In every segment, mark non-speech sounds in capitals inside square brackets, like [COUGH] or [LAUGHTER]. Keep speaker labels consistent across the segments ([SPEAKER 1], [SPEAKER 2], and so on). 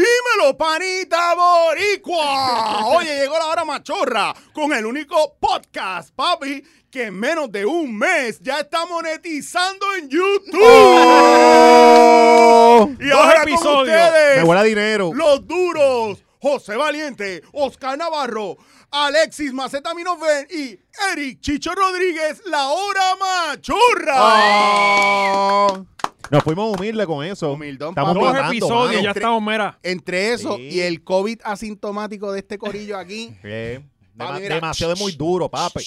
[SPEAKER 1] Dímelo, panita boricua. Oye, llegó la hora machorra con el único podcast, papi, que en menos de un mes ya está monetizando en YouTube. y
[SPEAKER 2] Dos
[SPEAKER 1] ahora con
[SPEAKER 2] episodios.
[SPEAKER 1] ustedes,
[SPEAKER 3] Me huele a dinero.
[SPEAKER 1] los duros, José Valiente, Oscar Navarro, Alexis Maceta Minoven y Eric Chicho Rodríguez, la hora machorra.
[SPEAKER 3] Ah. Nos fuimos humildes con eso.
[SPEAKER 1] Humildón,
[SPEAKER 3] estamos
[SPEAKER 1] papá.
[SPEAKER 2] Dos
[SPEAKER 3] tratando,
[SPEAKER 2] episodios,
[SPEAKER 3] mano.
[SPEAKER 2] ya estamos, mira.
[SPEAKER 1] Entre eso
[SPEAKER 3] Sí.
[SPEAKER 1] y el COVID asintomático de este corillo aquí,
[SPEAKER 3] Bien.
[SPEAKER 1] Papi,
[SPEAKER 3] Dema-
[SPEAKER 1] mira.
[SPEAKER 3] demasiado es muy duro, papi.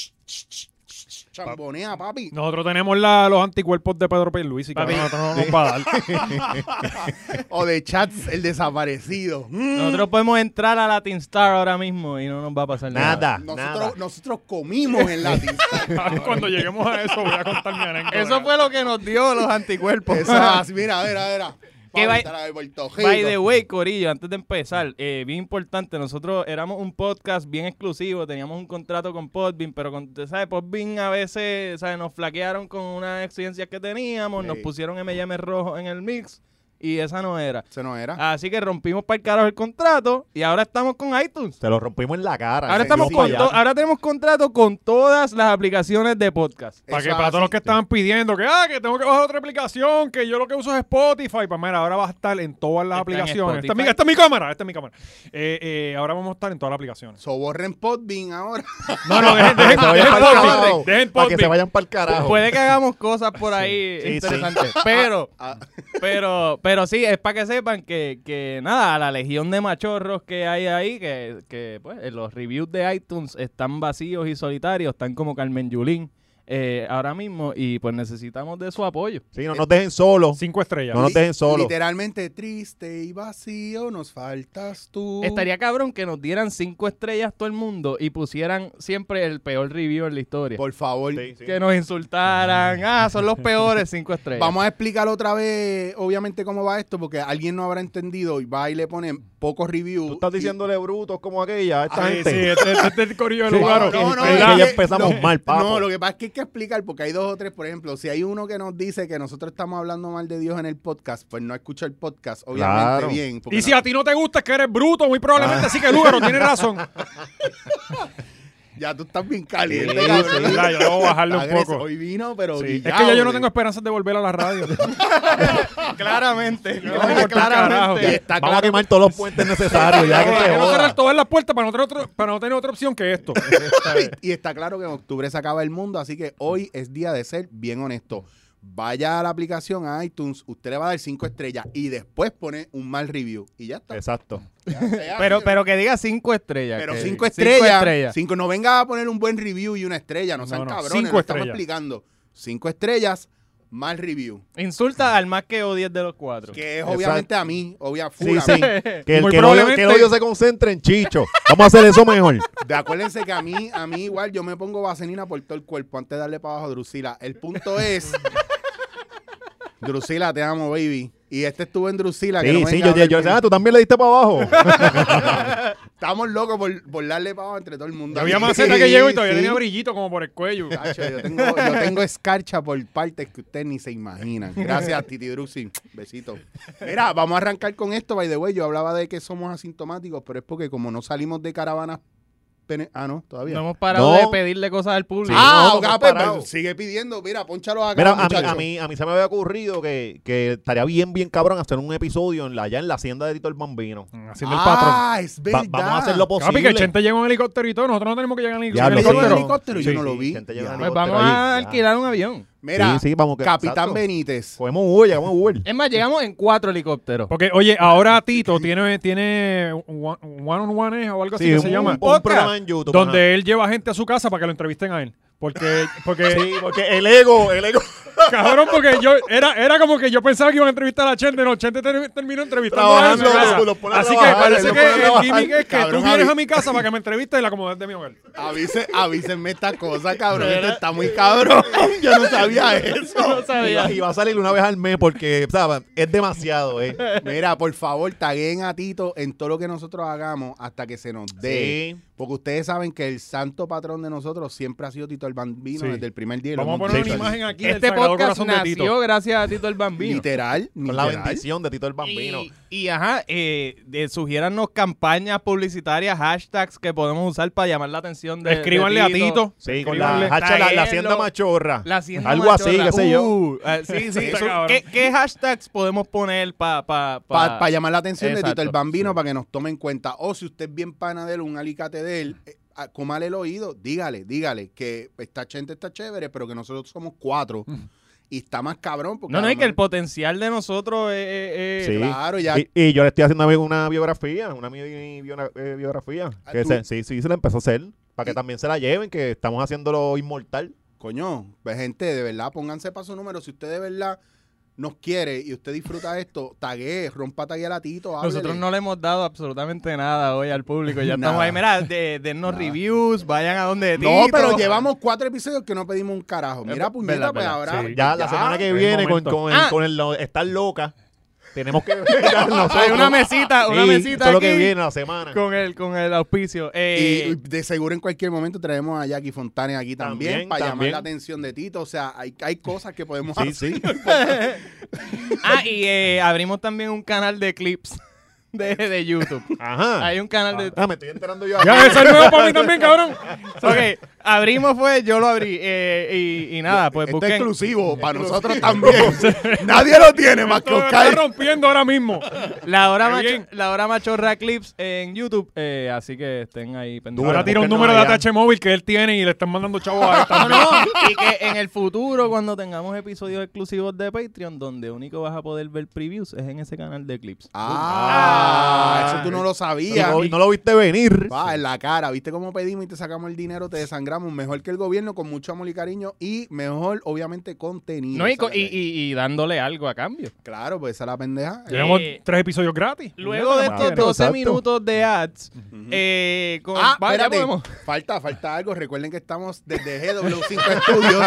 [SPEAKER 1] chambonea, papi.
[SPEAKER 2] [LAUGHS] Nosotros tenemos la, los anticuerpos de Pedro P. Luis y cabrón, nosotros no nos va a dar.
[SPEAKER 1] O de chats, el desaparecido. Mm.
[SPEAKER 4] Nosotros podemos entrar a Latin Star ahora mismo y no nos va a pasar
[SPEAKER 3] Nada,
[SPEAKER 4] nada.
[SPEAKER 3] nada.
[SPEAKER 1] Nosotros, nosotros comimos en la
[SPEAKER 2] [LAUGHS] Cuando lleguemos a eso, voy a contar mi anécdota.
[SPEAKER 4] Eso fue lo que nos dio los
[SPEAKER 3] [LAUGHS]
[SPEAKER 4] anticuerpos.
[SPEAKER 1] Esas, mira, a ver, a ver. a-
[SPEAKER 4] Que
[SPEAKER 1] Vamos a
[SPEAKER 4] by-
[SPEAKER 1] entrar a Puerto
[SPEAKER 4] By the
[SPEAKER 1] Rico.
[SPEAKER 4] way, Corillo, antes de empezar, eh, bien importante, nosotros éramos un podcast bien exclusivo, teníamos un contrato con Podbean, pero con, tú ¿sabes? Podbean a veces, ¿sabes? Nos flaquearon con unas exigencias que teníamos, nos
[SPEAKER 1] Sí.
[SPEAKER 4] pusieron M&M rojo en el mix y esa no era.
[SPEAKER 1] Ese no era.
[SPEAKER 3] Ah.
[SPEAKER 4] Así que rompimos para el carajo el contrato y ahora estamos con iTunes.
[SPEAKER 3] Te lo rompimos en la cara.
[SPEAKER 4] Ahora,
[SPEAKER 3] Sí,
[SPEAKER 4] estamos
[SPEAKER 3] sí,
[SPEAKER 4] con
[SPEAKER 3] ya.
[SPEAKER 4] to-
[SPEAKER 2] Ah,
[SPEAKER 4] ahora tenemos contrato con todas las aplicaciones de podcast.
[SPEAKER 2] Para, que,
[SPEAKER 1] Eso
[SPEAKER 2] para todos los
[SPEAKER 1] así.
[SPEAKER 2] que estaban pidiendo que, ah, que tengo que bajar otra aplicación, que yo lo que uso es Spotify. Pues mira, ahora va a estar en todas las
[SPEAKER 4] Está en
[SPEAKER 2] aplicaciones. Esta es, mi,
[SPEAKER 4] Spotify.
[SPEAKER 2] esta es mi cámara, esta es mi cámara. Eh, eh, ahora vamos a estar en todas las
[SPEAKER 3] [LAUGHS]
[SPEAKER 2] aplicaciones.
[SPEAKER 1] So, borren Podbean ahora.
[SPEAKER 2] No, no, dejen,
[SPEAKER 3] Para que
[SPEAKER 2] dejen,
[SPEAKER 3] se vayan para el
[SPEAKER 2] dejen Podbean,
[SPEAKER 3] carajo.
[SPEAKER 2] dejen
[SPEAKER 3] Para que se
[SPEAKER 2] Podbean.
[SPEAKER 3] vayan para el carajo.
[SPEAKER 4] Puede que hagamos cosas por ahí
[SPEAKER 3] sí, sí.
[SPEAKER 4] interesantes, pero...
[SPEAKER 1] Ah,
[SPEAKER 4] Pero, pero sí, es para que sepan que, que nada, a la legión de machorros que hay ahí, que, que pues eh, los reviews de iTunes están vacíos y solitarios, están como Carmen Yulín eh, ahora mismo y pues necesitamos de su apoyo.
[SPEAKER 3] Sí, no nos dejen solos.
[SPEAKER 2] Cinco estrellas.
[SPEAKER 3] No nos
[SPEAKER 1] li-
[SPEAKER 3] dejen solos.
[SPEAKER 1] Literalmente triste y vacío, nos faltas tú.
[SPEAKER 4] Estaría cabrón que nos dieran cinco estrellas todo el mundo y pusieran siempre el peor review en la historia.
[SPEAKER 1] Por favor.
[SPEAKER 3] Sí, sí.
[SPEAKER 4] Que nos insultaran, ah, son los peores cinco estrellas.
[SPEAKER 1] Vamos a explicar otra vez, obviamente, cómo va esto, porque alguien no habrá entendido y va y le pone pocos reviews.
[SPEAKER 3] Tú estás
[SPEAKER 1] y-
[SPEAKER 3] diciéndole brutos como aquella. a Esta
[SPEAKER 2] Sí,
[SPEAKER 3] gente.
[SPEAKER 2] sí, este, este es el corillo de
[SPEAKER 3] Sí,
[SPEAKER 2] Lugaro.
[SPEAKER 1] no, no,
[SPEAKER 3] que-
[SPEAKER 2] ¿Verdad?
[SPEAKER 3] que ya
[SPEAKER 1] es que-
[SPEAKER 3] empezamos
[SPEAKER 1] no,
[SPEAKER 3] mal, papo.
[SPEAKER 1] No, lo que pasa es que hay que explicar porque hay dos o tres, por ejemplo, si hay uno que nos dice que nosotros estamos hablando mal de Dios en el podcast, pues no escucha el podcast, obviamente
[SPEAKER 3] Claro.
[SPEAKER 1] bien. porque
[SPEAKER 2] Y si
[SPEAKER 1] no-
[SPEAKER 2] a ti no te gusta es que eres bruto, muy
[SPEAKER 3] Ah.
[SPEAKER 2] probablemente sí que Lugaro
[SPEAKER 3] [LAUGHS]
[SPEAKER 2] tiene razón.
[SPEAKER 1] ya tú estás bien
[SPEAKER 3] Sí,
[SPEAKER 1] caliente,
[SPEAKER 3] sí,
[SPEAKER 1] cabrón.
[SPEAKER 2] Verdad, yo debo bajarle un
[SPEAKER 1] Agresivo.
[SPEAKER 2] poco.
[SPEAKER 1] Hoy vino, pero
[SPEAKER 2] Sí, Es que
[SPEAKER 1] guillao,
[SPEAKER 2] ya yo no
[SPEAKER 1] de-
[SPEAKER 2] tengo esperanzas de volver a
[SPEAKER 3] [LAUGHS]
[SPEAKER 2] la radio. [LAUGHS]
[SPEAKER 4] claramente.
[SPEAKER 2] Vamos por el carajo.
[SPEAKER 1] Y está
[SPEAKER 3] Vamos
[SPEAKER 1] claro
[SPEAKER 3] a quemar todos los puentes necesarios. ya que
[SPEAKER 2] Para
[SPEAKER 3] se
[SPEAKER 2] no cerrar
[SPEAKER 3] joda.
[SPEAKER 2] todas las puertas para no, tener otro- para no tener otra opción
[SPEAKER 3] [LAUGHS]
[SPEAKER 2] que esto.
[SPEAKER 1] Y está claro que en octubre se acaba el mundo, así que hoy es día de ser bien honesto. Vaya a la aplicación a iTunes, usted le va a dar cinco estrellas y después pone un mal review y ya está.
[SPEAKER 3] Exacto.
[SPEAKER 1] Ya sea
[SPEAKER 4] Pero,
[SPEAKER 1] así.
[SPEAKER 4] pero que diga Este, cinco estrellas.
[SPEAKER 1] Pero
[SPEAKER 4] que-
[SPEAKER 1] cinco estrellas, cinco
[SPEAKER 4] estrellas.
[SPEAKER 1] no venga a poner un buen review y una estrella, no sean
[SPEAKER 2] No, no,
[SPEAKER 1] cabrones,
[SPEAKER 2] cinco
[SPEAKER 1] lo estamos
[SPEAKER 2] estrellas.
[SPEAKER 1] explicando. Cinco estrellas, mal review.
[SPEAKER 4] Insulta al más que odies de los cuatro.
[SPEAKER 1] Que es
[SPEAKER 3] Exacto.
[SPEAKER 1] obviamente a mí, obvia full
[SPEAKER 3] Sí,
[SPEAKER 1] a
[SPEAKER 3] sí.
[SPEAKER 1] mí.
[SPEAKER 3] Que
[SPEAKER 1] [LAUGHS]
[SPEAKER 3] el
[SPEAKER 2] Muy
[SPEAKER 3] que el odio,
[SPEAKER 2] probablemente-
[SPEAKER 3] que el odio se concentre en Chicho. Vamos a hacer eso mejor.
[SPEAKER 1] De acuérdense que a mí, a mí igual yo me pongo vaselina por todo el cuerpo antes de darle para abajo a Drusila. El punto es Drusila, te amo, baby. Y este estuvo en Drusila. que no
[SPEAKER 3] Sí,
[SPEAKER 1] venga
[SPEAKER 3] sí,
[SPEAKER 1] a
[SPEAKER 3] yo, yo,
[SPEAKER 1] hablar
[SPEAKER 3] yo-
[SPEAKER 1] de-
[SPEAKER 3] ah, tú también le diste para
[SPEAKER 1] [LAUGHS]
[SPEAKER 3] abajo.
[SPEAKER 1] Estamos locos por, por darle para abajo entre todo el mundo.
[SPEAKER 2] había
[SPEAKER 1] Sí,
[SPEAKER 2] maceta que llegó y todavía
[SPEAKER 1] sí.
[SPEAKER 2] tenía brillito como por el cuello.
[SPEAKER 1] Tacho, yo, tengo, yo tengo escarcha por partes que ustedes ni se imaginan. Gracias, Titi Drusi. Besito. Mira, vamos a arrancar con esto, by the way. Yo hablaba de que somos asintomáticos, pero es porque como no salimos de caravanas... pene- Ah, no, todavía.
[SPEAKER 4] No hemos parado
[SPEAKER 3] No.
[SPEAKER 4] de pedirle cosas al público.
[SPEAKER 1] ah,
[SPEAKER 3] no, no
[SPEAKER 1] ok,
[SPEAKER 3] hemos
[SPEAKER 1] pues,
[SPEAKER 3] parado.
[SPEAKER 1] pero sigue pidiendo. Mira, ponchalo acá,
[SPEAKER 3] Mira, a mí,
[SPEAKER 1] muchacho. Ah,
[SPEAKER 3] a, mí, a mí se me había ocurrido que, que estaría bien, bien cabrón hacer un episodio en la, allá en la hacienda de Tito el Bambino.
[SPEAKER 2] Mm, Haciendo el patrón.
[SPEAKER 1] Ah, es
[SPEAKER 3] Va-
[SPEAKER 1] verdad.
[SPEAKER 3] vamos a hacer lo
[SPEAKER 2] Papi, que
[SPEAKER 3] posible.
[SPEAKER 2] Chente llegó en helicóptero y todo. Nosotros no tenemos que llegar en heli-
[SPEAKER 3] Ya,
[SPEAKER 2] en
[SPEAKER 3] lo
[SPEAKER 1] llegó en
[SPEAKER 2] helicóptero.
[SPEAKER 1] helicóptero, yo
[SPEAKER 2] Sí,
[SPEAKER 1] no lo vi.
[SPEAKER 3] Chente llegó en
[SPEAKER 1] Ya.
[SPEAKER 4] Pues
[SPEAKER 3] helicóptero
[SPEAKER 4] vamos
[SPEAKER 3] ahí,
[SPEAKER 4] a
[SPEAKER 3] ya.
[SPEAKER 4] alquilar un avión.
[SPEAKER 1] Mira,
[SPEAKER 3] Sí, sí, vamos que-
[SPEAKER 1] Capitán
[SPEAKER 3] exacto.
[SPEAKER 1] Benítez.
[SPEAKER 3] Cogemos un Uber, llegamos
[SPEAKER 1] [LAUGHS]
[SPEAKER 3] un Uber.
[SPEAKER 4] Es más, llegamos en cuatro helicópteros.
[SPEAKER 2] Porque, oye, ahora Tito tiene, tiene one, one on one eh, o algo así que
[SPEAKER 3] un,
[SPEAKER 2] se llama.
[SPEAKER 3] un
[SPEAKER 4] podcast,
[SPEAKER 3] programa en YouTube. ajá.
[SPEAKER 2] Donde él lleva gente a su casa para que lo entrevisten a él. Porque, porque
[SPEAKER 3] Sí, porque el ego, el ego.
[SPEAKER 2] Cabrón, porque yo era, era como que yo pensaba que iban a entrevistar a Chente, no, Chente ter- terminó entrevistando a él.
[SPEAKER 3] Trabajando,
[SPEAKER 2] en mi casa.
[SPEAKER 3] los- los pone a
[SPEAKER 2] Así que
[SPEAKER 3] trabajar,
[SPEAKER 2] parece
[SPEAKER 3] los
[SPEAKER 2] que
[SPEAKER 3] pone a
[SPEAKER 2] el
[SPEAKER 3] trabajar.
[SPEAKER 2] gimmick es que
[SPEAKER 1] Cabrón,
[SPEAKER 2] tú vienes
[SPEAKER 1] Javi.
[SPEAKER 2] a mi casa para que me entrevistes en la comodidad de mi hogar.
[SPEAKER 1] Avise- avísenme esta
[SPEAKER 3] [LAUGHS]
[SPEAKER 1] cosa, cabrón. Esto este está muy cabrón. Yo no sabía
[SPEAKER 4] [LAUGHS]
[SPEAKER 1] eso.
[SPEAKER 4] No
[SPEAKER 3] Y
[SPEAKER 4] sabía.
[SPEAKER 3] va, y va a salir una vez al mes porque, ¿sabes? Es demasiado,
[SPEAKER 4] [LAUGHS]
[SPEAKER 3] ¿eh?
[SPEAKER 1] Mira, por favor, taguen a Tito en todo lo que nosotros hagamos hasta que se nos dé.
[SPEAKER 3] Sí.
[SPEAKER 1] Porque ustedes saben que el santo patrón de nosotros siempre ha sido Tito el el Bambino
[SPEAKER 2] Sí.
[SPEAKER 1] desde el primer día. y lo
[SPEAKER 2] Vamos a
[SPEAKER 1] hemos
[SPEAKER 2] poner una
[SPEAKER 1] dicho aquí.
[SPEAKER 2] imagen aquí del
[SPEAKER 4] Este
[SPEAKER 2] Sagrado
[SPEAKER 4] podcast
[SPEAKER 2] Corazón de
[SPEAKER 4] nació
[SPEAKER 2] Tito.
[SPEAKER 4] gracias a Tito el Bambino.
[SPEAKER 1] Literal,
[SPEAKER 3] Con la
[SPEAKER 1] literal.
[SPEAKER 3] bendición de Tito el Bambino.
[SPEAKER 4] Y, y, ajá, eh, de- sugiérannos campañas publicitarias, hashtags que podemos usar para llamar la atención de. de
[SPEAKER 2] Escríbanle a Tito.
[SPEAKER 3] sí, con la,
[SPEAKER 2] Escribirle-
[SPEAKER 3] hacha, la, la hacienda
[SPEAKER 4] Taguéenlo.
[SPEAKER 3] machorra.
[SPEAKER 4] La hacienda
[SPEAKER 3] Algo así,
[SPEAKER 4] machorra.
[SPEAKER 3] qué sé yo.
[SPEAKER 4] Uh, ah, sí, [LAUGHS] sí.
[SPEAKER 2] Está
[SPEAKER 4] eso-
[SPEAKER 2] cabrón.
[SPEAKER 4] ¿qué, qué hashtags podemos poner para. Pa,
[SPEAKER 1] Para
[SPEAKER 4] pa-
[SPEAKER 1] llamar la atención de Tito
[SPEAKER 4] Exacto,
[SPEAKER 1] el Bambino, para que nos tome en cuenta. O si usted es bien pana de él, un alicate de él, eh, a- comale el oído, dígale, dígale que esta gente está chévere, pero que nosotros somos cuatro. Y está más cabrón. Porque
[SPEAKER 4] no, no,
[SPEAKER 1] a
[SPEAKER 4] es
[SPEAKER 1] lo
[SPEAKER 4] que el
[SPEAKER 1] mejor-
[SPEAKER 4] potencial de nosotros es. es- es-
[SPEAKER 3] Sí.
[SPEAKER 1] Claro, ya.
[SPEAKER 3] Y, y yo le estoy haciendo una biografía, una mi- biona- eh, biografía.
[SPEAKER 1] Ah,
[SPEAKER 3] Que
[SPEAKER 1] tú-
[SPEAKER 3] se- sí, sí, se la empezó a hacer. Para que
[SPEAKER 1] Y-
[SPEAKER 3] también se la lleven, que estamos haciéndolo inmortal.
[SPEAKER 1] Coño, pues, gente, de verdad, pónganse para su número. Si usted de verdad nos quiere y usted disfruta esto, taguee, rompa taguear a Tito,
[SPEAKER 4] Nosotros
[SPEAKER 1] háblele.
[SPEAKER 4] no le hemos dado absolutamente nada hoy al público.
[SPEAKER 1] Nada.
[SPEAKER 4] Ya estamos ahí. Mira, de, dennos reviews, vayan a donde de
[SPEAKER 1] No,
[SPEAKER 4] Tito.
[SPEAKER 1] pero llevamos cuatro episodios que no pedimos un carajo. Mira,
[SPEAKER 4] Eh,
[SPEAKER 1] puñeta,
[SPEAKER 4] verdad,
[SPEAKER 1] pues
[SPEAKER 4] verdad,
[SPEAKER 1] ahora.
[SPEAKER 2] sí.
[SPEAKER 3] Ya la
[SPEAKER 2] Ya,
[SPEAKER 3] semana que
[SPEAKER 2] es
[SPEAKER 3] viene, con,
[SPEAKER 2] momento.
[SPEAKER 3] con el,
[SPEAKER 4] Ah.
[SPEAKER 3] con el lo- estar loca, [LAUGHS] tenemos que ver
[SPEAKER 4] Hay una mesita, una mesita.
[SPEAKER 3] Eso es lo que
[SPEAKER 4] aquí
[SPEAKER 3] viene la semana.
[SPEAKER 4] [LAUGHS] Con el, con el auspicio.
[SPEAKER 1] Y
[SPEAKER 2] [LAUGHS]
[SPEAKER 4] Eh,
[SPEAKER 1] y de seguro en cualquier momento traemos a Jackie Fontane aquí también,
[SPEAKER 3] También,
[SPEAKER 1] para llamar
[SPEAKER 3] también.
[SPEAKER 1] la atención de Tito. O sea, hay, hay cosas que podemos
[SPEAKER 3] Sí,
[SPEAKER 1] hacer.
[SPEAKER 3] sí.
[SPEAKER 4] ah, y eh, abrimos también un canal de clips [LAUGHS] de, de YouTube.
[SPEAKER 3] Ajá.
[SPEAKER 4] Hay un canal de... [LAUGHS]
[SPEAKER 3] Ah, me estoy enterando yo.
[SPEAKER 2] Ya, ese es nuevo para mí también, cabrón.
[SPEAKER 4] Ok, abrimos fue, yo lo abrí. eh, y, y nada, pues
[SPEAKER 1] Esto es
[SPEAKER 4] busquen...
[SPEAKER 1] exclusivo para nosotros también. Nadie lo tiene más que
[SPEAKER 2] Esto me está
[SPEAKER 1] Oscar.
[SPEAKER 2] rompiendo ahora mismo.
[SPEAKER 4] La hora,
[SPEAKER 2] Qué
[SPEAKER 4] macho-
[SPEAKER 2] bien.
[SPEAKER 4] la hora machorra clips en YouTube. eh, así que estén ahí pendientes.
[SPEAKER 3] Dura,
[SPEAKER 2] Ahora tira un
[SPEAKER 3] búsquenlo
[SPEAKER 2] número de
[SPEAKER 3] allá.
[SPEAKER 2] ATH móvil que él tiene y le están mandando chavos
[SPEAKER 4] [LAUGHS]
[SPEAKER 2] a él
[SPEAKER 4] No,
[SPEAKER 2] también.
[SPEAKER 4] no, y que en el futuro, cuando tengamos episodios exclusivos de Patreon, donde único vas a poder ver previews, es en ese canal de clips.
[SPEAKER 1] Ah,
[SPEAKER 3] Ah.
[SPEAKER 1] eso tú no lo sabías.
[SPEAKER 3] No, lo- no lo viste venir.
[SPEAKER 1] Va, en la cara, ¿viste cómo pedimos y te sacamos el dinero, te desangramos? Mejor que el gobierno, con mucho amor y cariño y mejor, obviamente, contenido.
[SPEAKER 4] No, y,
[SPEAKER 1] Esa
[SPEAKER 4] co-
[SPEAKER 1] es la
[SPEAKER 4] y-
[SPEAKER 1] idea.
[SPEAKER 4] y- y dándole algo a cambio.
[SPEAKER 1] Claro, pues esa es la pendeja.
[SPEAKER 2] Tenemos
[SPEAKER 4] Eh,
[SPEAKER 2] tres episodios gratis.
[SPEAKER 4] Luego de
[SPEAKER 3] madre.
[SPEAKER 4] estos 12
[SPEAKER 3] Exacto.
[SPEAKER 4] minutos de ads, eh, con,
[SPEAKER 1] Ah,
[SPEAKER 4] vaya,
[SPEAKER 3] pues,
[SPEAKER 1] espérate.
[SPEAKER 4] podemos-
[SPEAKER 1] Falta, falta algo. Recuerden que estamos desde [LAUGHS] GW5 Studios,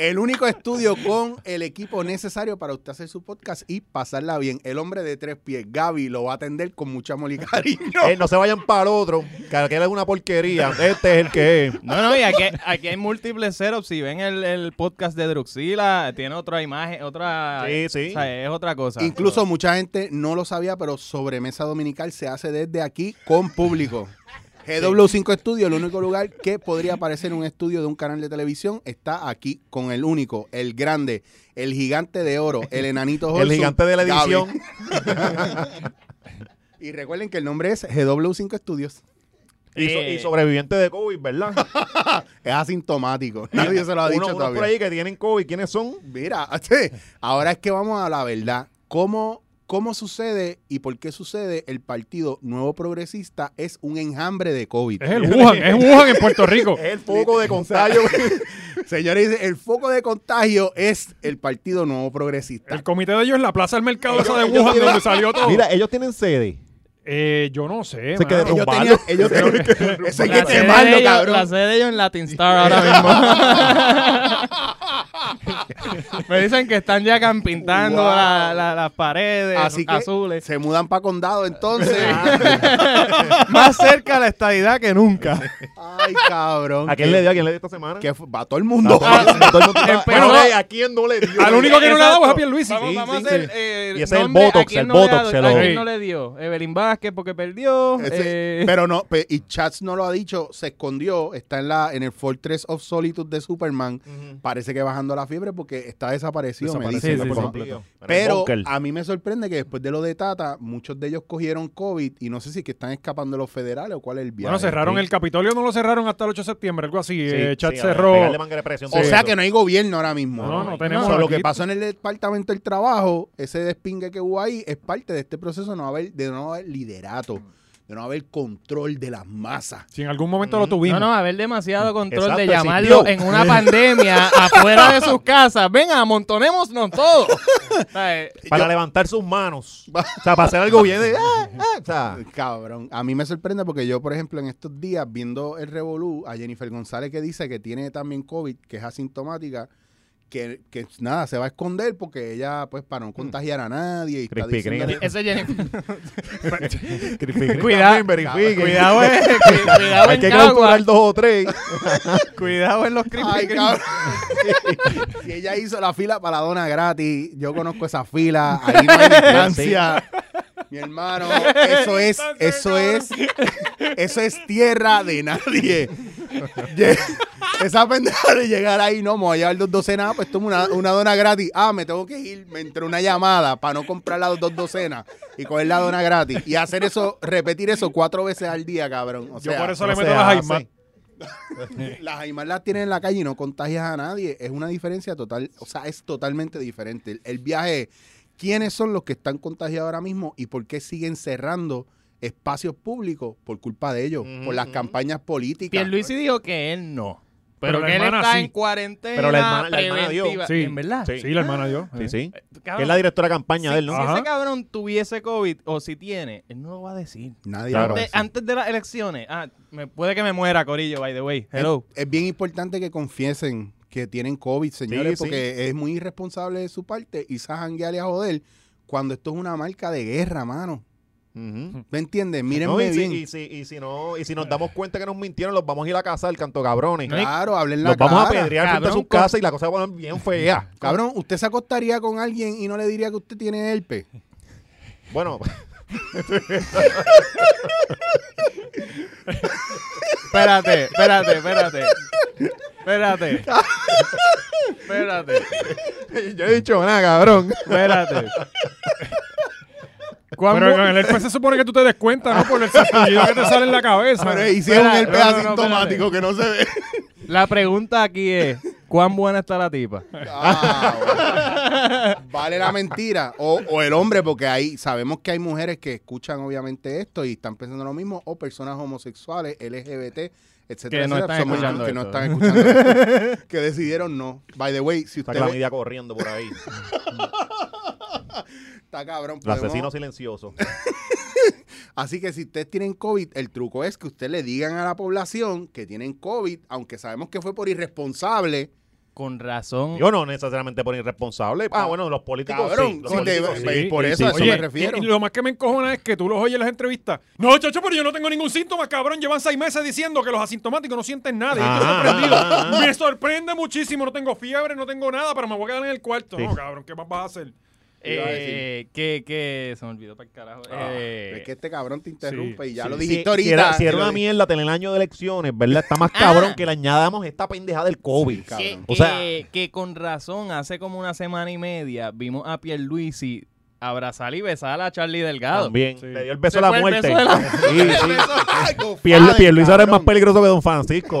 [SPEAKER 1] el único estudio con el equipo necesario para usted hacer su podcast y pasarla bien. El hombre de tres pies, Gaby, lo va a atender con mucha amor y cariño.
[SPEAKER 3] Eh, no se vayan para el otro, que aquel es una porquería. Este es el que es.
[SPEAKER 4] No, no, y aquí, aquí hay múltiples setups. Si ven el, el podcast de Druxila, tiene otra imagen, otra.
[SPEAKER 3] Sí, sí.
[SPEAKER 4] O sea, es otra cosa.
[SPEAKER 1] Incluso mucha gente no lo sabía, pero Sobremesa Dominical se hace desde aquí con público. GW5 Studio, el único lugar que podría parecer un estudio de un canal de televisión, está aquí con el único, el grande, el gigante de oro, el enanito
[SPEAKER 3] [LAUGHS] El
[SPEAKER 1] Holson,
[SPEAKER 3] gigante de la
[SPEAKER 1] Gaby.
[SPEAKER 3] edición.
[SPEAKER 1] Y recuerden que el nombre es GW5 Studios.
[SPEAKER 3] Y, so-
[SPEAKER 4] Eh.
[SPEAKER 3] y sobreviviente de COVID, ¿verdad?
[SPEAKER 1] Es asintomático. [LAUGHS] Nadie se lo ha dicho
[SPEAKER 3] uno, uno
[SPEAKER 1] todavía.
[SPEAKER 3] por ahí que tienen COVID, ¿quiénes son?
[SPEAKER 1] Mira, [LAUGHS] che, ahora es que vamos a la verdad. ¿Cómo, ¿Cómo sucede y por qué sucede el partido nuevo progresista es un enjambre de COVID?
[SPEAKER 2] Es el Wuhan, es Wuhan en Puerto Rico.
[SPEAKER 3] Es el foco de
[SPEAKER 1] [LAUGHS]
[SPEAKER 3] contagio.
[SPEAKER 1] Señores, el foco de contagio es el partido nuevo progresista.
[SPEAKER 2] El comité de ellos es la plaza del mercado esa de
[SPEAKER 3] Ellos
[SPEAKER 2] Wuhan
[SPEAKER 3] tienen-
[SPEAKER 2] donde salió todo.
[SPEAKER 3] Mira, ellos tienen sede.
[SPEAKER 2] Eh, yo no sé.
[SPEAKER 3] Se quedó-
[SPEAKER 2] mano.
[SPEAKER 1] ellos
[SPEAKER 3] tumbarlo.
[SPEAKER 1] tenían, ellos tenían- eso hay
[SPEAKER 4] La
[SPEAKER 1] que
[SPEAKER 4] sede,
[SPEAKER 1] quemarlo,
[SPEAKER 4] de ellos,
[SPEAKER 1] cabrón.
[SPEAKER 4] la sede de ellos en Latin Star ahora mismo. [LAUGHS] Me dicen que están ya can- pintando
[SPEAKER 1] Wow.
[SPEAKER 4] la- la- las paredes
[SPEAKER 1] Así que
[SPEAKER 4] azules.
[SPEAKER 1] se mudan para condado entonces.
[SPEAKER 4] [LAUGHS] Más cerca a la estadidad que nunca.
[SPEAKER 1] Ay, cabrón.
[SPEAKER 3] ¿A quién le dio? ¿A quién le dio esta semana?
[SPEAKER 1] Que va todo el mundo. [LAUGHS]
[SPEAKER 3] Bueno,
[SPEAKER 4] Empezó-
[SPEAKER 3] eh, ¿a quién no le dio?
[SPEAKER 2] Al único que no le ha dado es a Pierluisi.
[SPEAKER 4] Vamos,
[SPEAKER 3] Sí,
[SPEAKER 4] vamos
[SPEAKER 3] sí,
[SPEAKER 4] a hacer.
[SPEAKER 3] sí.
[SPEAKER 4] eh,
[SPEAKER 3] Y ese es el
[SPEAKER 4] nombre, ¿a
[SPEAKER 3] Botox,
[SPEAKER 4] quién
[SPEAKER 3] el
[SPEAKER 4] no le
[SPEAKER 3] Botox,
[SPEAKER 4] ha-
[SPEAKER 3] se
[SPEAKER 4] ¿A
[SPEAKER 3] lo-
[SPEAKER 4] quién
[SPEAKER 2] Sí.
[SPEAKER 4] no le dio? Evelyn Vázquez porque perdió.
[SPEAKER 1] Ese-
[SPEAKER 4] eh,
[SPEAKER 1] pero no, pe- y Chats no lo ha dicho, se escondió, está en la en el Fortress of Solitude de Superman.
[SPEAKER 3] Mm.
[SPEAKER 1] Parece que bajando la fiebre porque está desaparecido. me
[SPEAKER 3] Desaparecido
[SPEAKER 1] dicen,
[SPEAKER 4] Sí,
[SPEAKER 1] ¿no?
[SPEAKER 4] sí,
[SPEAKER 1] Por
[SPEAKER 4] sí.
[SPEAKER 1] favor.
[SPEAKER 3] completo.
[SPEAKER 1] Pero eh,
[SPEAKER 3] Bunker.
[SPEAKER 1] a mí me sorprende que después de lo de Tata, muchos de ellos cogieron COVID y no sé si es que están escapando los federales o cuál es el viaje.
[SPEAKER 2] Bueno, cerraron
[SPEAKER 3] sí.
[SPEAKER 2] el Capitolio, no lo cerraron hasta el 8 de septiembre, algo así.
[SPEAKER 3] Sí,
[SPEAKER 2] eh, chat
[SPEAKER 3] sí, a ver,
[SPEAKER 2] cerró.
[SPEAKER 3] pegarle manga de presión,
[SPEAKER 1] o
[SPEAKER 3] sí.
[SPEAKER 1] sea que no hay gobierno ahora mismo.
[SPEAKER 2] No, no tenemos
[SPEAKER 1] O sea, lo
[SPEAKER 2] aquí.
[SPEAKER 1] que pasó en el Departamento del Trabajo, ese despingue que hubo ahí, es parte de este proceso de no haber, de no haber liderato, de no haber control de las masas.
[SPEAKER 2] Si en algún momento lo tuvimos.
[SPEAKER 4] No, no, haber demasiado control de
[SPEAKER 3] Exacto,
[SPEAKER 4] llamarlo
[SPEAKER 3] existió.
[SPEAKER 4] en
[SPEAKER 3] [LAUGHS]
[SPEAKER 4] una pandemia afuera de sus casas. Venga, amontonémonos todos. O sea, eh,
[SPEAKER 3] Para levantar sus manos. O sea, para hacer algo
[SPEAKER 1] [LAUGHS]
[SPEAKER 3] bien de... ah, ah, o sea,
[SPEAKER 1] Cabrón, a mí me sorprende porque yo, por ejemplo, en estos días viendo el Revolú, a Jennifer González que dice que tiene también COVID, que es asintomática, que, que nada, se va a esconder porque ella, pues, para no contagiar a nadie. Y está
[SPEAKER 3] Krispy Kreme.
[SPEAKER 1] diciéndole-
[SPEAKER 4] Ese Jennifer.
[SPEAKER 3] Cuidado,
[SPEAKER 4] Cuidado, cuidado, eh, cu- cuidado
[SPEAKER 3] Hay
[SPEAKER 4] en
[SPEAKER 3] que
[SPEAKER 4] Caguas,
[SPEAKER 3] calcular dos o tres.
[SPEAKER 4] cuidado en los
[SPEAKER 1] Ay,
[SPEAKER 4] Krispy Kreme.
[SPEAKER 1] cabrón. [LAUGHS] si ella hizo la fila para la dona gratis, yo conozco esa [LAUGHS] fila, ahí no hay distancia. Mi
[SPEAKER 2] [LAUGHS]
[SPEAKER 1] hermano, eso es, eso es, eso es tierra de nadie. Ye- Esa pendeja de llegar ahí, no, me voy a llevar dos docenas, ah, pues tomo una, una dona gratis. Ah, me tengo que ir, me entró una llamada para no comprar las dos docenas y coger la dona gratis. Y hacer eso, repetir eso cuatro veces al día, cabrón. O
[SPEAKER 2] Yo
[SPEAKER 1] sea,
[SPEAKER 2] por eso
[SPEAKER 3] no
[SPEAKER 2] le
[SPEAKER 3] se
[SPEAKER 2] meto las
[SPEAKER 3] hace.
[SPEAKER 2] Jaima.
[SPEAKER 1] [LAUGHS] las Jaimar las tienen en la calle y no contagias a nadie. Es una diferencia total, o sea, es totalmente diferente. El, el viaje es quiénes son los que están contagiados ahora mismo y por qué siguen cerrando espacios públicos por culpa de ellos, por las campañas políticas.
[SPEAKER 4] Pierluisi dijo que él no.
[SPEAKER 2] Pero
[SPEAKER 4] Pero,
[SPEAKER 2] la
[SPEAKER 4] que él
[SPEAKER 2] hermana
[SPEAKER 4] está
[SPEAKER 2] sí.
[SPEAKER 4] en cuarentena.
[SPEAKER 3] Pero la hermana- la hermana dio.
[SPEAKER 4] preventiva.
[SPEAKER 2] Sí.
[SPEAKER 4] En verdad.
[SPEAKER 3] Sí.
[SPEAKER 2] Sí, la hermana yo.
[SPEAKER 3] Sí,
[SPEAKER 2] eh.
[SPEAKER 3] sí. Que
[SPEAKER 4] Cabrón,
[SPEAKER 3] es la directora de campaña
[SPEAKER 4] si-
[SPEAKER 3] de él, ¿no?
[SPEAKER 4] Si
[SPEAKER 2] Ajá.
[SPEAKER 4] ese cabrón tuviese COVID o si tiene, él no lo va a decir.
[SPEAKER 1] Nadie
[SPEAKER 3] Claro.
[SPEAKER 1] lo va a
[SPEAKER 4] Antes,
[SPEAKER 1] decir.
[SPEAKER 4] antes de las elecciones. Ah, me, puede que me muera, Corillo, by the
[SPEAKER 3] Eh.
[SPEAKER 4] way. Hello.
[SPEAKER 1] Es, es bien importante que confiesen que tienen COVID, señores,
[SPEAKER 3] Sí, sí.
[SPEAKER 1] porque es muy irresponsable de su parte y sajangueale a joder cuando esto es una marca de guerra, mano.
[SPEAKER 3] Ujú.
[SPEAKER 1] ¿Me entiendes? Mírenme
[SPEAKER 3] No, y, si,
[SPEAKER 1] bien.
[SPEAKER 3] y, si, y si no, y si nos damos cuenta que nos mintieron, los vamos a ir a casa del canto cabrones.
[SPEAKER 4] No, y-
[SPEAKER 1] claro, hablen la
[SPEAKER 3] Los vamos a
[SPEAKER 1] cara.
[SPEAKER 3] pedrear frente a
[SPEAKER 4] Cabrón,
[SPEAKER 3] sus casas y la cosa va a poner bien fea.
[SPEAKER 1] [LAUGHS] Cabrón, ¿usted se acostaría con alguien y no le diría que usted tiene herpes? [LAUGHS]
[SPEAKER 3] Bueno,
[SPEAKER 4] Espérate, espérate, espérate. Espérate. Espérate.
[SPEAKER 3] yo he dicho
[SPEAKER 1] [LAUGHS]
[SPEAKER 3] nada, cabrón.
[SPEAKER 4] Espérate. ¿Cuán
[SPEAKER 2] Pero
[SPEAKER 4] bu-
[SPEAKER 2] con el herpes se supone que tú te des cuenta, ¿no? Por el sarpullido que te sale en la cabeza.
[SPEAKER 1] hicieron
[SPEAKER 4] Espera, no, no, no, espérate.
[SPEAKER 1] que no se ve.
[SPEAKER 4] La pregunta aquí es, ¿cuán buena está la tipa?
[SPEAKER 1] Ah, bueno. Vale la mentira. O, o el hombre, porque ahí sabemos que hay mujeres que escuchan obviamente esto y están pensando lo mismo, o personas homosexuales, LGBT, etcétera,
[SPEAKER 4] Que no
[SPEAKER 1] etcétera,
[SPEAKER 4] están
[SPEAKER 1] somos-
[SPEAKER 4] escuchando
[SPEAKER 1] que no
[SPEAKER 4] esto.
[SPEAKER 1] están
[SPEAKER 4] [LAUGHS]
[SPEAKER 1] escuchando esto, que decidieron no. By the way, si
[SPEAKER 3] Está
[SPEAKER 1] usted
[SPEAKER 3] la
[SPEAKER 1] ve-
[SPEAKER 3] media corriendo por
[SPEAKER 1] [LAUGHS]
[SPEAKER 3] ahí.
[SPEAKER 1] está cabrón,
[SPEAKER 3] El
[SPEAKER 1] podemos-
[SPEAKER 3] asesino silencioso.
[SPEAKER 1] Así que si ustedes tienen COVID, el truco es que ustedes le digan a la población que tienen COVID, aunque sabemos que fue por irresponsable.
[SPEAKER 4] Con razón.
[SPEAKER 3] Yo no necesariamente por irresponsable. Ah, bueno, los políticos
[SPEAKER 1] Cabrón,
[SPEAKER 3] sí. Los
[SPEAKER 1] si te-
[SPEAKER 3] políticos, sí.
[SPEAKER 1] ve- por eso, a eso
[SPEAKER 2] Oye,
[SPEAKER 1] me refiero.
[SPEAKER 2] Y, y lo más que me encojona es que tú los oyes en las entrevistas. No, chacho, pero yo no tengo ningún síntoma, cabrón. Llevan seis meses diciendo que los asintomáticos no sienten nada. Y yo estoy
[SPEAKER 3] Ah,
[SPEAKER 2] sorprendido.
[SPEAKER 3] ah, ah.
[SPEAKER 2] Me sorprende muchísimo. No tengo fiebre, no tengo nada, pero me voy a quedar en el cuarto.
[SPEAKER 3] Sí.
[SPEAKER 2] No, cabrón, ¿qué más vas a hacer?
[SPEAKER 1] iba a
[SPEAKER 4] Eh, que, que se me olvidó para el carajo.
[SPEAKER 3] Ah,
[SPEAKER 4] Eh,
[SPEAKER 1] Es que este cabrón te interrumpe
[SPEAKER 2] sí,
[SPEAKER 1] y ya lo
[SPEAKER 3] Sí,
[SPEAKER 1] dijiste
[SPEAKER 3] si
[SPEAKER 1] ahorita.
[SPEAKER 3] era- Si era una
[SPEAKER 1] Lo-
[SPEAKER 3] mierda en el año de elecciones, ¿verdad? Está
[SPEAKER 4] Ah.
[SPEAKER 3] más cabrón que le añadamos esta pendeja del COVID.
[SPEAKER 1] cabrón.
[SPEAKER 4] que,
[SPEAKER 3] O sea-
[SPEAKER 4] que- que con razón, hace como una semana y media vimos a Pierluisi abrazar y besar a Charlie Delgado.
[SPEAKER 3] También.
[SPEAKER 2] Sí.
[SPEAKER 3] Le dio el beso
[SPEAKER 4] Se
[SPEAKER 3] a la
[SPEAKER 4] fue el
[SPEAKER 3] muerte.
[SPEAKER 4] beso de la-
[SPEAKER 3] Sí, sí.
[SPEAKER 1] Ay, compadre,
[SPEAKER 3] [LAUGHS] Pierre, Luis ahora es más
[SPEAKER 1] cabrón.
[SPEAKER 3] peligroso que Don Francisco,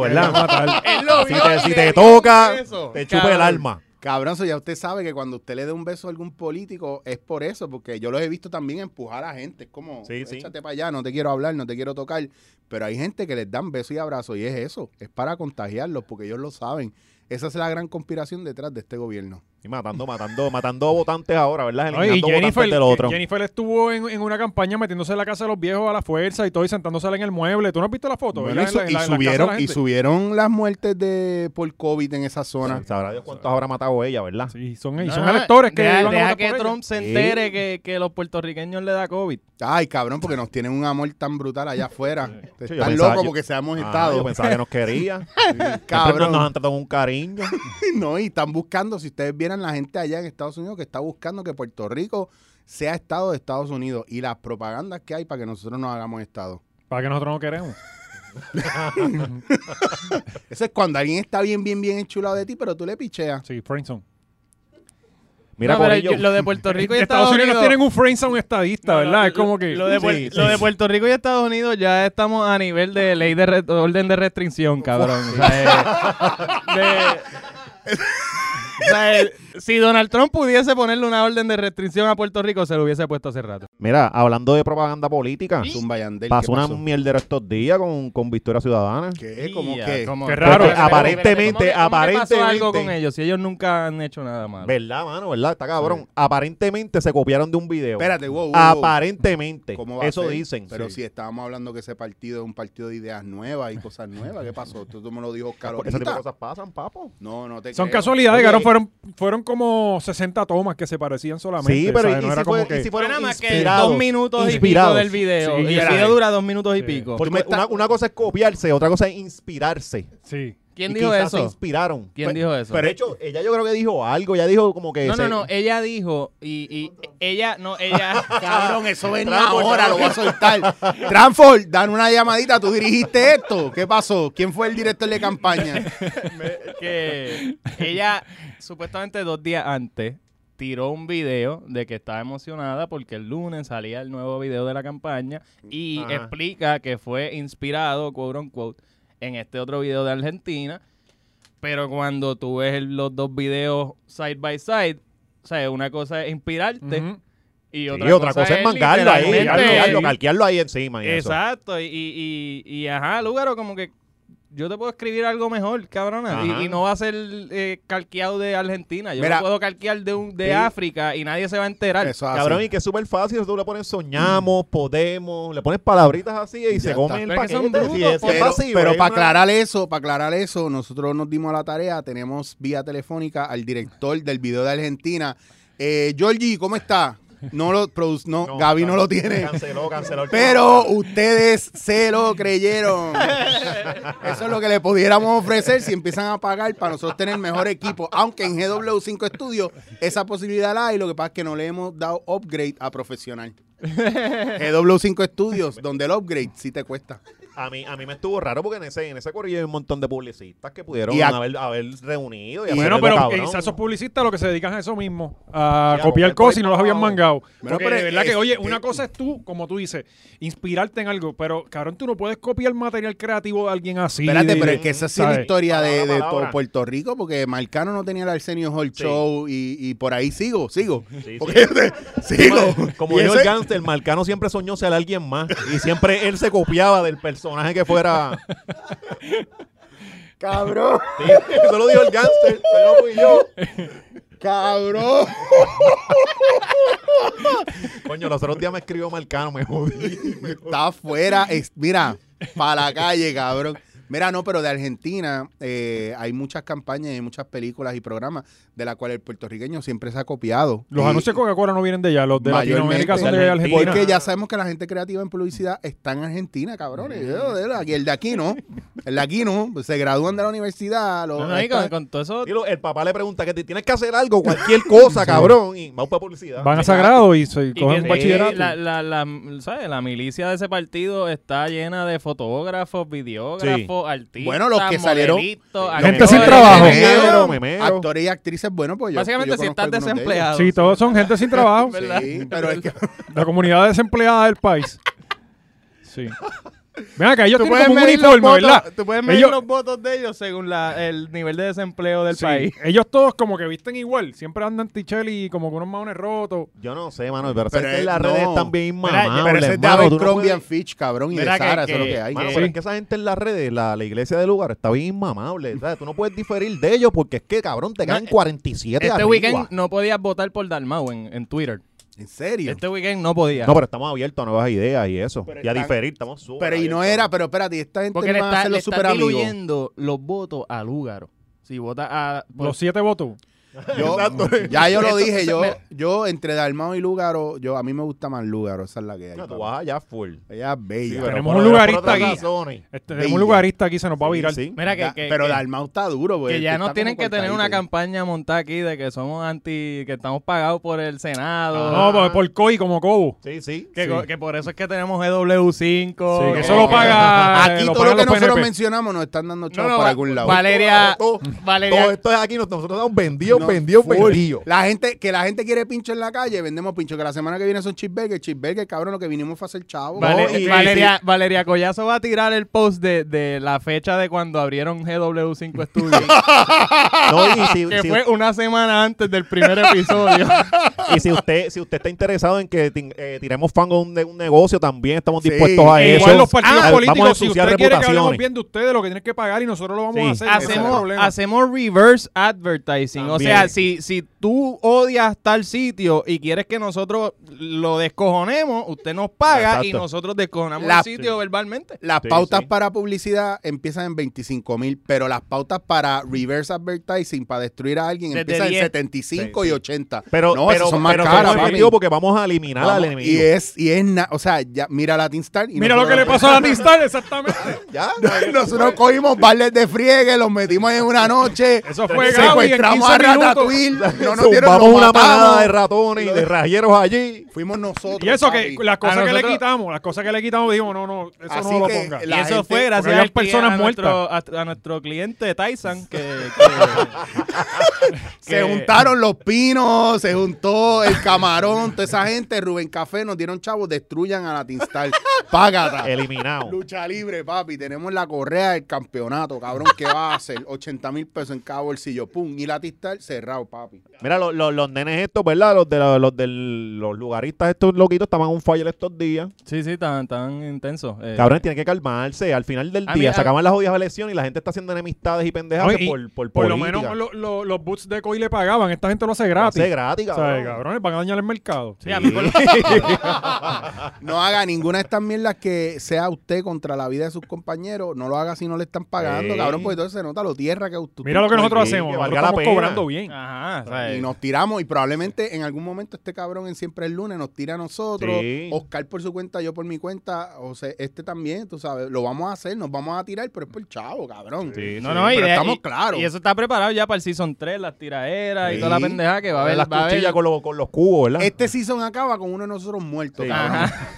[SPEAKER 1] [LAUGHS]
[SPEAKER 3] ¿verdad?
[SPEAKER 4] Él lo
[SPEAKER 3] si
[SPEAKER 4] vio
[SPEAKER 3] te,
[SPEAKER 4] y
[SPEAKER 3] si
[SPEAKER 4] le
[SPEAKER 3] te
[SPEAKER 4] dio
[SPEAKER 3] toca,
[SPEAKER 4] un beso.
[SPEAKER 3] te chupa el
[SPEAKER 4] Cabrón.
[SPEAKER 3] alma.
[SPEAKER 1] Cabrón, eso ya usted sabe que cuando usted le dé un beso a algún político es por eso, porque yo los he visto también empujar a gente. Es como,
[SPEAKER 3] Sí, sí.
[SPEAKER 1] échate para allá, no te quiero hablar, no te quiero tocar. Pero hay gente que les dan besos y abrazos y es eso, es para contagiarlos, porque ellos lo saben. Esa es la gran conspiración detrás de este gobierno.
[SPEAKER 3] Y matando, matando, matando votantes ahora, ¿verdad?
[SPEAKER 2] Ay, y
[SPEAKER 3] Eliminando votantes
[SPEAKER 2] Jennifer,
[SPEAKER 3] del otro.
[SPEAKER 2] Jennifer estuvo en, en una campaña metiéndose en la casa de los viejos a la fuerza y todo y sentándose en el mueble. ¿Tú no has visto la foto?
[SPEAKER 1] Bueno,
[SPEAKER 2] Ella
[SPEAKER 1] y,
[SPEAKER 2] en
[SPEAKER 1] su-
[SPEAKER 2] la- en
[SPEAKER 1] y
[SPEAKER 2] la- en la casa de la
[SPEAKER 1] subieron, y
[SPEAKER 2] gente.
[SPEAKER 1] subieron las muertes de por COVID en esa zona.
[SPEAKER 3] Sí, Sabrá Dios cuántos habrá matado ella, ¿verdad?
[SPEAKER 2] Sí, son, y son
[SPEAKER 4] Ajá,
[SPEAKER 2] electores que
[SPEAKER 4] Ah, deja,
[SPEAKER 2] iban a
[SPEAKER 4] deja
[SPEAKER 2] votar
[SPEAKER 4] que
[SPEAKER 2] por ella.
[SPEAKER 4] Trump se entere que, que los puertorriqueños le da COVID.
[SPEAKER 1] Ay, cabrón, porque nos tienen un amor tan brutal allá afuera.
[SPEAKER 3] Sí, yo
[SPEAKER 1] Están
[SPEAKER 3] pensaba-
[SPEAKER 1] locos
[SPEAKER 3] yo-
[SPEAKER 1] porque seamos
[SPEAKER 3] Ah,
[SPEAKER 1] estados.
[SPEAKER 3] yo pensaba que nos quería.
[SPEAKER 1] [LAUGHS]
[SPEAKER 3] Cabrón.
[SPEAKER 1] Cabrón.
[SPEAKER 3] Nos han tratado con un cariño.
[SPEAKER 1] [LAUGHS] No, y están buscando, si ustedes vieran la gente allá en Estados Unidos que está buscando que Puerto Rico sea estado de Estados Unidos y las propagandas que hay para que nosotros nos hagamos estado.
[SPEAKER 2] Para que nosotros no queremos.
[SPEAKER 1] Eso es cuando alguien está bien, bien, bien enchulado de ti, pero tú le picheas.
[SPEAKER 2] Sí, Friendzone.
[SPEAKER 3] Mira,
[SPEAKER 4] No, pero
[SPEAKER 3] Corillo,
[SPEAKER 4] yo- lo de Puerto Rico
[SPEAKER 2] [LAUGHS]
[SPEAKER 4] y
[SPEAKER 2] Estados
[SPEAKER 4] Estados,
[SPEAKER 2] Unidos
[SPEAKER 4] Unidos
[SPEAKER 2] tienen un friendzone estadista,
[SPEAKER 4] No, no,
[SPEAKER 2] ¿verdad? es
[SPEAKER 4] lo-
[SPEAKER 2] como que...
[SPEAKER 4] lo de, Puer-
[SPEAKER 3] Sí, sí.
[SPEAKER 4] lo de Puerto Rico y Estados Unidos ya estamos a nivel de ley de re- orden de restricción, cabrón. O sea, eh, de- o sea, eh, si Donald Trump pudiese ponerle una orden de restricción a Puerto Rico, se lo hubiese puesto hace rato.
[SPEAKER 3] Mira, hablando de propaganda política,
[SPEAKER 1] Zumba Yandel, ¿qué
[SPEAKER 3] pasó una
[SPEAKER 1] pasó?
[SPEAKER 3] mierdera estos días con, con Victoria Ciudadana.
[SPEAKER 1] ¿Qué? ¿Cómo
[SPEAKER 4] Ya,
[SPEAKER 3] ah,
[SPEAKER 1] qué?
[SPEAKER 4] ¿cómo?
[SPEAKER 2] Qué raro.
[SPEAKER 4] Porque
[SPEAKER 3] Aparentemente,
[SPEAKER 4] ¿cómo que- cómo que pasó algo
[SPEAKER 3] aparentemente.
[SPEAKER 4] con ellos si ellos nunca han hecho nada malo?
[SPEAKER 3] ¿Verdad, mano? ¿Verdad? Está cabrón. Aparentemente se copiaron de un video.
[SPEAKER 1] Espérate, wow, wow, wow.
[SPEAKER 3] Aparentemente.
[SPEAKER 1] ¿Cómo va a
[SPEAKER 3] Eso
[SPEAKER 1] ser?
[SPEAKER 3] dicen.
[SPEAKER 1] Pero
[SPEAKER 3] Sí.
[SPEAKER 1] si estábamos hablando que ese partido es un partido de ideas nuevas y cosas nuevas, ¿qué pasó? Tú, tú me lo
[SPEAKER 3] [LAUGHS]
[SPEAKER 1] dijo Oscar
[SPEAKER 3] Ese tipo de
[SPEAKER 1] ahorita.
[SPEAKER 3] cosas pasan, papo.
[SPEAKER 1] No, no te
[SPEAKER 2] Son
[SPEAKER 1] creo.
[SPEAKER 2] casualidades,
[SPEAKER 3] Oye,
[SPEAKER 2] Garón.
[SPEAKER 3] y-
[SPEAKER 2] Fueron, fueron como 60 tomas que se parecían solamente.
[SPEAKER 3] Sí, pero
[SPEAKER 2] ¿sabes?
[SPEAKER 3] y,
[SPEAKER 2] no
[SPEAKER 3] si
[SPEAKER 2] era
[SPEAKER 3] fue-
[SPEAKER 2] como que...
[SPEAKER 3] y si fueron
[SPEAKER 4] Fueron más que
[SPEAKER 3] inspirados,
[SPEAKER 4] dos minutos
[SPEAKER 3] inspirados.
[SPEAKER 4] y pico del video.
[SPEAKER 2] Sí,
[SPEAKER 4] y el
[SPEAKER 2] espérate.
[SPEAKER 4] video dura dos minutos y
[SPEAKER 2] Sí.
[SPEAKER 4] pico.
[SPEAKER 3] Porque
[SPEAKER 1] Tú me
[SPEAKER 3] una,
[SPEAKER 1] estás-
[SPEAKER 3] una cosa es copiarse, otra cosa es inspirarse.
[SPEAKER 2] Sí.
[SPEAKER 4] ¿Quién
[SPEAKER 3] Y
[SPEAKER 4] dijo
[SPEAKER 3] quizás Se
[SPEAKER 4] eso?
[SPEAKER 3] inspiraron.
[SPEAKER 4] ¿Quién
[SPEAKER 3] Pe-
[SPEAKER 4] dijo eso?
[SPEAKER 3] Pero de hecho, ella yo creo que dijo algo, ella dijo como que...
[SPEAKER 4] no, no,
[SPEAKER 3] se-
[SPEAKER 4] no. Ella dijo y, y ella, no,
[SPEAKER 3] [LAUGHS]
[SPEAKER 4] ella.
[SPEAKER 1] Cabrón, eso venía
[SPEAKER 3] Tranford,
[SPEAKER 1] ahora, lo voy a soltar. Tranford, dan una llamadita. Tú dirigiste esto. ¿Qué pasó? ¿Quién fue el director de campaña?
[SPEAKER 4] que ella supuestamente dos días antes tiró un video de que estaba emocionada porque el lunes salía el nuevo video de la campaña y
[SPEAKER 3] Ajá.
[SPEAKER 4] explica que fue inspirado, quote unquote, en este otro video de Argentina. Pero cuando tú ves el- los dos videos side by side, o sea, una cosa es inspirarte
[SPEAKER 2] Ujú.
[SPEAKER 4] y
[SPEAKER 3] Sí,
[SPEAKER 4] otra,
[SPEAKER 3] otra, cosa es mangarlo ahí,
[SPEAKER 4] literalmente-
[SPEAKER 3] calquearlo, calquearlo ahí encima y eso.
[SPEAKER 4] Exacto, y, y, y, y, ajá, Lugaro, como que yo te puedo escribir algo mejor, cabrona,
[SPEAKER 3] Ajá.
[SPEAKER 4] y, y no va a ser eh, calqueado de Argentina, yo
[SPEAKER 1] Mira.
[SPEAKER 4] lo puedo calquear de, un, de
[SPEAKER 3] Sí.
[SPEAKER 4] África y nadie se va a enterar.
[SPEAKER 1] Eso es así.
[SPEAKER 3] Cabrón, y que es súper fácil, tú le pones soñamos, podemos, le pones palabritas así y
[SPEAKER 1] Ya
[SPEAKER 3] se
[SPEAKER 1] está.
[SPEAKER 3] come el
[SPEAKER 4] Pero es
[SPEAKER 3] paquete.
[SPEAKER 4] que son
[SPEAKER 3] sí,
[SPEAKER 4] brutos,
[SPEAKER 3] es
[SPEAKER 4] pues.
[SPEAKER 1] Pero,
[SPEAKER 3] fácil,
[SPEAKER 1] pero
[SPEAKER 3] hay
[SPEAKER 1] para
[SPEAKER 3] una-
[SPEAKER 1] aclarar eso, para aclarar eso, nosotros nos dimos la tarea, tenemos vía telefónica al director del video de Argentina. Eh, Georgie, ¿cómo está? No lo produ- no, Gaby no lo tiene.
[SPEAKER 3] Canceló, canceló. el
[SPEAKER 1] Pero ustedes se lo creyeron. Eso es lo que le pudiéramos ofrecer si empiezan a pagar para nosotros tener mejor equipo. Aunque en GW5 Studios esa posibilidad la hay, lo que pasa es que no le hemos dado upgrade a profesional. GW5 Studios, donde el upgrade sí te cuesta.
[SPEAKER 3] A mí, a mí me estuvo raro porque en ese, en ese corillo hay un montón de publicistas que pudieron
[SPEAKER 1] Y a-
[SPEAKER 3] haber, haber reunido. Y
[SPEAKER 1] Y-
[SPEAKER 3] hacer
[SPEAKER 2] Bueno,
[SPEAKER 3] algo
[SPEAKER 2] pero
[SPEAKER 3] cabrón.
[SPEAKER 2] quizás esos publicistas lo que se dedican a eso mismo,
[SPEAKER 3] Sí,
[SPEAKER 2] a
[SPEAKER 3] a copiar
[SPEAKER 2] copiar
[SPEAKER 3] por ahí
[SPEAKER 2] cosas y no los
[SPEAKER 3] para
[SPEAKER 2] habían
[SPEAKER 3] abajo.
[SPEAKER 2] mangado.
[SPEAKER 1] Bueno,
[SPEAKER 2] Porque
[SPEAKER 1] pero
[SPEAKER 2] de verdad
[SPEAKER 1] es-
[SPEAKER 2] que, oye,
[SPEAKER 1] es-
[SPEAKER 2] una cosa es tú, como tú dices, inspirarte en algo, pero cabrón, tú no puedes copiar material creativo de alguien así.
[SPEAKER 1] Espérate,
[SPEAKER 2] de-
[SPEAKER 1] pero es que esa sí es la
[SPEAKER 2] ¿sabes?
[SPEAKER 1] historia de, de
[SPEAKER 3] Palabra, palabra.
[SPEAKER 1] todo Puerto Rico, porque Marcano no tenía el Arsenio Hall
[SPEAKER 3] Sí.
[SPEAKER 1] Show y, y por ahí sigo, sigo.
[SPEAKER 3] sí.
[SPEAKER 1] Porque- [LAUGHS] sigo. [LAUGHS]
[SPEAKER 3] Como
[SPEAKER 1] Y
[SPEAKER 3] dijo
[SPEAKER 1] ese-
[SPEAKER 3] el gánster, Marcano siempre soñó ser alguien más. Y siempre él se copiaba del personaje
[SPEAKER 1] [LAUGHS]
[SPEAKER 3] que fuera.
[SPEAKER 1] Cabrón,
[SPEAKER 3] Sí, Eso lo dijo el gánster, pero no fui yo.
[SPEAKER 1] cabrón.
[SPEAKER 3] Coño, los otros días me escribió Marcano, me jodí. me jodí.
[SPEAKER 1] Está afuera. es- mira, para la calle, cabrón. Mira, no, pero de Argentina eh, hay muchas campañas y hay muchas películas y programas de la cual el puertorriqueño siempre se ha copiado.
[SPEAKER 2] Los
[SPEAKER 1] Y-
[SPEAKER 2] anuncios de Coca-Cola no vienen de allá, los de
[SPEAKER 1] Mayormente.
[SPEAKER 2] Latinoamérica son de
[SPEAKER 3] Argentina.
[SPEAKER 2] Argentina.
[SPEAKER 1] Porque ya sabemos que la gente creativa en publicidad está en Argentina, cabrones. Yo, de la- y El de aquí no. El de aquí no. pues, Se gradúan de la universidad. los-
[SPEAKER 4] No, no, y con,
[SPEAKER 1] están-
[SPEAKER 4] con todo eso,
[SPEAKER 3] Y lo- el papá le pregunta que te tienes que hacer algo, cualquier cosa, cabrón. Y vamos para publicidad.
[SPEAKER 2] Van a Sagrado y se
[SPEAKER 4] y
[SPEAKER 2] cogen
[SPEAKER 4] que-
[SPEAKER 2] un
[SPEAKER 4] y
[SPEAKER 2] bachillerato.
[SPEAKER 4] la, la, la, ¿sabes? la milicia de ese partido está llena de fotógrafos, videógrafos, artistas,
[SPEAKER 1] Bueno, los que salieron-
[SPEAKER 4] modelistas,
[SPEAKER 1] los
[SPEAKER 2] Gente
[SPEAKER 1] que-
[SPEAKER 2] sin
[SPEAKER 4] actores,
[SPEAKER 2] trabajo.
[SPEAKER 3] Memero,
[SPEAKER 1] Memero,
[SPEAKER 3] memero.
[SPEAKER 1] Actores y actrices, bueno, pues yo.
[SPEAKER 4] Básicamente,
[SPEAKER 1] yo
[SPEAKER 4] si
[SPEAKER 1] conozco
[SPEAKER 4] estás
[SPEAKER 1] algunos de ellos.
[SPEAKER 4] desempleado.
[SPEAKER 2] Sí, todos son gente sin trabajo.
[SPEAKER 4] ¿Verdad?
[SPEAKER 1] Sí, pero es que
[SPEAKER 2] La comunidad desempleada del país. Sí. Ven acá, ellos
[SPEAKER 4] Tú
[SPEAKER 2] tienen
[SPEAKER 4] puedes,
[SPEAKER 2] como un
[SPEAKER 4] medir los
[SPEAKER 2] uniforme,
[SPEAKER 4] votos,
[SPEAKER 2] ¿verdad?
[SPEAKER 4] tú puedes medir
[SPEAKER 2] Ellos-
[SPEAKER 4] los votos de ellos según la- el nivel de desempleo del
[SPEAKER 2] Sí,
[SPEAKER 4] país.
[SPEAKER 2] Ellos todos como que visten igual. Siempre andan tichel y como con unos maones rotos.
[SPEAKER 3] Yo no sé, mano, pero,
[SPEAKER 1] Pero
[SPEAKER 3] es que
[SPEAKER 1] es-
[SPEAKER 3] las
[SPEAKER 1] no.
[SPEAKER 3] redes están bien
[SPEAKER 4] Mira,
[SPEAKER 3] mamables,
[SPEAKER 1] Pero ese es de
[SPEAKER 3] mano, tú no
[SPEAKER 1] Abercrombie
[SPEAKER 3] puedes-
[SPEAKER 1] and Fitch, cabrón, y de
[SPEAKER 4] Mira que-
[SPEAKER 1] Sara, eso es lo
[SPEAKER 4] que-
[SPEAKER 1] que hay.
[SPEAKER 3] Mano,
[SPEAKER 4] Sí.
[SPEAKER 3] pero es que esa gente en las redes, la, la iglesia del lugar está bien inmamable. ¿sabes? Tú no puedes diferir de ellos porque es que, cabrón, te
[SPEAKER 4] No,
[SPEAKER 3] caen
[SPEAKER 4] eh,
[SPEAKER 3] 47
[SPEAKER 4] Este
[SPEAKER 3] arriba.
[SPEAKER 4] weekend no podías votar por Dalmau en, en Twitter.
[SPEAKER 1] ¿En serio?
[SPEAKER 4] Este weekend no podías.
[SPEAKER 3] No, pero estamos abiertos a nuevas ideas y eso.
[SPEAKER 1] Pero
[SPEAKER 3] y a
[SPEAKER 1] están-
[SPEAKER 3] diferir, estamos súper
[SPEAKER 1] Pero y no
[SPEAKER 3] abiertos.
[SPEAKER 1] era, pero espérate, y esta gente
[SPEAKER 4] porque le
[SPEAKER 1] no van a
[SPEAKER 4] está,
[SPEAKER 1] ser
[SPEAKER 4] le
[SPEAKER 1] los
[SPEAKER 4] está
[SPEAKER 1] super amigos.
[SPEAKER 4] diluyendo los votos a Lúgaro. Si vota a... por-
[SPEAKER 2] Los siete votos.
[SPEAKER 1] Yo-
[SPEAKER 3] Exacto.
[SPEAKER 1] ya
[SPEAKER 3] [LAUGHS]
[SPEAKER 1] yo lo dije, yo,
[SPEAKER 4] Mira.
[SPEAKER 1] yo entre Dalmao y Lúgaro, yo a mí me gusta más Lúgaro, esa es la que hay.
[SPEAKER 3] No, tú
[SPEAKER 1] papá.
[SPEAKER 3] vas allá full.
[SPEAKER 1] Ella es bella.
[SPEAKER 2] pero-
[SPEAKER 1] pero,
[SPEAKER 2] Tenemos un lugarista guía. Este, tenemos un
[SPEAKER 1] Bella.
[SPEAKER 2] lugarista aquí, se nos va a virar.
[SPEAKER 4] Mira que, que- que-
[SPEAKER 1] Dalmau está duro, güey.
[SPEAKER 4] que ya
[SPEAKER 1] está
[SPEAKER 4] nos
[SPEAKER 1] como
[SPEAKER 4] tienen que tener una
[SPEAKER 1] cortadito.
[SPEAKER 4] campaña montada aquí de que somos anti... que estamos pagados por el Senado.
[SPEAKER 2] No, por, por COI como Cobo.
[SPEAKER 3] Sí, sí.
[SPEAKER 4] Ah, que,
[SPEAKER 2] sí.
[SPEAKER 4] co- que por eso es que tenemos EW5.
[SPEAKER 2] Sí,
[SPEAKER 4] que-
[SPEAKER 2] que eso lo paga. eh,
[SPEAKER 1] Aquí todo
[SPEAKER 2] pagan
[SPEAKER 1] lo que
[SPEAKER 2] los
[SPEAKER 1] nosotros
[SPEAKER 2] PNP.
[SPEAKER 1] mencionamos nos están dando
[SPEAKER 4] No,
[SPEAKER 1] chavos
[SPEAKER 4] no,
[SPEAKER 1] para
[SPEAKER 4] va-
[SPEAKER 1] algún lado.
[SPEAKER 4] Valeria...
[SPEAKER 3] Todo, todo
[SPEAKER 4] Valeria...
[SPEAKER 3] esto es aquí, nos- nosotros estamos vendidos vendido,
[SPEAKER 1] No,
[SPEAKER 3] vendido,
[SPEAKER 1] full.
[SPEAKER 4] [LAUGHS]
[SPEAKER 3] vendido.
[SPEAKER 1] La gente, que la gente quiere pincho en la calle, vendemos pincho. Que la semana que viene son cheeseburger, cheeseburger, cabrón, lo que vinimos fue a hacer chavo.
[SPEAKER 4] Vale-
[SPEAKER 3] No, y-
[SPEAKER 4] Valeria, Valeria Collazo va a tirar el post de, de la fecha de cuando abrieron E GW5 [LAUGHS] Studios,
[SPEAKER 3] No, y si,
[SPEAKER 4] que
[SPEAKER 3] si-
[SPEAKER 4] fue una semana antes del primer episodio.
[SPEAKER 3] y si usted, si usted está interesado en que ti- eh, tiremos fango de un negocio, también estamos
[SPEAKER 1] Sí.
[SPEAKER 3] dispuestos a
[SPEAKER 1] Igual
[SPEAKER 3] eso. Ah,
[SPEAKER 2] Igual los partidos
[SPEAKER 3] Vamos a
[SPEAKER 2] políticos, si
[SPEAKER 3] ensuciar
[SPEAKER 2] usted quiere que hablemos
[SPEAKER 3] reputaciones.
[SPEAKER 2] bien de ustedes, lo que tienen que pagar y nosotros lo vamos
[SPEAKER 3] Sí.
[SPEAKER 2] a hacer. ese es el
[SPEAKER 4] hacemos,
[SPEAKER 2] problema.
[SPEAKER 4] hacemos reverse advertising. O
[SPEAKER 3] También.
[SPEAKER 4] sea, si, si tú odias tal sitio y quieres que nosotros lo descojonemos, usted nos paga y
[SPEAKER 3] Exacto.
[SPEAKER 4] nosotros descojonamos
[SPEAKER 1] La-
[SPEAKER 4] el sitio verbalmente.
[SPEAKER 1] Las
[SPEAKER 3] Sí,
[SPEAKER 1] pautas
[SPEAKER 3] sí.
[SPEAKER 1] para publicidad empiezan en 25 mil, pero las pautas para reverse advertising, para destruir a alguien,
[SPEAKER 4] Desde
[SPEAKER 1] empiezan
[SPEAKER 4] 10.
[SPEAKER 1] en 75 y 80.
[SPEAKER 3] Pero,
[SPEAKER 1] no,
[SPEAKER 3] pero,
[SPEAKER 1] esas son más
[SPEAKER 3] pero
[SPEAKER 1] caras,
[SPEAKER 3] somos
[SPEAKER 1] papi.
[SPEAKER 3] efectivos porque vamos a eliminar
[SPEAKER 1] Vamos,
[SPEAKER 3] al
[SPEAKER 1] y
[SPEAKER 3] enemigo.
[SPEAKER 1] es, y es, na- o sea, ya mira la Teen Star. y
[SPEAKER 2] Mira lo
[SPEAKER 1] nosotros-
[SPEAKER 2] que le pasó a
[SPEAKER 1] [LAUGHS]
[SPEAKER 2] la Tistar, exactamente.
[SPEAKER 3] Ya,
[SPEAKER 1] Nosotros cogimos barles de friegue, los metimos en una noche.
[SPEAKER 2] [LAUGHS] Eso fue Gaby en
[SPEAKER 1] Secuestramos a
[SPEAKER 2] 15 minutos.
[SPEAKER 1] Ratatouille. No nos dieron,
[SPEAKER 3] Zumbamos
[SPEAKER 1] nos
[SPEAKER 3] una
[SPEAKER 1] matamos.
[SPEAKER 3] manada de ratones y de rayeros allí.
[SPEAKER 1] [LAUGHS] Fuimos nosotros.
[SPEAKER 2] Y eso que
[SPEAKER 1] papi. Ah,
[SPEAKER 2] las cosas
[SPEAKER 4] A
[SPEAKER 2] que le
[SPEAKER 4] nosotros-
[SPEAKER 2] quitamos, las cosas que le quitamos, dijimos, no, no, eso
[SPEAKER 1] Así
[SPEAKER 2] no lo
[SPEAKER 1] que
[SPEAKER 2] ponga.
[SPEAKER 1] la-
[SPEAKER 4] y eso
[SPEAKER 1] gente-
[SPEAKER 4] fue gracias
[SPEAKER 2] porque habían
[SPEAKER 4] al cli-
[SPEAKER 2] personas
[SPEAKER 4] a, nuestro, a, a nuestro cliente Tyson que, que-
[SPEAKER 1] Se juntaron los pinos, se juntó el camarón, toda esa gente, Rubén Café, nos dieron chavos, destruyan a la Tinstar. Págata.
[SPEAKER 3] Eliminado.
[SPEAKER 1] Lucha libre, papi. Tenemos la correa del campeonato, cabrón. ¿Qué va a hacer? 80 mil pesos en cada bolsillo, pum. Y la Tinstar cerrado, papi.
[SPEAKER 3] Mira, los, los, los nenes estos, ¿verdad? Los de la- los, del- los lugaristas estos loquitos estaban un fire estos días.
[SPEAKER 4] sí, sí, tan, tan intenso. eh.
[SPEAKER 3] Cabrones, tienen que calmarse. Al final del
[SPEAKER 4] a mí-
[SPEAKER 3] día
[SPEAKER 4] a-
[SPEAKER 3] se acaban las odias elecciones y la gente está haciendo enemistades y pendejadas
[SPEAKER 2] No, y-
[SPEAKER 3] por, por,
[SPEAKER 2] Por lo
[SPEAKER 3] política.
[SPEAKER 2] menos lo- lo- los boots de Coy le pagaban, esta gente lo hace
[SPEAKER 3] Lo
[SPEAKER 2] gratis.
[SPEAKER 3] hace gratis,
[SPEAKER 2] O sea,
[SPEAKER 3] cabrón.
[SPEAKER 2] cabrones, van a dañar el mercado.
[SPEAKER 4] Sí, a mí por lo-
[SPEAKER 1] No haga ninguna de estas mierdas que sea usted contra la vida de sus compañeros. No lo haga si no le están pagando,
[SPEAKER 3] Sí.
[SPEAKER 1] cabrón, porque entonces se nota lo tierra que usted.
[SPEAKER 2] Mira lo que nosotros
[SPEAKER 3] Sí,
[SPEAKER 2] hacemos,
[SPEAKER 3] que
[SPEAKER 2] nosotros
[SPEAKER 3] valga la
[SPEAKER 2] estamos
[SPEAKER 3] pena.
[SPEAKER 2] cobrando bien.
[SPEAKER 4] Ajá, o sea,
[SPEAKER 1] Y nos tiramos, y probablemente en algún momento este cabrón en Siempre el Lunes nos tira a nosotros,
[SPEAKER 3] Sí.
[SPEAKER 1] Oscar por su cuenta, yo por mi cuenta, José, este también, tú sabes, lo vamos a hacer, nos vamos a tirar, pero es por chavo, cabrón.
[SPEAKER 3] Sí,
[SPEAKER 4] No,
[SPEAKER 3] sí.
[SPEAKER 4] no, y
[SPEAKER 1] pero
[SPEAKER 4] de-
[SPEAKER 1] estamos
[SPEAKER 4] y-
[SPEAKER 1] claros.
[SPEAKER 4] Y eso está preparado ya para el Season 3, las tiraderas y
[SPEAKER 3] Sí.
[SPEAKER 4] toda la pendeja que va a haber.
[SPEAKER 3] Las
[SPEAKER 4] va a haber-
[SPEAKER 3] cuchillas con, los- con los cubos, ¿verdad?
[SPEAKER 1] Este season acaba con uno de nosotros muerto,
[SPEAKER 3] Sí.
[SPEAKER 1] cabrón.
[SPEAKER 4] Ajá.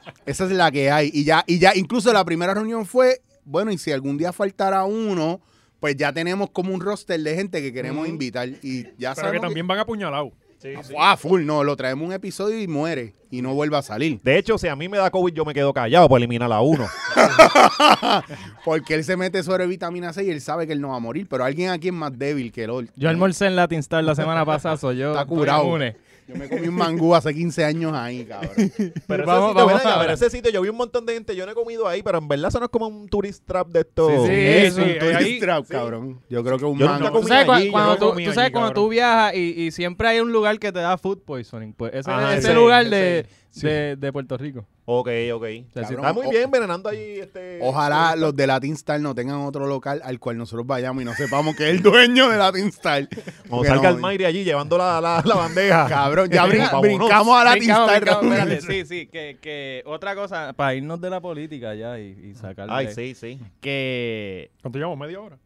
[SPEAKER 1] [LAUGHS] Esa es la que hay. Y ya, y ya, incluso la primera reunión fue, bueno, y si algún día faltara uno, pues ya tenemos como un roster de gente que queremos invitar. Y ya
[SPEAKER 2] Pero que
[SPEAKER 1] sabemos
[SPEAKER 2] también van apuñalados.
[SPEAKER 1] que- Ah, full, no, lo traemos un episodio y muere. Y no vuelve a salir.
[SPEAKER 3] De hecho, si a mí me da COVID, yo me quedo callado para eliminar a [LAUGHS] uno.
[SPEAKER 1] Porque él se mete sobre vitamina C y él sabe que él no va a morir. Pero alguien aquí es más débil que el otro.
[SPEAKER 4] Yo almorcé en Latin Star la semana pasada, soy yo.
[SPEAKER 1] Está
[SPEAKER 4] estoy
[SPEAKER 1] curado.
[SPEAKER 4] inmune.
[SPEAKER 1] Yo me comí un mangú hace 15 años ahí,
[SPEAKER 4] [LAUGHS]
[SPEAKER 1] cabrón.
[SPEAKER 3] Pero, ese
[SPEAKER 4] Vamos-
[SPEAKER 3] sitio,
[SPEAKER 4] vamos
[SPEAKER 3] ¿verdad?
[SPEAKER 4] ahora.
[SPEAKER 3] Pero ese sitio, yo vi un montón de gente, yo no he comido ahí, pero en verdad eso no es como un tourist trap de estos.
[SPEAKER 4] Sí, sí.
[SPEAKER 1] es
[SPEAKER 4] sí,
[SPEAKER 1] un
[SPEAKER 4] ahí-
[SPEAKER 1] tourist trap, cabrón. Yo creo que un
[SPEAKER 3] Yo nunca
[SPEAKER 1] mango.
[SPEAKER 3] comí
[SPEAKER 4] ¿Tú sabes,
[SPEAKER 3] Comí allí,
[SPEAKER 4] cua- cuando,
[SPEAKER 3] yo no
[SPEAKER 4] tú,
[SPEAKER 3] comí
[SPEAKER 4] tú sabes
[SPEAKER 3] allí,
[SPEAKER 4] cuando
[SPEAKER 3] cabrón.
[SPEAKER 4] tú viajas y, y siempre hay un lugar que te da food poisoning? Pues ese
[SPEAKER 3] Ajá,
[SPEAKER 4] es ese
[SPEAKER 3] ese,
[SPEAKER 4] lugar
[SPEAKER 3] ese.
[SPEAKER 4] de,
[SPEAKER 3] Sí.
[SPEAKER 4] de- de Puerto Rico.
[SPEAKER 3] Ok, ok.
[SPEAKER 1] Cabrón,
[SPEAKER 3] Está muy
[SPEAKER 1] o-
[SPEAKER 3] bien venenando ahí. Este,
[SPEAKER 1] Ojalá los de Latin Star no tengan otro local al cual nosotros vayamos y no sepamos que es el dueño de Latin Star.
[SPEAKER 3] O
[SPEAKER 1] Porque
[SPEAKER 3] salga
[SPEAKER 1] no,
[SPEAKER 3] el Mayri allí llevando la, la, la [LAUGHS] bandeja.
[SPEAKER 1] Cabrón, ya brin-
[SPEAKER 3] Vámonos.
[SPEAKER 1] brincamos a Latin
[SPEAKER 4] Brincamos,
[SPEAKER 1] Star.
[SPEAKER 4] brincamos,
[SPEAKER 1] cabrón.
[SPEAKER 4] espérate, sí, sí, que, que otra cosa, para irnos de la política ya y, y sacarle-
[SPEAKER 3] Ay, sí, sí.
[SPEAKER 4] Que
[SPEAKER 2] ¿Cuánto llevamos? ¿Media hora?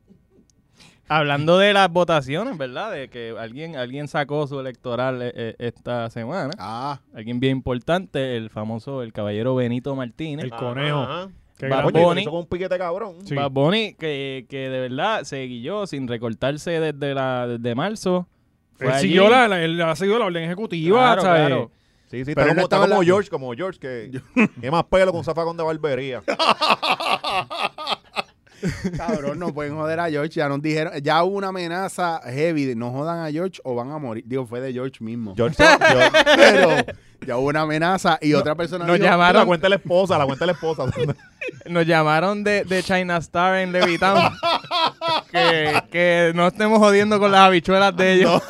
[SPEAKER 4] hablando de las votaciones, ¿verdad? De que alguien, alguien sacó su electoral eh, eh, esta semana.
[SPEAKER 1] Ah,
[SPEAKER 4] Alguien bien importante, el famoso, el caballero Benito Martínez.
[SPEAKER 3] Ah,
[SPEAKER 2] El conejo.
[SPEAKER 3] Ajá.
[SPEAKER 2] Qué
[SPEAKER 4] Va, pues,
[SPEAKER 2] grande.
[SPEAKER 3] Oye,
[SPEAKER 4] Bunny.
[SPEAKER 3] eso con Ah, un piquete cabrón.
[SPEAKER 2] Sí.
[SPEAKER 4] Bad Bunny, que, que de verdad se guilló sin recortarse desde, la, desde marzo. Fue
[SPEAKER 2] Él
[SPEAKER 4] allí.
[SPEAKER 2] siguió la, la- él ha seguido la orden ejecutiva,
[SPEAKER 4] Claro,
[SPEAKER 2] ¿sabes?
[SPEAKER 4] claro.
[SPEAKER 3] Sí, sí,
[SPEAKER 1] Pero
[SPEAKER 3] está
[SPEAKER 1] él
[SPEAKER 3] como,
[SPEAKER 1] no
[SPEAKER 3] está
[SPEAKER 1] estaba
[SPEAKER 3] como
[SPEAKER 1] la-
[SPEAKER 3] George, como George, que tiene más pelo con un zafacón de barbería.
[SPEAKER 1] cabrón, no pueden joder a George. Ya nos dijeron, ya hubo una amenaza heavy de no jodan a George o van a morir. Digo, fue de George mismo.
[SPEAKER 3] [LAUGHS] George,
[SPEAKER 4] [LAUGHS]
[SPEAKER 3] George
[SPEAKER 1] Pero ya hubo una amenaza y otra persona
[SPEAKER 4] nos
[SPEAKER 1] dijo,
[SPEAKER 3] la
[SPEAKER 4] llamaron,
[SPEAKER 3] cuenta de la esposa, la cuenta de la esposa. [LAUGHS]
[SPEAKER 4] nos llamaron de, de China Star en [LAUGHS] Levitown. que, que no estemos jodiendo con las habichuelas de ellos.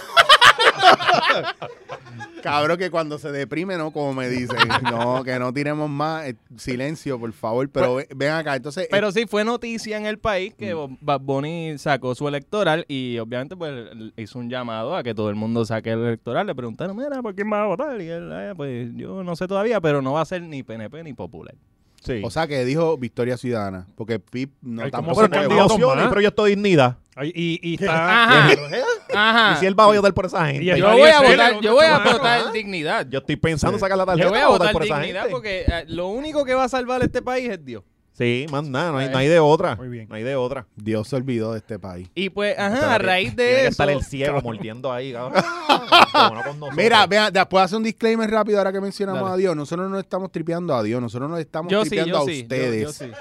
[SPEAKER 1] cabrón, que cuando se deprime, ¿no? Como me dicen, no, que no tiremos más. eh, silencio, por favor. Pero ve- ven acá, entonces... eh,
[SPEAKER 4] Pues, Pero sí fue noticia en el país que Bo- Bad Bunny sacó su electoral y obviamente pues l- hizo un llamado a que todo el mundo saque el electoral. Le preguntaron, mira, ¿por quién va a votar? Y él, "Ah, pues yo no sé todavía, pero no va a ser ni PNP ni popular.
[SPEAKER 3] Sí.
[SPEAKER 1] O sea, que dijo Victoria Ciudadana, porque PIP no
[SPEAKER 2] Ay,
[SPEAKER 1] tampoco...
[SPEAKER 2] ¿cómo
[SPEAKER 3] pero
[SPEAKER 2] se
[SPEAKER 1] puede
[SPEAKER 3] con
[SPEAKER 2] cambió?
[SPEAKER 1] votar.
[SPEAKER 3] Dios,
[SPEAKER 2] más.
[SPEAKER 3] y proyecto dignidad.
[SPEAKER 2] Ay, Y, y [LAUGHS] está...
[SPEAKER 4] Ah, Ajá,
[SPEAKER 3] ah. Y
[SPEAKER 4] ajá.
[SPEAKER 3] si él va a votar por esa gente.
[SPEAKER 2] Y el-
[SPEAKER 4] Yo voy a
[SPEAKER 2] Nadie
[SPEAKER 4] votar,
[SPEAKER 2] pela,
[SPEAKER 4] yo voy a
[SPEAKER 2] otro
[SPEAKER 4] votar dignidad.
[SPEAKER 3] Yo estoy pensando en sacar la tarjeta
[SPEAKER 4] Yo voy a votar
[SPEAKER 3] por esa
[SPEAKER 4] dignidad
[SPEAKER 3] gente.
[SPEAKER 4] porque eh, lo único que va a salvar este país es Dios.
[SPEAKER 3] Sí, más nada, no hay, no hay de otra.
[SPEAKER 2] Muy bien.
[SPEAKER 3] No hay de otra.
[SPEAKER 1] Dios se olvidó de este país.
[SPEAKER 4] Y pues,
[SPEAKER 3] Tiene
[SPEAKER 4] ajá, a raíz
[SPEAKER 3] Tiene
[SPEAKER 4] de
[SPEAKER 3] que
[SPEAKER 4] eso.
[SPEAKER 3] estar el ciego mordiendo ahí, [LAUGHS] cabrón. Como no con nosotros.
[SPEAKER 1] Mira, vea, después hace un disclaimer rápido ahora que mencionamos
[SPEAKER 4] Dale.
[SPEAKER 1] a Dios. Nosotros no estamos tripeando a Dios, nosotros nos estamos
[SPEAKER 4] Yo sí,
[SPEAKER 1] tripeando
[SPEAKER 4] yo
[SPEAKER 1] a
[SPEAKER 4] sí. yo-
[SPEAKER 1] ustedes.
[SPEAKER 4] yo sí.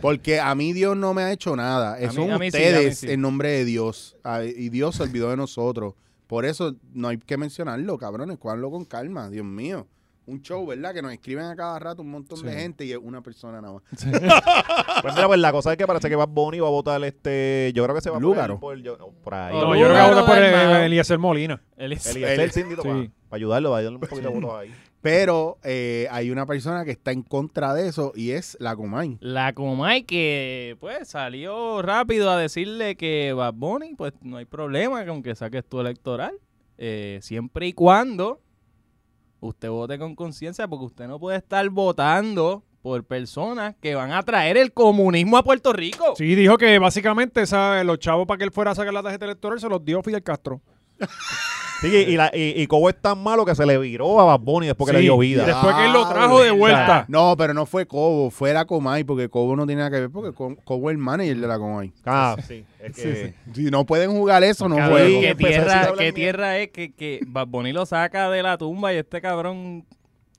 [SPEAKER 1] Porque a mí Dios no me ha hecho nada.
[SPEAKER 4] mí-
[SPEAKER 1] Son
[SPEAKER 4] a mí sí, a mí
[SPEAKER 1] ustedes
[SPEAKER 4] sí.
[SPEAKER 1] en nombre de Dios. Ay, Y Dios se olvidó de nosotros. Por eso no hay que mencionarlo, cabrones. Cuádenlo con calma, Dios mío. Un show, ¿verdad? Que nos escriben a cada rato un montón de
[SPEAKER 2] Sí.
[SPEAKER 1] gente y es una persona nada más.
[SPEAKER 3] Pues mira, pues la cosa es que parece que Bad Bunny va a votar este. Yo creo que se va a
[SPEAKER 1] Lúgaro.
[SPEAKER 3] por, yo- no, por ahí.
[SPEAKER 4] No,
[SPEAKER 2] No, yo creo que
[SPEAKER 4] Lúgaro,
[SPEAKER 2] voy a votar por
[SPEAKER 4] hermano.
[SPEAKER 2] el- Eliezer Molina.
[SPEAKER 4] Eliezer.
[SPEAKER 3] Eliezer,
[SPEAKER 1] el-
[SPEAKER 3] Síndito,
[SPEAKER 2] sí.
[SPEAKER 3] para ayudarlo, para ayudarle un poquito de votos ahí.
[SPEAKER 1] Pero eh, hay una persona que está en contra de eso y es la Comay.
[SPEAKER 4] La Comay que pues salió rápido a decirle que Bad Bunny, pues no hay problema con que saques tu electoral, eh, siempre y cuando usted vote con conciencia, porque usted no puede estar votando por personas que van a traer el comunismo a Puerto Rico.
[SPEAKER 2] Sí, dijo que básicamente esa- los chavos para que él fuera a sacar la tarjeta electoral se los dio Fidel Castro.
[SPEAKER 3] Sí, y, y la, y, y Cobo es tan malo que se le viró a Bad Bunny después que le
[SPEAKER 2] Sí,
[SPEAKER 3] dio vida.
[SPEAKER 2] Después que él lo trajo de
[SPEAKER 1] Ah,
[SPEAKER 2] vuelta.
[SPEAKER 1] No, pero no fue Cobo, fue la Comay, porque Cobo no tiene nada que ver, porque Co- Cobo es el manager de la Comay. Eh,
[SPEAKER 3] Ah, sí. Es que,
[SPEAKER 1] Si no pueden jugar eso, no
[SPEAKER 3] Cabrón,
[SPEAKER 1] juego.
[SPEAKER 4] ¿Qué
[SPEAKER 3] empezó a decir
[SPEAKER 4] tierra,
[SPEAKER 3] hablar
[SPEAKER 4] qué
[SPEAKER 3] mierda.
[SPEAKER 4] tierra es que, que Bad Bunny lo saca de la tumba y este cabrón,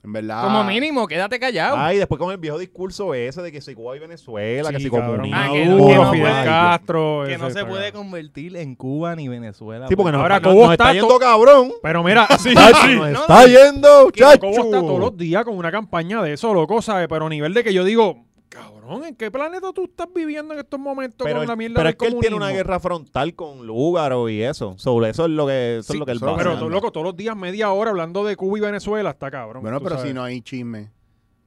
[SPEAKER 1] En verdad.
[SPEAKER 4] como mínimo, quédate callado?
[SPEAKER 3] Ay, después con el viejo discurso ese de que si Cuba y Venezuela, que
[SPEAKER 2] Ah, Sí,
[SPEAKER 3] si
[SPEAKER 2] cabrón.
[SPEAKER 3] comunismo.
[SPEAKER 4] Ah,
[SPEAKER 2] Maduro,
[SPEAKER 4] que no- que no
[SPEAKER 2] Fidel
[SPEAKER 4] puede-
[SPEAKER 2] Castro.
[SPEAKER 4] que
[SPEAKER 2] ese
[SPEAKER 4] no se
[SPEAKER 2] pues está
[SPEAKER 4] puede
[SPEAKER 2] cabrón.
[SPEAKER 4] convertir en Cuba ni Venezuela.
[SPEAKER 3] Sí, porque nos,
[SPEAKER 2] Ahora,
[SPEAKER 3] nos-
[SPEAKER 2] Cobo
[SPEAKER 3] nos está
[SPEAKER 2] está
[SPEAKER 3] yendo
[SPEAKER 2] to-
[SPEAKER 3] cabrón. [LAUGHS]
[SPEAKER 2] Pero mira, sí,
[SPEAKER 3] Chacho,
[SPEAKER 2] sí.
[SPEAKER 3] nos
[SPEAKER 4] no,
[SPEAKER 3] está yendo,
[SPEAKER 2] Que Jacobo está
[SPEAKER 3] chacho.
[SPEAKER 2] todos los días con una campaña de eso, loco, ¿sabes? Pero a nivel de que yo digo, cabrón, ¿en qué planeta tú estás viviendo en estos momentos
[SPEAKER 3] Pero,
[SPEAKER 2] con la
[SPEAKER 3] él-
[SPEAKER 2] mierda
[SPEAKER 3] pero
[SPEAKER 2] del
[SPEAKER 3] es que él tiene
[SPEAKER 2] comunismo?
[SPEAKER 3] una guerra frontal con Lúgaro y eso. Sobre eso es lo que,
[SPEAKER 1] Sí,
[SPEAKER 3] eso es lo que él
[SPEAKER 1] eso-
[SPEAKER 3] va
[SPEAKER 2] Pero,
[SPEAKER 1] pasando.
[SPEAKER 2] todo, loco, todos los días media hora hablando de Cuba y Venezuela, está cabrón.
[SPEAKER 1] Bueno,
[SPEAKER 2] tú
[SPEAKER 1] pero
[SPEAKER 2] sabes.
[SPEAKER 1] si no hay chisme.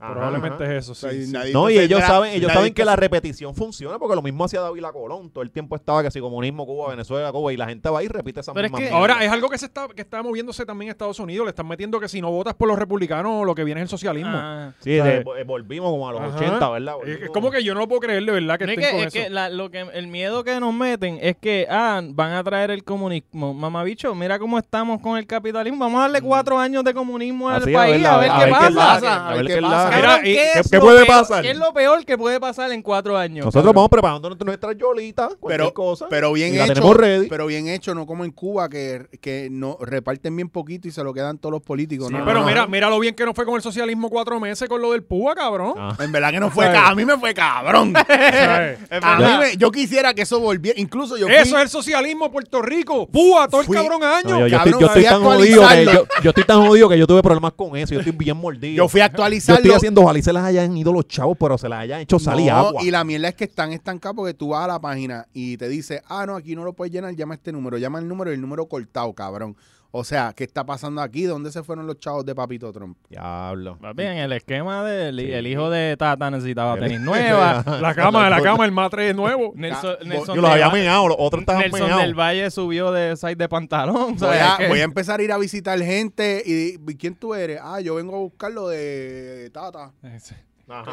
[SPEAKER 3] Ajá,
[SPEAKER 2] Probablemente
[SPEAKER 3] ajá.
[SPEAKER 2] es eso, sí.
[SPEAKER 1] O sea,
[SPEAKER 2] sí.
[SPEAKER 1] nadie
[SPEAKER 3] No,
[SPEAKER 1] te
[SPEAKER 3] y ellos
[SPEAKER 1] tendrá-
[SPEAKER 3] saben, ellos
[SPEAKER 1] nadie
[SPEAKER 3] saben que
[SPEAKER 1] te-
[SPEAKER 3] la repetición funciona, porque lo mismo hacía Dávila Colón. Todo el tiempo estaba que si comunismo, Cuba, Venezuela, Cuba, y la gente va y repite esa
[SPEAKER 4] Pero es
[SPEAKER 3] misma
[SPEAKER 4] que
[SPEAKER 3] mierda.
[SPEAKER 2] Ahora, es algo que se está, que está moviéndose también en Estados Unidos. Le están metiendo que si no votas por los republicanos, lo que viene es el socialismo.
[SPEAKER 4] Ah.
[SPEAKER 3] Sí,
[SPEAKER 2] ¿sabes?
[SPEAKER 3] de- eh, volvimos como a los
[SPEAKER 2] Ajá.
[SPEAKER 3] 80, ¿verdad?
[SPEAKER 2] Eh, Es- es
[SPEAKER 3] Volvimos-
[SPEAKER 2] como que yo no lo puedo creer de verdad que
[SPEAKER 4] No, es
[SPEAKER 2] estén
[SPEAKER 4] que,
[SPEAKER 2] con
[SPEAKER 4] es
[SPEAKER 2] eso.
[SPEAKER 4] que la- lo que el miedo que nos meten es que ah, van a traer el comunismo. Mamabicho, mira cómo estamos con el capitalismo. Vamos a darle cuatro años de comunismo al
[SPEAKER 3] Así,
[SPEAKER 4] país a ver,
[SPEAKER 1] a
[SPEAKER 4] qué
[SPEAKER 1] ver qué
[SPEAKER 4] pasa.
[SPEAKER 1] pasa.
[SPEAKER 3] A ver qué pasa.
[SPEAKER 4] Cabrón,
[SPEAKER 2] Mira,
[SPEAKER 4] ¿qué,
[SPEAKER 2] y- ¿qué-
[SPEAKER 4] es
[SPEAKER 3] qué
[SPEAKER 4] lo
[SPEAKER 3] puede
[SPEAKER 4] peor-
[SPEAKER 3] pasar?
[SPEAKER 4] ¿Qué es lo peor que puede pasar en cuatro años?
[SPEAKER 3] Nosotros vamos preparando nuestra- nuestras yolitas, cualquier
[SPEAKER 1] Pero-
[SPEAKER 3] cosa.
[SPEAKER 1] Pero bien
[SPEAKER 3] y la
[SPEAKER 1] hecho.
[SPEAKER 3] tenemos ready.
[SPEAKER 1] Pero bien hecho, no como en Cuba que, que no reparten bien poquito y se lo quedan todos los políticos.
[SPEAKER 2] Sí,
[SPEAKER 1] No, no,
[SPEAKER 2] pero
[SPEAKER 1] no.
[SPEAKER 2] mira, mira lo bien que no fue con el socialismo cuatro meses con lo del púa, cabrón.
[SPEAKER 3] Ah.
[SPEAKER 1] En verdad que no fue
[SPEAKER 2] [LAUGHS] ¿Sabes?
[SPEAKER 1] ca- a mí me fue
[SPEAKER 2] [LAUGHS]
[SPEAKER 1] cabrón.
[SPEAKER 2] ¿Sabes?
[SPEAKER 1] a mí me- yo quisiera que eso volviera, incluso yo fui-
[SPEAKER 2] Eso es el socialismo Puerto Rico. Púa todo
[SPEAKER 1] Fui-
[SPEAKER 2] el cabrón año.
[SPEAKER 3] No, yo, yo
[SPEAKER 1] Cabrón,
[SPEAKER 3] estoy, yo estoy
[SPEAKER 1] había
[SPEAKER 3] tan jodido que
[SPEAKER 1] actualizarlo.
[SPEAKER 3] yo, yo estoy tan jodido que yo tuve problemas con eso. Yo estoy bien mordido.
[SPEAKER 1] yo fui a
[SPEAKER 3] Yo
[SPEAKER 1] actualizarlo.
[SPEAKER 3] estoy haciendo ojalá y se las hayan ido los chavos, pero se las hayan hecho salir
[SPEAKER 1] No,
[SPEAKER 3] agua.
[SPEAKER 1] Y la mierda es que están estancados porque tú vas a la página y te dice, ah, no, aquí no lo puedes llenar, llama este número, llama el número y el número cortado, cabrón. O sea, ¿qué está pasando aquí? ¿Dónde se fueron los chavos de Papito Trump?
[SPEAKER 3] Diablo.
[SPEAKER 4] Papi, en el esquema del
[SPEAKER 3] Sí.
[SPEAKER 4] el hijo de Tata necesitaba tenis nueva.
[SPEAKER 2] La cama, la cama, el matre [LAUGHS] nuevo.
[SPEAKER 4] [LAUGHS] Nelson,
[SPEAKER 1] Yo
[SPEAKER 4] Nelson
[SPEAKER 3] Yo los
[SPEAKER 4] del
[SPEAKER 3] había
[SPEAKER 4] Va-
[SPEAKER 3] meado, los otros estaban
[SPEAKER 4] Nelson
[SPEAKER 3] meados.
[SPEAKER 4] del Valle subió de size de pantalón.
[SPEAKER 1] Voy [LAUGHS]
[SPEAKER 4] ¿sabes
[SPEAKER 1] a,
[SPEAKER 4] qué?
[SPEAKER 1] voy a empezar a ir a visitar gente y, y ¿quién tú eres? Ah, yo vengo a buscar lo de Tata.
[SPEAKER 3] Ajá.
[SPEAKER 1] Es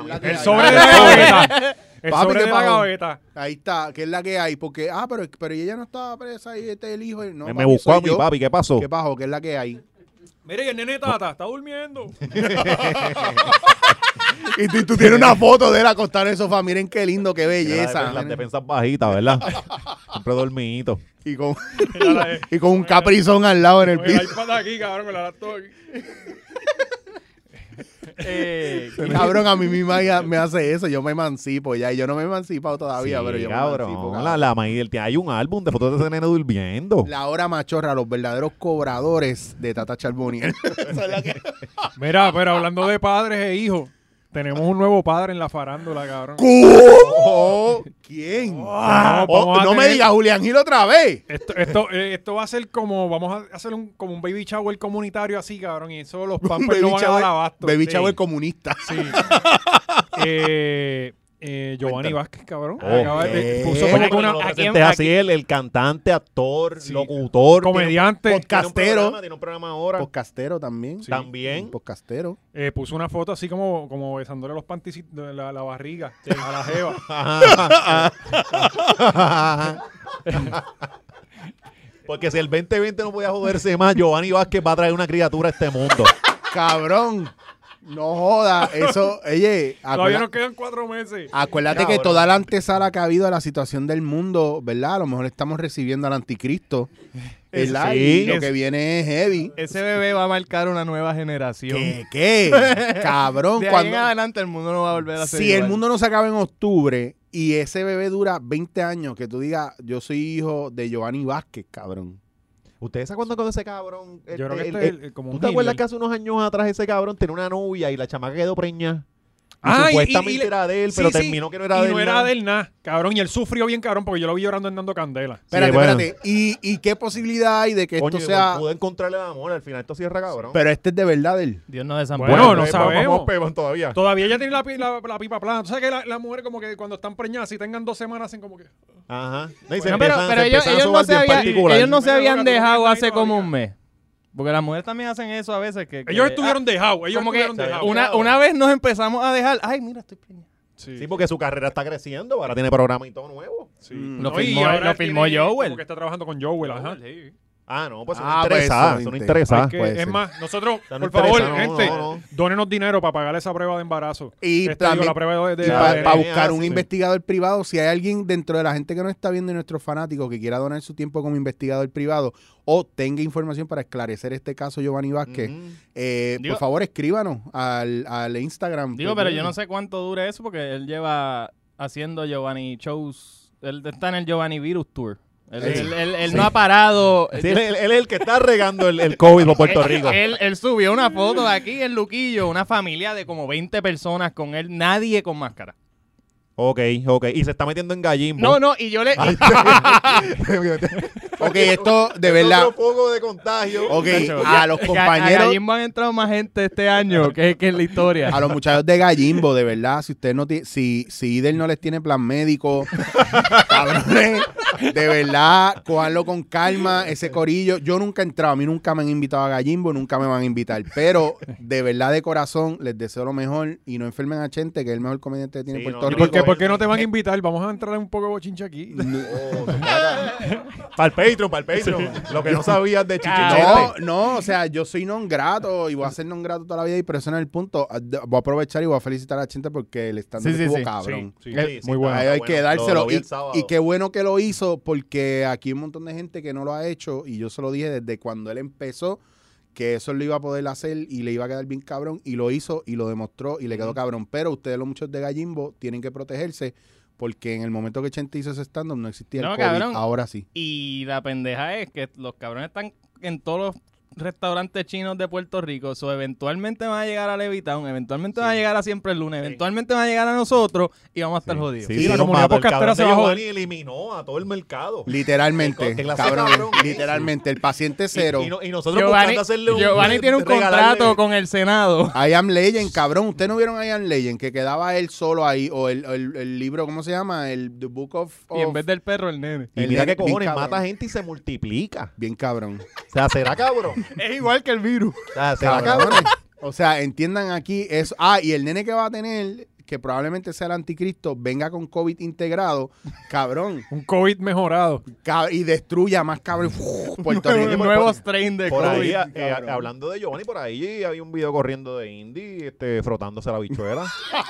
[SPEAKER 1] la que
[SPEAKER 2] El
[SPEAKER 1] hay.
[SPEAKER 2] sobre de la gaveta. El
[SPEAKER 1] Papi,
[SPEAKER 2] sobre
[SPEAKER 1] ¿qué
[SPEAKER 2] de la
[SPEAKER 1] pasó?
[SPEAKER 2] gaveta.
[SPEAKER 1] Ahí está, que es la que hay, porque, ah, pero, pero ella no estaba presa y este es el hijo. y- No,
[SPEAKER 3] Me- me
[SPEAKER 1] papi,
[SPEAKER 3] buscó
[SPEAKER 1] soy
[SPEAKER 3] a mi
[SPEAKER 1] yo.
[SPEAKER 3] papi, ¿qué pasó?
[SPEAKER 1] ¿Qué pasó? ¿Qué es la que hay?
[SPEAKER 2] Mire, y el nene Tata está durmiendo.
[SPEAKER 1] [LAUGHS] Y tú, tú tienes una foto de él acostado en el sofá, miren qué lindo, qué belleza.
[SPEAKER 3] Las la defensas bajitas,
[SPEAKER 1] [LAUGHS]
[SPEAKER 3] ¿verdad? Siempre dormidito.
[SPEAKER 1] Y con, [LAUGHS]
[SPEAKER 2] Ya la he-
[SPEAKER 1] y con un caprizón al lado en [LAUGHS] el
[SPEAKER 2] Con el
[SPEAKER 1] piso.
[SPEAKER 2] iPad aquí, cabrón, con la laptop aquí.
[SPEAKER 4] Eh,
[SPEAKER 1] Cabrón, a mí misma ya me hace eso. Yo me emancipo ya. Y yo no me he emancipado todavía,
[SPEAKER 3] Sí,
[SPEAKER 1] pero yo me emancipo.
[SPEAKER 3] cabrón,
[SPEAKER 1] cabrón.
[SPEAKER 3] la, la maíz del tío. Hay un álbum de fotos de ese nene durmiendo.
[SPEAKER 1] La hora machorra, los verdaderos cobradores de Tata Charbonier. Esa es la que-
[SPEAKER 2] Mira, pero hablando de padres e hijos, tenemos un nuevo padre en la farándula, cabrón.
[SPEAKER 1] [LAUGHS] ¡Oh! ¿Quién?
[SPEAKER 2] Ah,
[SPEAKER 1] Oh,
[SPEAKER 2] vamos a
[SPEAKER 1] no me
[SPEAKER 2] tener-
[SPEAKER 1] digas Julián Gil otra vez.
[SPEAKER 2] Esto, esto, eh, esto va a ser como, vamos a hacer un, como un baby shower comunitario así, cabrón, y eso
[SPEAKER 3] [LAUGHS]
[SPEAKER 2] los pampers Ah, pues, no van a dar abasto.
[SPEAKER 1] Baby
[SPEAKER 2] Sí.
[SPEAKER 1] Chavo el comunista.
[SPEAKER 2] [LAUGHS] Sí. Eh, eh,
[SPEAKER 3] [LAUGHS]
[SPEAKER 2] Giovanni Vázquez, cabrón.
[SPEAKER 3] Oh,
[SPEAKER 2] acaba de- eh,
[SPEAKER 1] ¿qué?
[SPEAKER 2] puso
[SPEAKER 1] Bueno,
[SPEAKER 2] como que una
[SPEAKER 3] Lo
[SPEAKER 4] ¿a quién-
[SPEAKER 3] presentes
[SPEAKER 4] a
[SPEAKER 3] así, el, el cantante, actor,
[SPEAKER 2] Sí.
[SPEAKER 3] locutor,
[SPEAKER 2] comediante.
[SPEAKER 1] podcast.
[SPEAKER 3] Tiene un
[SPEAKER 1] Castero.
[SPEAKER 3] programa, tiene un programa ahora.
[SPEAKER 1] Podcastero también.
[SPEAKER 2] Sí.
[SPEAKER 3] También.
[SPEAKER 1] Podcastero.
[SPEAKER 2] eh, puso una foto así como, como besándole los pantis, la, la barriga a la
[SPEAKER 3] [LAUGHS]
[SPEAKER 2] jeva.
[SPEAKER 3] [LAUGHS] Porque si el 2020 no podía joderse más, Giovanni Vázquez va a traer una criatura a este mundo.
[SPEAKER 1] Cabrón. No joda,
[SPEAKER 2] [LAUGHS]
[SPEAKER 1] eso, oye,
[SPEAKER 2] Todavía
[SPEAKER 1] acuerda-
[SPEAKER 2] nos quedan cuatro meses.
[SPEAKER 3] Ah,
[SPEAKER 1] acuérdate que
[SPEAKER 3] Cabrón.
[SPEAKER 1] toda la antesala que ha habido a la situación del mundo, ¿verdad? A lo mejor estamos recibiendo al anticristo, ¿verdad?
[SPEAKER 3] Sí.
[SPEAKER 1] Y lo
[SPEAKER 4] Es-
[SPEAKER 1] que viene es heavy.
[SPEAKER 4] Ese bebé va a marcar una nueva generación.
[SPEAKER 1] ¿Qué? ¿Qué? Cabrón,
[SPEAKER 4] De ahí en
[SPEAKER 1] cuando...
[SPEAKER 4] adelante el mundo no va a volver a ser
[SPEAKER 1] Si el
[SPEAKER 4] igual.
[SPEAKER 1] mundo no se acaba en octubre y ese bebé dura 20 años, que tú digas, yo soy hijo de Giovanni Vázquez, cabrón.
[SPEAKER 3] ¿Ustedes se acuerdan cuando ese cabrón?
[SPEAKER 2] Yo creo
[SPEAKER 3] este,
[SPEAKER 2] que este
[SPEAKER 3] el-
[SPEAKER 2] es
[SPEAKER 3] el-
[SPEAKER 2] el- como
[SPEAKER 3] ¿Tú
[SPEAKER 2] un
[SPEAKER 3] te acuerdas que
[SPEAKER 2] Hitler.
[SPEAKER 3] hace unos años atrás ese cabrón tenía una novia y la chamaca quedó preña? Y
[SPEAKER 2] Ah, y- y-
[SPEAKER 3] supuestamente
[SPEAKER 2] y le-
[SPEAKER 3] era de él,
[SPEAKER 2] Sí,
[SPEAKER 3] pero
[SPEAKER 2] sí,
[SPEAKER 3] terminó que no era de
[SPEAKER 2] y
[SPEAKER 3] él.
[SPEAKER 2] no era
[SPEAKER 3] nada.
[SPEAKER 2] de él nada, cabrón. Y él sufrió bien, cabrón, porque yo lo vi llorando andando candela.
[SPEAKER 1] Espérate,
[SPEAKER 3] bueno.
[SPEAKER 1] espérate. ¿Y, y qué posibilidad hay de que
[SPEAKER 3] Coño,
[SPEAKER 1] esto sea...
[SPEAKER 3] pudo encontrarle el amor, al final esto cierra cabrón.
[SPEAKER 1] Pero este es de verdad él.
[SPEAKER 4] Dios no desampara.
[SPEAKER 2] Bueno, no
[SPEAKER 3] pues, vamos-
[SPEAKER 2] sabemos.
[SPEAKER 3] vamos pebón todavía.
[SPEAKER 2] Todavía ella tiene la, pi- la- la pipa plana. Tú sabes que la- las mujeres como que cuando están preñadas, si tengan dos semanas, hacen como que...
[SPEAKER 3] Ajá. No, y se
[SPEAKER 4] Bueno, pero,
[SPEAKER 3] empiezan-
[SPEAKER 4] pero
[SPEAKER 3] se empiezan
[SPEAKER 4] ellos,
[SPEAKER 3] a
[SPEAKER 4] ellos no
[SPEAKER 3] sobar
[SPEAKER 4] se
[SPEAKER 3] bien
[SPEAKER 4] habían,
[SPEAKER 3] particular.
[SPEAKER 4] ellos no se
[SPEAKER 2] Mira,
[SPEAKER 4] habían
[SPEAKER 2] Lucas, tú
[SPEAKER 4] dejado
[SPEAKER 2] tienes ahí
[SPEAKER 4] hace como
[SPEAKER 2] todavía.
[SPEAKER 4] un mes. Porque las mujeres también hacen eso a veces. Que, que-
[SPEAKER 2] Ellos estuvieron dejados, ellos
[SPEAKER 4] Eh, como que
[SPEAKER 2] estuvieron
[SPEAKER 4] ah,
[SPEAKER 2] dejados.
[SPEAKER 4] una, una vez nos empezamos a dejar. Ay, mira, estoy preñada.
[SPEAKER 2] Sí.
[SPEAKER 3] Sí, porque su carrera está creciendo, ahora tiene programa y todo nuevo.
[SPEAKER 2] Sí.
[SPEAKER 1] Mm.
[SPEAKER 4] Lo
[SPEAKER 2] y
[SPEAKER 4] filmó-
[SPEAKER 2] ahora
[SPEAKER 4] lo
[SPEAKER 2] él
[SPEAKER 4] filmó
[SPEAKER 2] tiene-
[SPEAKER 4] Jowell.
[SPEAKER 2] Como que está trabajando con Jowell, ajá.
[SPEAKER 3] Ah, no, pues eso
[SPEAKER 1] Ah,
[SPEAKER 3] no
[SPEAKER 1] pues,
[SPEAKER 3] interesa,
[SPEAKER 1] eso
[SPEAKER 3] eso no
[SPEAKER 1] no
[SPEAKER 3] interesa.
[SPEAKER 1] interesa.
[SPEAKER 2] Que,
[SPEAKER 1] Puede
[SPEAKER 2] es
[SPEAKER 1] ser.
[SPEAKER 2] más, nosotros,
[SPEAKER 3] sea, no
[SPEAKER 2] por favor,
[SPEAKER 3] interesa, no,
[SPEAKER 2] gente,
[SPEAKER 3] no, no.
[SPEAKER 2] dónenos dinero para pagar esa prueba de embarazo.
[SPEAKER 1] Y
[SPEAKER 2] Este, digo,
[SPEAKER 1] también-
[SPEAKER 2] la prueba de, de-
[SPEAKER 1] Y
[SPEAKER 3] Ya,
[SPEAKER 1] para
[SPEAKER 2] de-
[SPEAKER 3] pa- pa-
[SPEAKER 1] buscar
[SPEAKER 3] sí.
[SPEAKER 1] un investigador privado, si hay alguien dentro de la gente que nos está viendo y nuestros fanáticos que quiera donar su tiempo como investigador privado o tenga información para esclarecer este caso Giovanni Vázquez,
[SPEAKER 3] Ujú.
[SPEAKER 1] eh,
[SPEAKER 4] Digo-
[SPEAKER 1] por favor escríbanos al, al Instagram.
[SPEAKER 4] Digo, pero yo no sé cuánto dure eso porque él lleva haciendo Giovanni Shows. Él está en el Giovanni Virus Tour. Él,
[SPEAKER 1] Sí.
[SPEAKER 4] él- él- él
[SPEAKER 1] Sí.
[SPEAKER 4] no ha parado.
[SPEAKER 3] Sí, él, él- él es el que está regando el, el COVID por
[SPEAKER 4] [LAUGHS]
[SPEAKER 3] Puerto Rico.
[SPEAKER 4] Él, él subió una foto de aquí en Luquillo, una familia de como 20 personas con él, nadie con máscara.
[SPEAKER 3] Ok, ok. Y se está metiendo en gallimbo.
[SPEAKER 4] No, no, y yo le... [LAUGHS] y-
[SPEAKER 1] Ok, esto de verdad.
[SPEAKER 3] Otro foco de contagio.
[SPEAKER 1] Ok,
[SPEAKER 4] Nacho, ya-
[SPEAKER 1] a los
[SPEAKER 4] que A
[SPEAKER 1] compañeros
[SPEAKER 4] Gallimbo han entrado más gente este año que, que en la historia.
[SPEAKER 1] A los muchachos de Gallimbo, de verdad, si usted no ti- si, si Ider no les tiene plan
[SPEAKER 4] [LAUGHS]
[SPEAKER 1] médico, cabrones, de verdad, cójanlo con calma, ese corillo. Yo nunca he entrado, a mí nunca me han invitado a Gallimbo, nunca me van a invitar, pero de verdad, de corazón, les deseo lo mejor y no enfermen a Chente, que es el mejor comediante que tiene
[SPEAKER 3] Sí,
[SPEAKER 1] Puerto
[SPEAKER 3] no,
[SPEAKER 2] ¿Por
[SPEAKER 1] Rico.
[SPEAKER 2] qué, por qué no te van a invitar? Vamos a entrar en un poco de
[SPEAKER 1] [LAUGHS]
[SPEAKER 2] bochincha aquí.
[SPEAKER 3] Oh, Para el Patreon, para el Patreon. Lo que no sabías de
[SPEAKER 1] No,
[SPEAKER 4] Ah,
[SPEAKER 3] Chichilete.
[SPEAKER 1] no, o sea, yo soy non grato y voy a ser non grato toda la vida y pero eso no es el punto. Ah, de- Voy a aprovechar y voy a felicitar a Chente porque el stand
[SPEAKER 4] Sí, sí,
[SPEAKER 1] estuvo
[SPEAKER 4] sí.
[SPEAKER 1] cabrón.
[SPEAKER 2] Sí, sí, muy bueno.
[SPEAKER 1] Ahí
[SPEAKER 3] Ah,
[SPEAKER 1] hay que dárselo. y, y qué
[SPEAKER 3] que
[SPEAKER 1] bueno que lo hizo, porque aquí hay un montón de gente que no lo ha hecho. Y yo se lo dije desde cuando él empezó que eso lo iba a poder hacer y le iba a quedar bien cabrón. Y lo hizo y lo demostró y le quedó cabrón. Pero ustedes, los muchos de Gallimbo, tienen que protegerse porque en el momento que Chente hizo ese stand-up no existía
[SPEAKER 4] No,
[SPEAKER 1] el COVID.
[SPEAKER 4] cabrón.
[SPEAKER 1] Ahora sí.
[SPEAKER 4] Y la pendeja es que los cabrones están en todos los restaurantes chinos de Puerto Rico. So, eventualmente van a llegar a Levitown, eventualmente van a llegar a Siempre el Lunes, eventualmente van a llegar a nosotros y vamos a estar jodidos.
[SPEAKER 2] Sí, la comunidad podcastera se va a joder.
[SPEAKER 3] eliminó a todo el mercado.
[SPEAKER 1] Literalmente,
[SPEAKER 3] Qué clase de
[SPEAKER 1] cabrones,
[SPEAKER 3] cabrón es.
[SPEAKER 1] literalmente, el paciente cero.
[SPEAKER 3] Y, y no- y nosotros
[SPEAKER 4] Giovanni,
[SPEAKER 3] buscando hacerle un-
[SPEAKER 4] Giovanni tiene un
[SPEAKER 3] regalarle-
[SPEAKER 4] contrato con el Senado.
[SPEAKER 1] I Am Legend, cabrón. ¿Ustedes no vieron I Am Legend? Que quedaba él solo ahí, o el, el- el libro, ¿cómo se llama? El The Book of...
[SPEAKER 4] Y en
[SPEAKER 1] of-
[SPEAKER 4] vez del perro, el nene.
[SPEAKER 3] Y
[SPEAKER 1] El
[SPEAKER 3] mira
[SPEAKER 1] nene
[SPEAKER 3] qué
[SPEAKER 1] bien
[SPEAKER 3] cojones,
[SPEAKER 1] cabrón.
[SPEAKER 3] mata gente y se multiplica.
[SPEAKER 1] Bien cabrón.
[SPEAKER 3] O sea, será cabrón.
[SPEAKER 4] Es igual que el virus.
[SPEAKER 3] O sea, será Ah, cabrón.
[SPEAKER 1] Cabrones. O sea, entiendan aquí eso. Ah, y el nene que va a tener, que probablemente sea el anticristo, venga con COVID integrado, cabrón,
[SPEAKER 2] Un COVID mejorado.
[SPEAKER 1] cab- y destruya más
[SPEAKER 3] [LAUGHS]
[SPEAKER 1] cabrón. Puerto Rico.
[SPEAKER 4] Nuevos train de
[SPEAKER 3] Por
[SPEAKER 4] COVID.
[SPEAKER 3] ahí, eh,
[SPEAKER 1] cabrón.
[SPEAKER 3] hablando de Giovanni, por ahí había un video corriendo de Indy este, frotándose la bichuela.
[SPEAKER 1] [LAUGHS]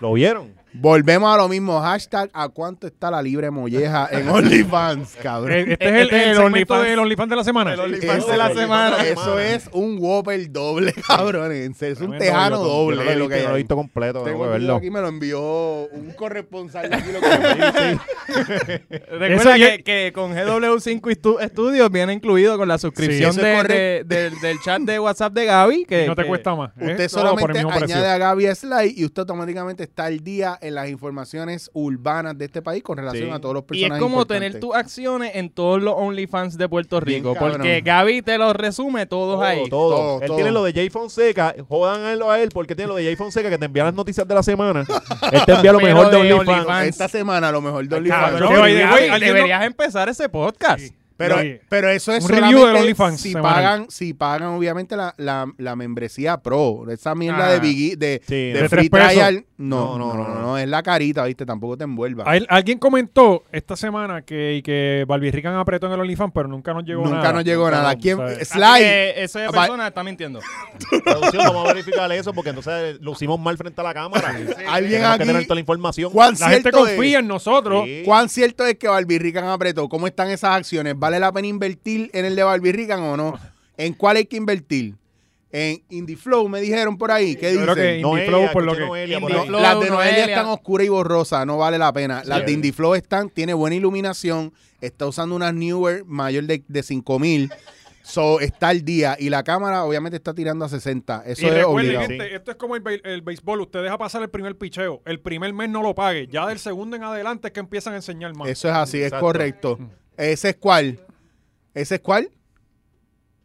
[SPEAKER 3] ¿Lo vieron?
[SPEAKER 1] Volvemos a lo mismo. Hashtag a cuánto está la libre molleja
[SPEAKER 3] [LAUGHS]
[SPEAKER 1] en OnlyFans,
[SPEAKER 3] Eh,
[SPEAKER 1] cabrón.
[SPEAKER 2] Este, es
[SPEAKER 4] Este
[SPEAKER 2] el,
[SPEAKER 4] es
[SPEAKER 2] el
[SPEAKER 4] el
[SPEAKER 2] segmento
[SPEAKER 4] OnlyFans.
[SPEAKER 2] del OnlyFans de la semana.
[SPEAKER 4] El OnlyFans.
[SPEAKER 1] Eso-
[SPEAKER 4] de la semana.
[SPEAKER 1] Eso es un Whopper doble, cabrón. Es un
[SPEAKER 2] Tremendo
[SPEAKER 1] tejano
[SPEAKER 2] bellotón.
[SPEAKER 1] doble.
[SPEAKER 3] Yo no
[SPEAKER 1] es
[SPEAKER 3] lo,
[SPEAKER 1] lo
[SPEAKER 3] he
[SPEAKER 1] que
[SPEAKER 3] visto, no lo he
[SPEAKER 1] hay.
[SPEAKER 3] visto completo, tengo
[SPEAKER 1] Tengo
[SPEAKER 3] que
[SPEAKER 1] el video
[SPEAKER 3] verlo.
[SPEAKER 1] aquí, me lo envió un corresponsal de aquí, lo que-
[SPEAKER 4] Recuerda
[SPEAKER 2] Eso ya-
[SPEAKER 4] que, que con GW5 Estu- Studios viene incluido con la suscripción
[SPEAKER 1] Sí, eso
[SPEAKER 4] de-
[SPEAKER 1] es
[SPEAKER 4] de- del- del chat de WhatsApp de Gaby. Que,
[SPEAKER 2] no te
[SPEAKER 4] que-
[SPEAKER 2] cuesta más.
[SPEAKER 1] Usted
[SPEAKER 2] ¿eh? Todo por el
[SPEAKER 1] solamente
[SPEAKER 2] mismo precio.
[SPEAKER 1] añade a Gaby Slide y usted automáticamente está al día en las informaciones urbanas de este país con relación
[SPEAKER 3] Sí.
[SPEAKER 1] a todos los
[SPEAKER 4] Y es
[SPEAKER 1] personajes.
[SPEAKER 4] como
[SPEAKER 1] importantes.
[SPEAKER 4] tener tus acciones en todos los OnlyFans de Puerto
[SPEAKER 1] Bien,
[SPEAKER 4] Rico.
[SPEAKER 1] cabrón.
[SPEAKER 4] porque Gaby te los resume todos
[SPEAKER 3] Todo,
[SPEAKER 4] ahí.
[SPEAKER 3] todo.
[SPEAKER 1] Todo,
[SPEAKER 3] Él
[SPEAKER 1] todo.
[SPEAKER 3] tiene lo de Jay Fonseca. Jodan a él, a él porque tiene lo de Jay Fonseca que te envía las noticias de la semana. [LAUGHS] Él te envía lo
[SPEAKER 4] Pero
[SPEAKER 3] mejor de
[SPEAKER 4] de
[SPEAKER 3] OnlyFans.
[SPEAKER 4] OnlyFans.
[SPEAKER 1] Esta semana a lo mejor de
[SPEAKER 2] cabrón.
[SPEAKER 1] OnlyFans.
[SPEAKER 2] No,
[SPEAKER 4] Gaby,
[SPEAKER 2] by the way, alguien
[SPEAKER 4] deberías empezar ese podcast.
[SPEAKER 1] Pero,
[SPEAKER 2] Oye,
[SPEAKER 1] pero eso es
[SPEAKER 2] un review
[SPEAKER 1] solamente
[SPEAKER 2] de OnlyFans
[SPEAKER 1] si
[SPEAKER 2] semanal.
[SPEAKER 1] pagan, si pagan obviamente la, la, la membresía pro, esa mierda
[SPEAKER 2] Ah.
[SPEAKER 1] de Biggie, de,
[SPEAKER 3] Sí,
[SPEAKER 1] de
[SPEAKER 3] de
[SPEAKER 1] free
[SPEAKER 2] tres pesos.
[SPEAKER 1] trial. No, no, no, no, no, es la carita, ¿viste? Tampoco te envuelvas.
[SPEAKER 2] A él- alguien comentó esta semana que, y que Balbirrican apretó en el OnlyFans, pero nunca nos llegó
[SPEAKER 1] Nunca
[SPEAKER 2] nada.
[SPEAKER 1] nos llegó nada.
[SPEAKER 2] no,
[SPEAKER 1] ¿Quién?
[SPEAKER 2] ¿sabes?
[SPEAKER 4] Así
[SPEAKER 1] Slide.
[SPEAKER 4] que esa
[SPEAKER 1] Va-
[SPEAKER 4] persona Eh, está mintiendo.
[SPEAKER 3] Producción, vamos a verificar eso porque entonces lo hicimos mal frente a la cámara.
[SPEAKER 1] Alguien
[SPEAKER 3] Tenemos que
[SPEAKER 1] aquí.
[SPEAKER 3] tener toda la información.
[SPEAKER 1] ¿Cuán
[SPEAKER 2] La gente
[SPEAKER 1] cierto es-
[SPEAKER 2] confía en nosotros.
[SPEAKER 3] Sí.
[SPEAKER 1] ¿Cuán cierto es que Barbirrican apretó? ¿Cómo están esas acciones? ¿Vale la pena invertir en el de Barbirrican o no? ¿En cuál hay que invertir? En Indie Flow me dijeron por ahí. ¿Qué
[SPEAKER 2] Yo creo
[SPEAKER 1] dicen?
[SPEAKER 2] que-
[SPEAKER 3] Noelia,
[SPEAKER 2] Flow, por lo
[SPEAKER 3] escuché
[SPEAKER 2] que-
[SPEAKER 3] Noelia por
[SPEAKER 4] Indie
[SPEAKER 3] ahí.
[SPEAKER 4] Flow.
[SPEAKER 1] Las de Noelia
[SPEAKER 4] Noelia.
[SPEAKER 1] están oscuras y borrosas, no vale la pena. Las de
[SPEAKER 3] Sí.
[SPEAKER 1] Indie Flow están, tiene buena iluminación, está usando unas newer mayor de, de 5000. So, está al día y la cámara obviamente está tirando a 60. Eso
[SPEAKER 2] y
[SPEAKER 1] es
[SPEAKER 2] recuerden,
[SPEAKER 1] obligado.
[SPEAKER 2] gente, esto es como el, be- el béisbol. Usted deja pasar el primer picheo. El primer mes no lo pague. Ya del segundo en adelante es que empiezan a enseñar más.
[SPEAKER 1] Eso es así, es
[SPEAKER 3] Exacto.
[SPEAKER 1] correcto. ¿Ese es cuál? ¿Ese es cuál?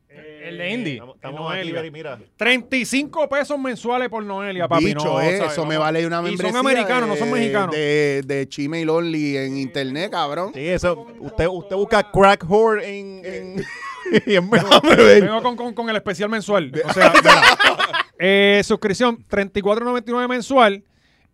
[SPEAKER 4] El de Indy.
[SPEAKER 3] Eh, Estamos, estamos
[SPEAKER 2] Noelia.
[SPEAKER 3] aquí, Veri, mira.
[SPEAKER 2] 35 pesos mensuales por Noelia, Ah, papi.
[SPEAKER 1] Dicho,
[SPEAKER 2] no,
[SPEAKER 1] eh,
[SPEAKER 2] ¿sabes?
[SPEAKER 1] eso me
[SPEAKER 2] Vamos.
[SPEAKER 1] vale una
[SPEAKER 2] Y son
[SPEAKER 1] membresía.
[SPEAKER 2] americanos, no son
[SPEAKER 1] de-
[SPEAKER 2] mexicanos.
[SPEAKER 1] De, de Gmail Only en internet, cabrón.
[SPEAKER 3] Sí, eso. Usted, usted busca crack whore en. en y en
[SPEAKER 2] Vengo con, con- con el especial mensual.
[SPEAKER 3] [LAUGHS]
[SPEAKER 2] O sea, mira, eh, suscripción 34.99 mensual.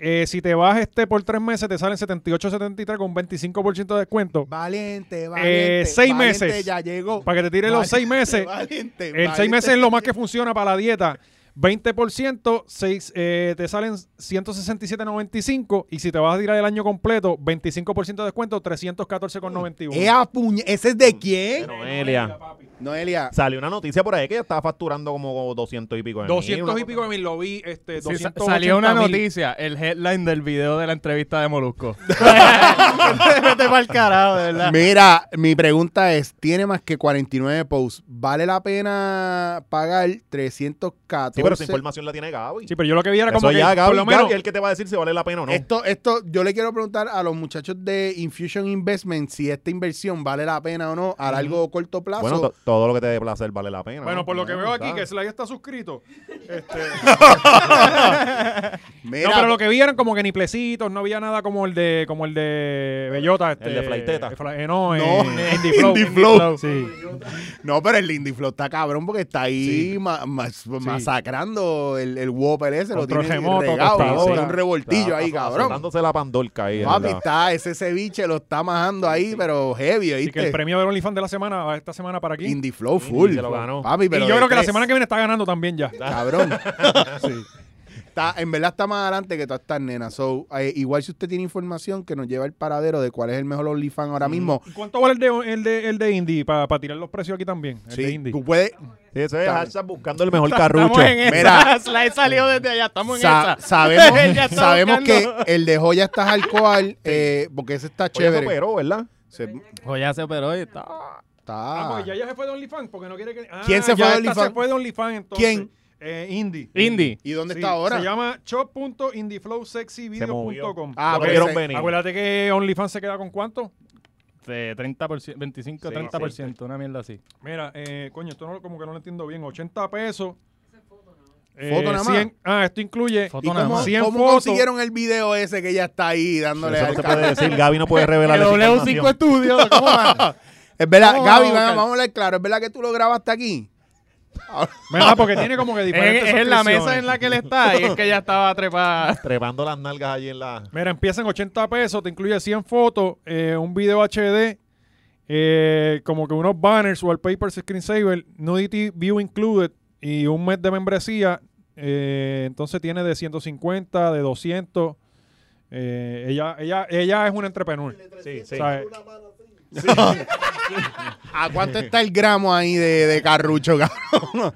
[SPEAKER 2] Eh, si te vas este por tres meses, te salen 78.73 con 25% de descuento.
[SPEAKER 1] Valiente,
[SPEAKER 2] valiente, Eh, seis valiente, meses.
[SPEAKER 1] ya
[SPEAKER 2] ya
[SPEAKER 1] llegó.
[SPEAKER 2] Para que te tires los seis meses.
[SPEAKER 1] Valiente,
[SPEAKER 2] El seis meses es lo más que funciona para la dieta. 20%, seis, eh, te salen 167.95 y si te vas a tirar el año completo, 25% de descuento, 314.91.
[SPEAKER 3] Este,
[SPEAKER 1] ¿Ese es de quién?
[SPEAKER 3] Noelia.
[SPEAKER 1] Noelia.
[SPEAKER 3] Salió una noticia por ahí que estaba facturando como 200 y pico de mil,
[SPEAKER 2] 200
[SPEAKER 3] una
[SPEAKER 2] y pico de mil lo vi, este,
[SPEAKER 4] Sí, sa-
[SPEAKER 2] 280
[SPEAKER 4] salió una
[SPEAKER 2] mil.
[SPEAKER 4] noticia, el headline del video de la entrevista de [LAUGHS] Molusco. Vete pa'l carajo, de verdad.
[SPEAKER 1] Mira, mi pregunta es, tiene más que 49 posts, ¿vale la pena pagar 314?
[SPEAKER 3] Sí, pero esa información la tiene Gaby.
[SPEAKER 2] Sí, pero yo lo que vi era
[SPEAKER 3] Eso
[SPEAKER 2] como que,
[SPEAKER 3] ya
[SPEAKER 2] por
[SPEAKER 3] Gaby,
[SPEAKER 2] lo
[SPEAKER 3] Gaby
[SPEAKER 2] menos,
[SPEAKER 3] es el que te va a decir si vale la pena o no.
[SPEAKER 1] Esto, esto, yo le quiero preguntar a los muchachos de Infusion Investment si esta inversión vale la pena o no a largo o corto plazo.
[SPEAKER 3] bueno, to- todo lo que te dé placer vale la pena.
[SPEAKER 2] Bueno,
[SPEAKER 3] ¿no?
[SPEAKER 2] por lo que
[SPEAKER 3] Bueno,
[SPEAKER 2] veo aquí,
[SPEAKER 3] ¿sabes?
[SPEAKER 2] que Sly Ah, está suscrito.
[SPEAKER 1] Mira,
[SPEAKER 2] no, pero lo que vieron como que ni plecitos, no había nada como el de, como el de Bellota. Este,
[SPEAKER 3] El de Flaiteta.
[SPEAKER 2] eh, Fla- eh, no,
[SPEAKER 1] No,
[SPEAKER 2] eh, Indie Flow.
[SPEAKER 1] Indie Flow.
[SPEAKER 2] Sí.
[SPEAKER 1] No, pero el Lindy Flow está cabrón porque está ahí ma- ma- masacrando el, el Whopper ese. Lo
[SPEAKER 2] Control
[SPEAKER 1] tiene
[SPEAKER 2] remoto,
[SPEAKER 1] regado,
[SPEAKER 2] tostadora.
[SPEAKER 1] tiene un revoltillo
[SPEAKER 3] pues, Está
[SPEAKER 1] ahí,
[SPEAKER 3] aso-
[SPEAKER 1] cabrón.
[SPEAKER 3] azotándose la pandorca ahí.
[SPEAKER 1] Papi,
[SPEAKER 3] ¿verdad?
[SPEAKER 1] está ese ceviche, lo está majando ahí, pero heavy,
[SPEAKER 2] Así que el
[SPEAKER 1] ¿oíste?
[SPEAKER 2] premio de OnlyFans de la semana va esta semana para aquí.
[SPEAKER 1] Indie Flow full.
[SPEAKER 3] se lo ganó.
[SPEAKER 1] Papi, pero
[SPEAKER 2] y yo
[SPEAKER 1] de
[SPEAKER 2] creo que la
[SPEAKER 1] tres,
[SPEAKER 3] [LAUGHS]
[SPEAKER 2] semana que viene está ganando también ya.
[SPEAKER 1] Cabrón. [LAUGHS] Está, en verdad está más adelante que todas estas nenas. So, eh, igual si usted tiene información que nos lleva el paradero de cuál es el mejor OnlyFans
[SPEAKER 2] Mm.
[SPEAKER 1] ahora mismo.
[SPEAKER 2] ¿Y ¿Cuánto vale el de, el de, el de Indy? Para tirar los precios aquí también. El de
[SPEAKER 1] Sí,
[SPEAKER 2] Indy.
[SPEAKER 1] tú puedes.
[SPEAKER 3] Sí, eso es
[SPEAKER 1] Está-
[SPEAKER 3] hashtag buscando el
[SPEAKER 2] [LAUGHS]
[SPEAKER 3] mejor
[SPEAKER 4] Estamos
[SPEAKER 3] carrucho.
[SPEAKER 4] en esa.
[SPEAKER 1] Mira.
[SPEAKER 4] [LAUGHS] Slide salió desde allá, estamos en
[SPEAKER 1] Sa-
[SPEAKER 4] esa.
[SPEAKER 2] [LAUGHS]
[SPEAKER 4] Él [LAUGHS]
[SPEAKER 1] sabemos
[SPEAKER 4] ya
[SPEAKER 1] [LAUGHS]
[SPEAKER 4] está
[SPEAKER 1] sabemos que
[SPEAKER 4] buscando.
[SPEAKER 1] el de joya está alcohol eh, porque ese está
[SPEAKER 3] Oye, eso
[SPEAKER 1] chévere.
[SPEAKER 3] operó, ¿verdad?
[SPEAKER 1] Se-
[SPEAKER 4] Oye, ya se operó y está.
[SPEAKER 1] está-
[SPEAKER 2] Ah, porque ya, ya se fue de OnlyFans porque no quiere que... Ah,
[SPEAKER 1] ¿Quién se fue
[SPEAKER 2] ya
[SPEAKER 1] de
[SPEAKER 2] esta
[SPEAKER 1] OnlyFans?
[SPEAKER 2] se fue de OnlyFans entonces.
[SPEAKER 1] ¿Quién?
[SPEAKER 2] Eh, Indy.
[SPEAKER 4] Indy.
[SPEAKER 1] ¿Y dónde
[SPEAKER 2] Sí,
[SPEAKER 1] está ahora?
[SPEAKER 2] Se llama shop.indieflowsexyvideo.com.
[SPEAKER 1] Ah,
[SPEAKER 3] Lo
[SPEAKER 1] porque
[SPEAKER 3] vieron
[SPEAKER 1] se-
[SPEAKER 3] venir.
[SPEAKER 2] Acuérdate que OnlyFans se queda con cuánto.
[SPEAKER 4] De 30%, 25
[SPEAKER 3] Sí,
[SPEAKER 4] 30%, una mierda así.
[SPEAKER 2] Mira, eh, coño, esto no, lo- como que no lo entiendo bien. 80 pesos. Eh,
[SPEAKER 1] Foto nada más.
[SPEAKER 2] 100 ah, esto incluye.
[SPEAKER 4] Foto
[SPEAKER 1] ¿Y
[SPEAKER 4] nada
[SPEAKER 1] cómo,
[SPEAKER 4] más.
[SPEAKER 2] 100
[SPEAKER 1] cómo
[SPEAKER 2] fotos.
[SPEAKER 1] consiguieron el video ese que ya está ahí dándole
[SPEAKER 3] Eso
[SPEAKER 1] al
[SPEAKER 3] no se
[SPEAKER 1] ca-
[SPEAKER 3] puede decir. Gaby no puede revelar esa información.
[SPEAKER 4] Estudios, ¿cómo van?
[SPEAKER 1] Es verdad,
[SPEAKER 4] ¿Cómo
[SPEAKER 1] Gaby,
[SPEAKER 4] vamos a
[SPEAKER 1] vamos,
[SPEAKER 4] buscar?
[SPEAKER 1] vamos a hablar claro. Es verdad que tú lo grabaste aquí.
[SPEAKER 2] ¿Verdad? Porque tiene como que
[SPEAKER 4] [LAUGHS] Es,
[SPEAKER 2] diferentes.
[SPEAKER 4] es en la
[SPEAKER 2] suscripciones.
[SPEAKER 4] mesa en la que él está y es que ya estaba [LAUGHS] trepada.
[SPEAKER 3] Trepando las nalgas allí en la...
[SPEAKER 2] Mira, empieza en 80 pesos, te incluye 100 fotos, eh, un video HD, eh, como que unos banners, wallpapers, screensaver, nudity view included y un mes de membresía. eh, entonces tiene de 150, de 200. eh, ella, ella, ella es una entrepreneur.
[SPEAKER 3] Sí, sí.
[SPEAKER 2] ¿sabes?
[SPEAKER 1] ¿A cuánto está el gramo ahí de, de carrucho, [LAUGHS] cabrón?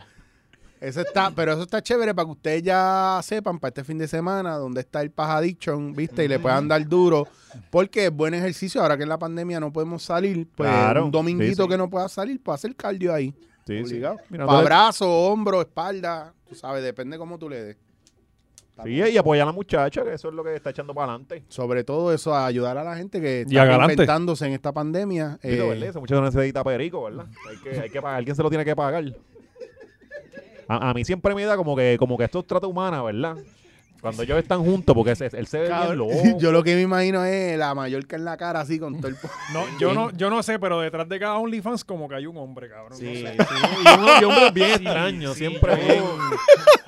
[SPEAKER 1] Eso está, pero eso está chévere para que ustedes ya sepan para este fin de semana dónde está el paja addiction, ¿viste? Y le puedan dar duro, porque es buen ejercicio. Ahora que en la pandemia no podemos salir, pues
[SPEAKER 3] Claro,
[SPEAKER 1] un dominguito
[SPEAKER 3] sí, sí.
[SPEAKER 1] que no pueda salir, pues hacer cardio ahí.
[SPEAKER 3] Sí, sí.
[SPEAKER 1] Obligado.
[SPEAKER 3] Mira,
[SPEAKER 1] Pa'
[SPEAKER 3] dale-
[SPEAKER 1] brazo, hombro, espalda, tú sabes, depende cómo tú le des.
[SPEAKER 3] Sí, y apoya a la muchacha, que eso es lo que está echando para adelante.
[SPEAKER 1] Sobre todo eso, a ayudar a la gente que
[SPEAKER 2] Y a
[SPEAKER 1] está
[SPEAKER 2] Galante.
[SPEAKER 1] reinventándose en esta pandemia. eh,
[SPEAKER 3] Digo, ¿verdad? Esa muchacha no necesita perico, ¿verdad? Hay que, hay que pagar. Alguien se lo tiene que pagar. A, a mí siempre me da como que, como que esto es trata humana, ¿verdad? Cuando ellos están juntos, porque ese- él se ve bien
[SPEAKER 1] Cabrón, [LAUGHS]
[SPEAKER 3] loco.
[SPEAKER 1] Yo lo que me imagino es la Mallorca en la cara así con todo el... po-
[SPEAKER 2] No, yo no, yo no sé, pero detrás de cada OnlyFans como que hay un hombre, cabrón.
[SPEAKER 3] Sí,
[SPEAKER 2] No
[SPEAKER 3] sí.
[SPEAKER 2] sé.
[SPEAKER 3] Y un, y un hombre bien extraño, siempre bien.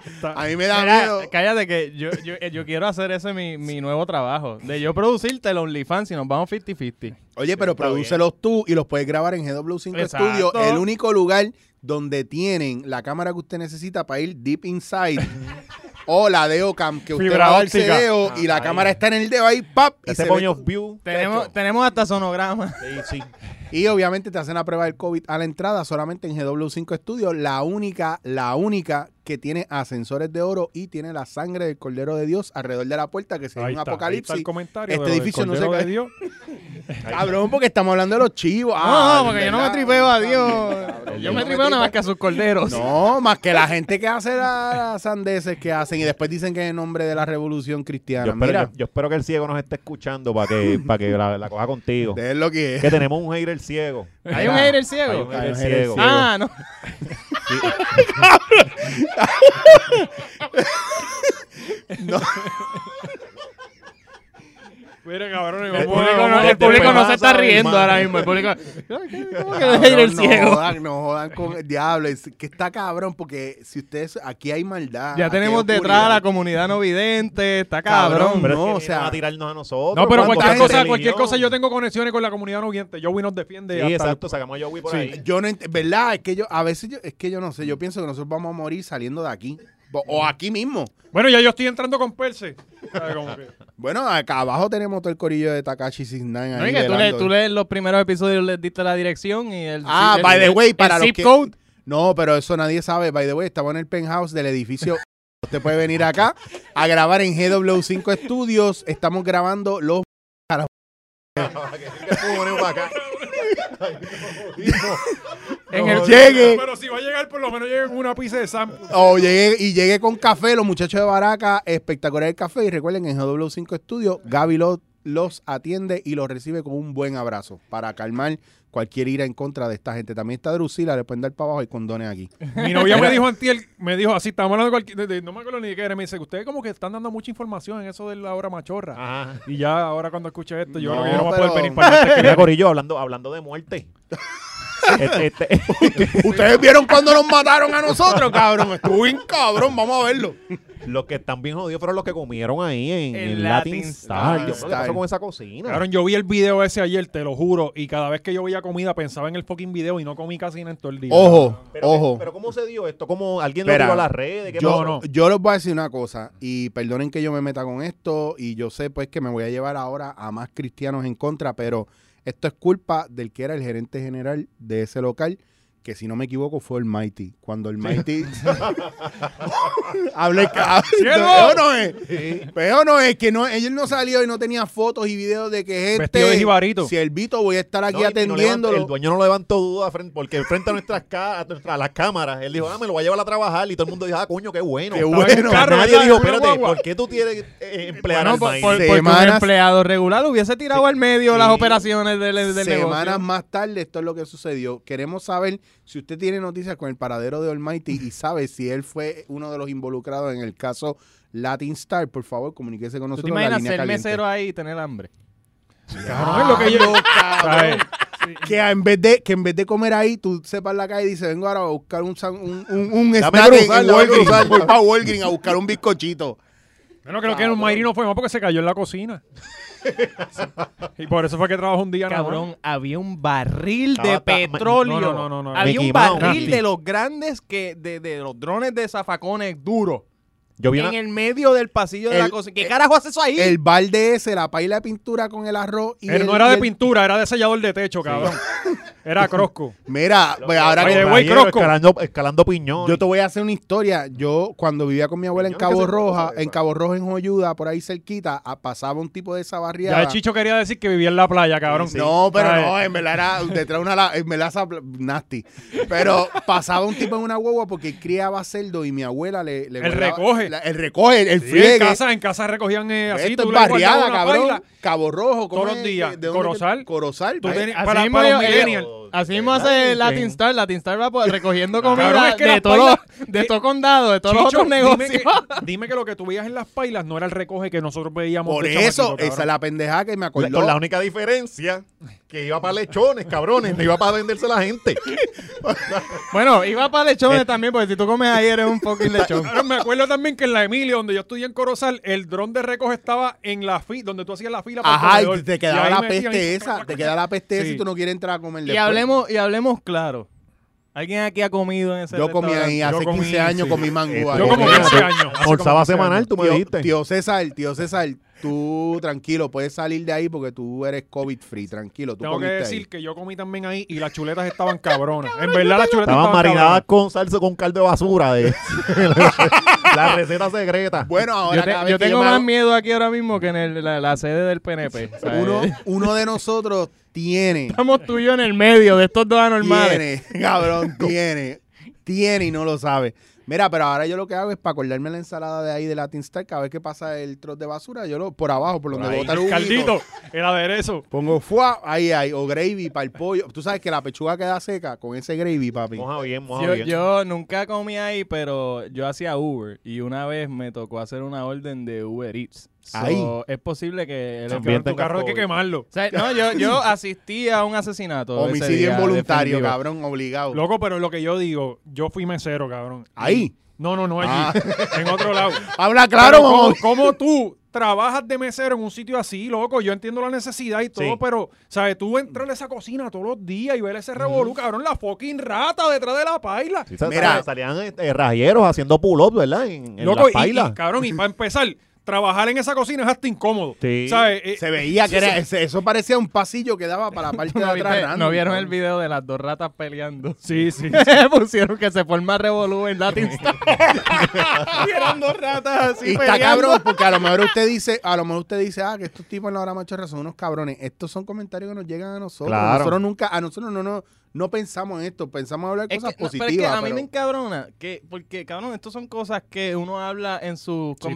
[SPEAKER 2] Está-
[SPEAKER 1] [LAUGHS] A mí me da
[SPEAKER 4] Mira,
[SPEAKER 1] miedo.
[SPEAKER 4] cállate que yo, yo, eh, yo quiero hacer ese mi, mi nuevo trabajo. De yo producirte el OnlyFans y nos vamos 50-50.
[SPEAKER 1] Oye, pero
[SPEAKER 3] Está
[SPEAKER 1] prodúcelos tú y los puedes grabar en GW5
[SPEAKER 4] Exacto.
[SPEAKER 1] Studio, el único lugar donde tienen la cámara que usted necesita para ir deep inside. o la Deocam, que usted
[SPEAKER 2] Fibra
[SPEAKER 1] va al
[SPEAKER 2] óptica.
[SPEAKER 1] dedo y la
[SPEAKER 3] Ah, ahí.
[SPEAKER 1] cámara está en el dedo ahí, pap, y,
[SPEAKER 3] Ese
[SPEAKER 1] se
[SPEAKER 3] point
[SPEAKER 1] ve-
[SPEAKER 3] of view.
[SPEAKER 4] Tenemos,
[SPEAKER 3] techo.
[SPEAKER 4] tenemos
[SPEAKER 1] [LAUGHS]
[SPEAKER 4] hasta sonograma.
[SPEAKER 3] Sí, sí.
[SPEAKER 1] y obviamente te hacen la prueba del COVID a la entrada solamente en GW5 Studio, la única, la única que tiene ascensores de oro y tiene la sangre del Cordero de Dios alrededor de la puerta, que si hay
[SPEAKER 2] Ahí
[SPEAKER 1] un
[SPEAKER 2] está, ahí está
[SPEAKER 1] apocalipsis.
[SPEAKER 2] el
[SPEAKER 1] este
[SPEAKER 2] comentario de lo del
[SPEAKER 1] edificio no se
[SPEAKER 2] Cordero de
[SPEAKER 1] cae.
[SPEAKER 2] Dios.
[SPEAKER 1] Cabrón, porque estamos hablando de los chivos. Ah,
[SPEAKER 4] No, no, porque yo no me
[SPEAKER 1] ¿verdad?
[SPEAKER 4] tripeo a Dios.
[SPEAKER 1] Cabrón,
[SPEAKER 4] Yo
[SPEAKER 1] no
[SPEAKER 4] me tripeo nada más que a sus corderos.
[SPEAKER 1] No, más que la gente que hace la- las sandeces que hacen y después dicen que es en nombre de la revolución cristiana.
[SPEAKER 3] Yo espero,
[SPEAKER 1] Mira,
[SPEAKER 3] yo- yo espero que el ciego nos esté escuchando para
[SPEAKER 1] [LAUGHS]
[SPEAKER 3] que, para que la, la coja contigo.
[SPEAKER 1] es lo que es.
[SPEAKER 3] Que tenemos un hater ciego.
[SPEAKER 4] Hay un
[SPEAKER 1] Mira,
[SPEAKER 4] hater
[SPEAKER 3] Hay
[SPEAKER 4] ciego.
[SPEAKER 3] un hater
[SPEAKER 1] Hay un hater
[SPEAKER 3] ciego.
[SPEAKER 1] ciego.
[SPEAKER 4] Ah, no.
[SPEAKER 2] Mira, cabrón,
[SPEAKER 4] El
[SPEAKER 2] vamos a-
[SPEAKER 1] [LAUGHS]
[SPEAKER 4] público Eh, no,
[SPEAKER 2] vamos a-
[SPEAKER 4] [LAUGHS] el público no se está
[SPEAKER 3] Después
[SPEAKER 4] riendo
[SPEAKER 3] vas a
[SPEAKER 4] ahora
[SPEAKER 3] ver,
[SPEAKER 4] mismo. El público. ¿Cómo que
[SPEAKER 1] Cabrón,
[SPEAKER 4] hater el
[SPEAKER 1] no
[SPEAKER 4] ciego?
[SPEAKER 1] jodan, no jodan con el diablo. Es que está cabrón porque si ustedes aquí hay maldad.
[SPEAKER 4] Ya
[SPEAKER 1] aquí hay
[SPEAKER 4] tenemos detrás a la
[SPEAKER 1] oscuridad.
[SPEAKER 4] comunidad no vidente. Está cabrón.
[SPEAKER 1] Cabrón,
[SPEAKER 3] Pero
[SPEAKER 1] No,
[SPEAKER 3] no,
[SPEAKER 1] o sea-
[SPEAKER 3] a tirarnos a nosotros.
[SPEAKER 2] No, pero
[SPEAKER 3] cuando
[SPEAKER 2] cualquier
[SPEAKER 1] gente
[SPEAKER 2] cosa,
[SPEAKER 3] religión.
[SPEAKER 2] cualquier cosa yo tengo conexiones con la comunidad no oyente. Joey nos defiende.
[SPEAKER 3] Sí,
[SPEAKER 2] hasta
[SPEAKER 3] exacto, sacamos a Joey por ahí.
[SPEAKER 1] Yo no ent- ¿verdad? Es que yo, a veces yo, es que yo no sé, yo pienso que nosotros vamos a morir saliendo de aquí. O, o aquí mismo.
[SPEAKER 2] el- Bueno, ya yo estoy entrando con Perse. ¿Sabes? Como que-
[SPEAKER 1] Bueno, acá abajo tenemos todo el corillo de Takashi 69
[SPEAKER 4] No,
[SPEAKER 1] ahí
[SPEAKER 4] y que tú, le,
[SPEAKER 1] velando.
[SPEAKER 4] tú lees los primeros episodios, les diste la dirección y el.
[SPEAKER 1] Ah,
[SPEAKER 4] el-
[SPEAKER 1] by the way,
[SPEAKER 4] el
[SPEAKER 1] para los
[SPEAKER 4] zip
[SPEAKER 1] que-
[SPEAKER 4] code.
[SPEAKER 1] No, pero eso nadie sabe. By the way, estamos en el penthouse del edificio. [LAUGHS] Usted puede venir acá a grabar en GW5 Studios. Estamos grabando
[SPEAKER 4] [LAUGHS]
[SPEAKER 1] los.
[SPEAKER 3] Que pobre, para acá.
[SPEAKER 4] En
[SPEAKER 2] No,
[SPEAKER 4] el-
[SPEAKER 2] no,
[SPEAKER 1] llegue.
[SPEAKER 2] Pero si va a llegar, por lo menos llegue con una pizza de sample.
[SPEAKER 1] O Oh, llegué, y llegué con café, los muchachos de Baraca, espectacular el café. Y recuerden, en GW5 Studios, Gaby lo- los atiende y los recibe con un buen abrazo para calmar cualquier ira en contra de esta gente. También está Drusila, le pueden dar para abajo y condones aquí.
[SPEAKER 2] Mi novia me dijo antier, me dijo así, estábamos hablando de cualquier, de- de- no me acuerdo ni de qué era, me dice, ustedes como que están dando mucha información en eso de la hora machorra.
[SPEAKER 1] [LAUGHS]
[SPEAKER 3] Ajá.
[SPEAKER 2] Y ya ahora cuando escuché esto, yo
[SPEAKER 1] No,
[SPEAKER 2] creo que yo no voy a
[SPEAKER 1] pero-
[SPEAKER 2] poder
[SPEAKER 1] [LAUGHS]
[SPEAKER 2] venir para allá.
[SPEAKER 3] Mira, Corillo, hablando, hablando de muerte. Este- este-
[SPEAKER 1] ¿Ustedes vieron cuando nos mataron a nosotros, cabrón? Estuvo bien cabrón, vamos a verlo.
[SPEAKER 3] los que están bien jodidos fueron los que comieron ahí en,
[SPEAKER 4] En
[SPEAKER 3] en
[SPEAKER 4] Latin
[SPEAKER 3] Latin,
[SPEAKER 1] Style.
[SPEAKER 3] Star. Yo creo que pasó con esa cocina.
[SPEAKER 2] Cabrón, yo vi el video ese ayer, te lo juro, y cada vez que yo veía comida pensaba en el fucking video y no comí casi nada en todo el día.
[SPEAKER 1] Ojo,
[SPEAKER 3] pero,
[SPEAKER 1] ojo.
[SPEAKER 3] pero ¿cómo se dio esto? ¿Cómo alguien
[SPEAKER 1] Espera.
[SPEAKER 3] lo tiró a las redes? ¿Qué
[SPEAKER 1] Yo,
[SPEAKER 3] pasó?
[SPEAKER 2] no.
[SPEAKER 1] yo les voy a decir una cosa, y perdonen que yo me meta con esto, y yo sé pues que me voy a llevar ahora a más cristianos en contra, pero esto es culpa del que era el gerente general de ese local, que si no me equivoco fue el Mighty. Cuando el Mighty... [LAUGHS] Hable ca- Peor no es. Peor no es que no, él no salió y no tenía fotos y videos de que gente...
[SPEAKER 2] Vestido de jibarito.
[SPEAKER 1] Si el Vito voy a estar
[SPEAKER 3] No,
[SPEAKER 1] aquí
[SPEAKER 3] y- y no levantó-
[SPEAKER 1] atendiéndolo.
[SPEAKER 3] el dueño no levantó duda frente, porque frente a nuestras, ca- a nuestras- a las cámaras, él dijo, ah, me lo voy a llevar a trabajar. Y todo el mundo dijo, ah, coño, qué bueno.
[SPEAKER 1] Qué
[SPEAKER 3] O
[SPEAKER 2] Estaba en
[SPEAKER 1] bueno.
[SPEAKER 2] un
[SPEAKER 3] sea,
[SPEAKER 2] carro,
[SPEAKER 3] nadie
[SPEAKER 2] ¿verdad?
[SPEAKER 3] dijo,
[SPEAKER 2] En una
[SPEAKER 3] espérate,
[SPEAKER 2] guagua.
[SPEAKER 3] ¿por qué tú tienes eh, emplear
[SPEAKER 4] No,
[SPEAKER 3] al
[SPEAKER 4] por,
[SPEAKER 3] maíz?"
[SPEAKER 4] por- porque un
[SPEAKER 1] Semanas-
[SPEAKER 4] empleado regular hubiese tirado al medio las operaciones del, del
[SPEAKER 1] Semanas
[SPEAKER 4] negocio.
[SPEAKER 1] más tarde, esto es lo que sucedió. Queremos saber si usted tiene noticias con el paradero de Almighty
[SPEAKER 4] [LAUGHS]
[SPEAKER 1] y sabe si él fue uno de los involucrados en el caso Latin Star. Por favor, comuníquese con
[SPEAKER 4] ¿Tú te
[SPEAKER 1] nosotros. en la
[SPEAKER 4] imaginas
[SPEAKER 1] línea
[SPEAKER 4] ser
[SPEAKER 1] caliente.
[SPEAKER 4] mesero ahí y tener hambre?
[SPEAKER 2] Cabrón, es lo que yo...
[SPEAKER 1] Cabrón.
[SPEAKER 2] ¿sabes?
[SPEAKER 1] Que en, vez de, que en vez de comer ahí, tú sepas la calle y dices, vengo ahora a buscar un, san- un, un, un
[SPEAKER 3] Dame Pues
[SPEAKER 1] snack en-
[SPEAKER 3] cruzar,
[SPEAKER 1] en
[SPEAKER 3] dame
[SPEAKER 1] Walgreens.
[SPEAKER 3] cruzar.
[SPEAKER 1] Voy pa' Walgreens a buscar un bizcochito.
[SPEAKER 2] Bueno, creo que en un Mayrino fue más porque se cayó en
[SPEAKER 1] [LAUGHS]
[SPEAKER 2] la cocina. y por eso fue que trabajó un día nada más.
[SPEAKER 4] Cabrón, había un barril de
[SPEAKER 3] Estaba ta- ma-
[SPEAKER 4] petróleo.
[SPEAKER 2] no, no, no, no, no.
[SPEAKER 4] Había
[SPEAKER 3] Mickey
[SPEAKER 4] un
[SPEAKER 3] Mouse.
[SPEAKER 4] barril
[SPEAKER 2] Nasty.
[SPEAKER 4] de los grandes que de, de los drones de zafacones duros.
[SPEAKER 3] Yo vi
[SPEAKER 4] En
[SPEAKER 3] una-
[SPEAKER 4] el medio del pasillo de
[SPEAKER 1] El-
[SPEAKER 4] la cosa. ¿Qué carajo hace eso ahí?
[SPEAKER 1] El balde ese, la paila de pintura con el arroz. Y
[SPEAKER 2] Él
[SPEAKER 1] el-
[SPEAKER 2] no era
[SPEAKER 1] y
[SPEAKER 2] de
[SPEAKER 1] el-
[SPEAKER 2] pintura, era de sellador de techo, cabrón.
[SPEAKER 1] [LAUGHS]
[SPEAKER 2] Era crosco.
[SPEAKER 1] Mira, pues ahora
[SPEAKER 2] Oye,
[SPEAKER 1] que-
[SPEAKER 2] güey,
[SPEAKER 3] Caballero,
[SPEAKER 2] Crosco.
[SPEAKER 3] Escalando, escalando piñón.
[SPEAKER 1] Yo te voy a hacer una historia. Yo, cuando vivía con mi abuela en
[SPEAKER 3] Señor, ¿qué
[SPEAKER 1] Cabo
[SPEAKER 3] se-
[SPEAKER 1] Roja,
[SPEAKER 3] cosa
[SPEAKER 1] en
[SPEAKER 3] esa?
[SPEAKER 1] Cabo Roja, en Joyuda, por ahí cerquita, a- pasaba un tipo de esa
[SPEAKER 2] Ya el
[SPEAKER 1] barriada.
[SPEAKER 2] Chicho quería decir que vivía en la playa, cabrón.
[SPEAKER 1] No, pero
[SPEAKER 2] Ay,
[SPEAKER 1] no, en verdad era detrás de una la- en verdad esa pl- nasty. Pero pasaba un tipo en una guagua porque él criaba cerdo y mi abuela le, le
[SPEAKER 2] El
[SPEAKER 1] guardaba-
[SPEAKER 2] recoge.
[SPEAKER 1] la- el recoge, el, el
[SPEAKER 2] sí,
[SPEAKER 1] friegue.
[SPEAKER 2] en casa, en casa recogían eh, así.
[SPEAKER 1] Esto
[SPEAKER 2] tú
[SPEAKER 1] es
[SPEAKER 2] le guardabas
[SPEAKER 1] barriada,
[SPEAKER 2] una
[SPEAKER 1] cabrón.
[SPEAKER 2] paila.
[SPEAKER 1] Cabo Rojo, ¿cómo
[SPEAKER 2] Todos los
[SPEAKER 1] es?
[SPEAKER 2] días.
[SPEAKER 1] ¿De dónde es que-
[SPEAKER 2] Corozal.
[SPEAKER 1] Corozal.
[SPEAKER 2] Tú
[SPEAKER 1] Ahí-
[SPEAKER 2] tenías-
[SPEAKER 4] Así
[SPEAKER 2] para,
[SPEAKER 4] mismo
[SPEAKER 2] para
[SPEAKER 4] yo- eh,
[SPEAKER 2] los millennials.
[SPEAKER 3] yo-
[SPEAKER 4] Así mismo hace
[SPEAKER 3] Latin
[SPEAKER 4] Latin
[SPEAKER 3] Chain.
[SPEAKER 4] Star. Latin Star va por- recogiendo comida
[SPEAKER 2] Cabrón, es que
[SPEAKER 4] de
[SPEAKER 2] las
[SPEAKER 4] todos
[SPEAKER 2] pailas-
[SPEAKER 4] los- de todo condado, de todos los
[SPEAKER 2] Chicho,
[SPEAKER 4] otros negocios.
[SPEAKER 2] Dime que, [LAUGHS] dime que lo que tú veías en las pailas no era el recoge que nosotros veíamos.
[SPEAKER 1] Por
[SPEAKER 2] de
[SPEAKER 1] eso,
[SPEAKER 2] chamaquito, cabrón.
[SPEAKER 1] esa es la pendejada que me acordó.
[SPEAKER 3] Con la única diferencia que iba para lechones, cabrones, no iba para venderse la gente.
[SPEAKER 4] [LAUGHS] Bueno, iba para lechones también, porque si tú comes ahí eres un
[SPEAKER 2] [LAUGHS]
[SPEAKER 4] fucking lechón.
[SPEAKER 2] Cabrón, me acuerdo también que en la Emilia, donde yo estudié en Corozal, el dron de recoge estaba en la fila, donde tú hacías la fila. para el
[SPEAKER 1] Ajá,
[SPEAKER 2] comedor.
[SPEAKER 1] y te quedaba
[SPEAKER 2] ahí
[SPEAKER 1] la
[SPEAKER 2] metían-
[SPEAKER 1] peste eh, esa. Te quedaba la peste esa
[SPEAKER 2] Sí.
[SPEAKER 1] y tú no quieres entrar a comer
[SPEAKER 4] Y
[SPEAKER 1] después.
[SPEAKER 4] hablemos, y hablemos claro. ¿Alguien aquí ha comido en ese
[SPEAKER 1] Yo comí
[SPEAKER 4] restaurante?
[SPEAKER 1] ahí
[SPEAKER 2] Yo
[SPEAKER 1] hace
[SPEAKER 2] comí,
[SPEAKER 1] 15 años,
[SPEAKER 2] sí.
[SPEAKER 1] comí mangú. ahí.
[SPEAKER 2] Yo como
[SPEAKER 1] Tío-
[SPEAKER 2] 15 años, hace como
[SPEAKER 3] Forzaba
[SPEAKER 2] 15
[SPEAKER 3] semanal,
[SPEAKER 2] años.
[SPEAKER 3] tú me dijiste.
[SPEAKER 1] Tío César, tío César, tú tranquilo, puedes salir de ahí porque tú eres COVID free, tranquilo. Tú
[SPEAKER 2] Tengo que
[SPEAKER 1] comiste
[SPEAKER 2] decir
[SPEAKER 1] ahí.
[SPEAKER 2] que yo comí también ahí y las chuletas
[SPEAKER 1] [LAUGHS]
[SPEAKER 2] estaban cabronas. en verdad las chuletas
[SPEAKER 3] Estaban
[SPEAKER 2] estaban
[SPEAKER 3] marinadas
[SPEAKER 2] cabronas.
[SPEAKER 3] con salsa con caldo de basura. De... la receta secreta.
[SPEAKER 1] Bueno, ahora
[SPEAKER 4] Yo, te-
[SPEAKER 1] cada vez
[SPEAKER 4] yo
[SPEAKER 1] que
[SPEAKER 4] tengo
[SPEAKER 1] me
[SPEAKER 4] más
[SPEAKER 1] hago-
[SPEAKER 4] miedo aquí ahora mismo que en el- la, la sede del PNP. O sea,
[SPEAKER 1] uno, uno de nosotros tiene,
[SPEAKER 4] [LAUGHS] Estamos tú y yo en el medio de estos dos anormales.
[SPEAKER 1] tiene, [LAUGHS] cabrón, tiene, tiene y no lo sabe. Mira, pero ahora yo lo que hago es para acordarme la ensalada de ahí de Latin Star, cada vez que pasa el trozo de basura, yo lo, por abajo, por donde
[SPEAKER 3] ahí.
[SPEAKER 1] botar un
[SPEAKER 2] Caldito, el aderezo.
[SPEAKER 1] Pongo fuá, ahí, ahí, o gravy para el pollo. Tú sabes que la pechuga queda seca con ese gravy, papi.
[SPEAKER 3] moja bien, moja
[SPEAKER 4] Yo,
[SPEAKER 3] bien.
[SPEAKER 4] yo nunca comí ahí, pero yo hacía Uber y una vez me tocó hacer una orden de Uber Eats. So,
[SPEAKER 1] Ahí.
[SPEAKER 4] Es posible que el
[SPEAKER 3] También
[SPEAKER 2] Cabrón, tu
[SPEAKER 3] tengas
[SPEAKER 2] carro hay que
[SPEAKER 3] COVID.
[SPEAKER 2] quemarlo.
[SPEAKER 4] O sea, no, yo, yo asistí a un asesinato. ese
[SPEAKER 1] Homicidio
[SPEAKER 4] día,
[SPEAKER 1] involuntario,
[SPEAKER 4] definitivo.
[SPEAKER 1] cabrón, obligado.
[SPEAKER 2] Loco, pero lo que yo digo, yo fui mesero, cabrón.
[SPEAKER 1] [LAUGHS] Ahí.
[SPEAKER 2] No, no, no allí.
[SPEAKER 1] Ah.
[SPEAKER 2] En otro lado.
[SPEAKER 1] [LAUGHS] Habla claro,
[SPEAKER 2] Pero ¿cómo,
[SPEAKER 1] mamón.
[SPEAKER 2] cómo tú trabajas de mesero en un sitio así, loco? Yo entiendo la necesidad y todo,
[SPEAKER 3] Sí.
[SPEAKER 2] pero, ¿sabes? Tú entrar a esa cocina todos los días y ver ese revolú, cabrón, la fucking rata detrás de la paila.
[SPEAKER 3] Sí, sal-
[SPEAKER 1] Mira.
[SPEAKER 3] salían este, rayeros haciendo pull-up, ¿verdad? En, en
[SPEAKER 2] loco,
[SPEAKER 3] las
[SPEAKER 2] y- y,
[SPEAKER 3] pailas.
[SPEAKER 2] cabrón, y para empezar, trabajar en esa cocina es hasta incómodo.
[SPEAKER 3] Sí.
[SPEAKER 2] ¿Sabes? Eh,
[SPEAKER 1] Se veía que era, ese- eso parecía un pasillo que daba [LAUGHS] para la parte de
[SPEAKER 4] ¿No,
[SPEAKER 1] atrás.
[SPEAKER 4] viste-
[SPEAKER 1] random,
[SPEAKER 4] no vieron
[SPEAKER 1] [LAUGHS]
[SPEAKER 4] el
[SPEAKER 1] cabrón.
[SPEAKER 4] video de las dos ratas peleando?
[SPEAKER 2] Sí, sí.
[SPEAKER 4] [LAUGHS] Pusieron que se forma revolú en Latin Star. Vieron dos ratas así
[SPEAKER 1] Y está cabrón, porque a lo [LAUGHS] mejor usted dice, a lo mejor usted dice, ah, que estos tipos en la hora machorra son unos cabrones. Estos son comentarios que nos llegan a nosotros.
[SPEAKER 3] Claro.
[SPEAKER 1] Nosotros nunca, a nosotros no, no, no pensamos en esto, pensamos hablar
[SPEAKER 4] Es
[SPEAKER 1] cosas
[SPEAKER 4] que- no, pero es que
[SPEAKER 1] positivas.
[SPEAKER 4] a mí
[SPEAKER 1] pero-
[SPEAKER 4] me encabrona, que, porque cabrón, estas son cosas que uno habla en sus
[SPEAKER 2] todo el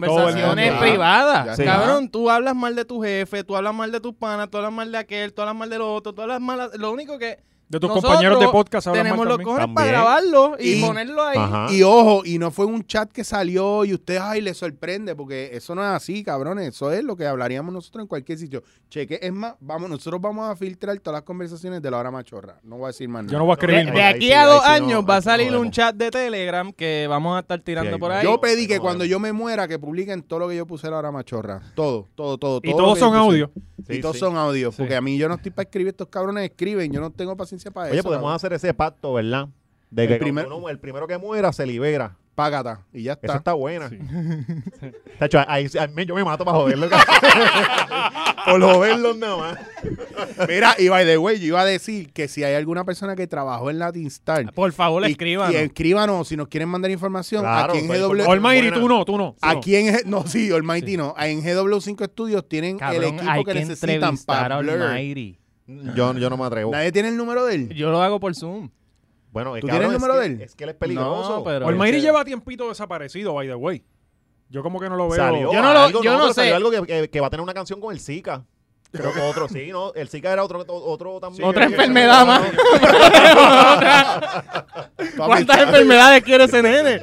[SPEAKER 1] mundo.
[SPEAKER 4] conversaciones
[SPEAKER 1] Ya
[SPEAKER 4] privadas.
[SPEAKER 1] está.
[SPEAKER 4] Cabrón, tú hablas mal de tu jefe, tú hablas mal de tus panas, tú hablas mal de aquel, tú hablas mal del otro, tú hablas mal. Lo único que.
[SPEAKER 2] De tus
[SPEAKER 4] nosotros
[SPEAKER 2] compañeros de podcast hablan
[SPEAKER 4] Tenemos
[SPEAKER 2] mal
[SPEAKER 4] los
[SPEAKER 2] también.
[SPEAKER 4] cojones para
[SPEAKER 3] También.
[SPEAKER 4] grabarlo y,
[SPEAKER 1] Y-
[SPEAKER 4] ponerlo ahí.
[SPEAKER 3] Ajá.
[SPEAKER 1] Y ojo, y no fue un chat que salió y usted, ay, le sorprende, porque eso no es así, cabrones. Eso es lo que hablaríamos nosotros en cualquier sitio. Cheque, es más, vamos, nosotros vamos a filtrar todas las conversaciones de la hora machorra. No voy a decir más nada.
[SPEAKER 2] Yo no voy a escribir
[SPEAKER 4] De,
[SPEAKER 2] más.
[SPEAKER 4] de
[SPEAKER 3] ahí
[SPEAKER 4] aquí
[SPEAKER 3] sí,
[SPEAKER 4] a
[SPEAKER 3] ahí
[SPEAKER 4] dos
[SPEAKER 3] sí no-
[SPEAKER 4] años va a
[SPEAKER 3] ahí sí no
[SPEAKER 4] salir un
[SPEAKER 3] vemos.
[SPEAKER 4] chat de Telegram que vamos a estar tirando
[SPEAKER 3] Sí,
[SPEAKER 4] por
[SPEAKER 3] ahí-
[SPEAKER 4] ahí.
[SPEAKER 1] Yo pedí que
[SPEAKER 3] no,
[SPEAKER 1] cuando
[SPEAKER 3] no.
[SPEAKER 1] yo me muera, que publiquen todo lo que yo puse en la hora machorra. Todo, todo, todo.
[SPEAKER 2] Y
[SPEAKER 1] todo lo
[SPEAKER 2] todos
[SPEAKER 1] que yo
[SPEAKER 2] son
[SPEAKER 1] puse.
[SPEAKER 2] audio.
[SPEAKER 3] Sí,
[SPEAKER 1] y todos
[SPEAKER 3] sí.
[SPEAKER 1] son audios.
[SPEAKER 2] Sí.
[SPEAKER 1] Porque a mí yo no estoy para escribir. Estos cabrones escriben. Yo no tengo paciencia para
[SPEAKER 3] Oye,
[SPEAKER 1] eso.
[SPEAKER 3] podemos
[SPEAKER 1] cabrón.
[SPEAKER 3] hacer ese pacto, ¿verdad?
[SPEAKER 1] El
[SPEAKER 3] De que
[SPEAKER 1] primer-
[SPEAKER 3] cuando uno- el primero que muera se libera.
[SPEAKER 1] Págata. Y ya
[SPEAKER 3] Esa
[SPEAKER 1] está.
[SPEAKER 3] está buena.
[SPEAKER 2] Sí.
[SPEAKER 3] [LAUGHS] Tacho, ahí, sí- a mí- yo me mato para joderlo. Por joderlos nada más.
[SPEAKER 1] Mira, y by the way, yo iba a decir que si hay alguna persona que trabajó en Latin Star.
[SPEAKER 4] Por favor,
[SPEAKER 1] Y-
[SPEAKER 4] escriban.
[SPEAKER 1] Y escríbanos si nos quieren mandar información.
[SPEAKER 3] Claro,
[SPEAKER 1] aquí en
[SPEAKER 3] soy
[SPEAKER 1] GW.
[SPEAKER 3] por-
[SPEAKER 2] Olmairi,
[SPEAKER 3] buena.
[SPEAKER 2] tú no, tú no. tú no.
[SPEAKER 1] Aquí en G- no, sí, Almighty no. En GW5 Studios tienen el
[SPEAKER 4] Cabrón,
[SPEAKER 1] equipo
[SPEAKER 4] hay
[SPEAKER 1] que,
[SPEAKER 4] que,
[SPEAKER 1] necesitan
[SPEAKER 4] entrevistar
[SPEAKER 1] para
[SPEAKER 4] a
[SPEAKER 1] Blur.
[SPEAKER 4] Almighty.
[SPEAKER 3] Yo, yo no me atrevo.
[SPEAKER 1] Nadie tiene el número de él.
[SPEAKER 4] Yo lo hago por Zoom.
[SPEAKER 3] Bueno, es
[SPEAKER 1] ¿Tú
[SPEAKER 3] que
[SPEAKER 1] tienes
[SPEAKER 3] ahora
[SPEAKER 1] el
[SPEAKER 3] es
[SPEAKER 1] número
[SPEAKER 3] que-
[SPEAKER 1] de él?
[SPEAKER 3] Es que él es peligroso.
[SPEAKER 4] No, pero-
[SPEAKER 2] Olmairi
[SPEAKER 4] ese-
[SPEAKER 2] lleva tiempito desaparecido, by the way. Yo como que no lo veo.
[SPEAKER 3] Salió
[SPEAKER 4] Yo no lo-
[SPEAKER 3] algo,
[SPEAKER 4] yo no
[SPEAKER 3] pero
[SPEAKER 4] sé.
[SPEAKER 3] salió algo que, que- que va a tener una canción con el Zika. Creo que otro, sí, ¿no? El Zika era otro, otro también.
[SPEAKER 4] Otra
[SPEAKER 3] Que-
[SPEAKER 4] enfermedad más.
[SPEAKER 1] Papi,
[SPEAKER 4] ¿Cuántas
[SPEAKER 1] está-
[SPEAKER 4] enfermedades quiere ese nene?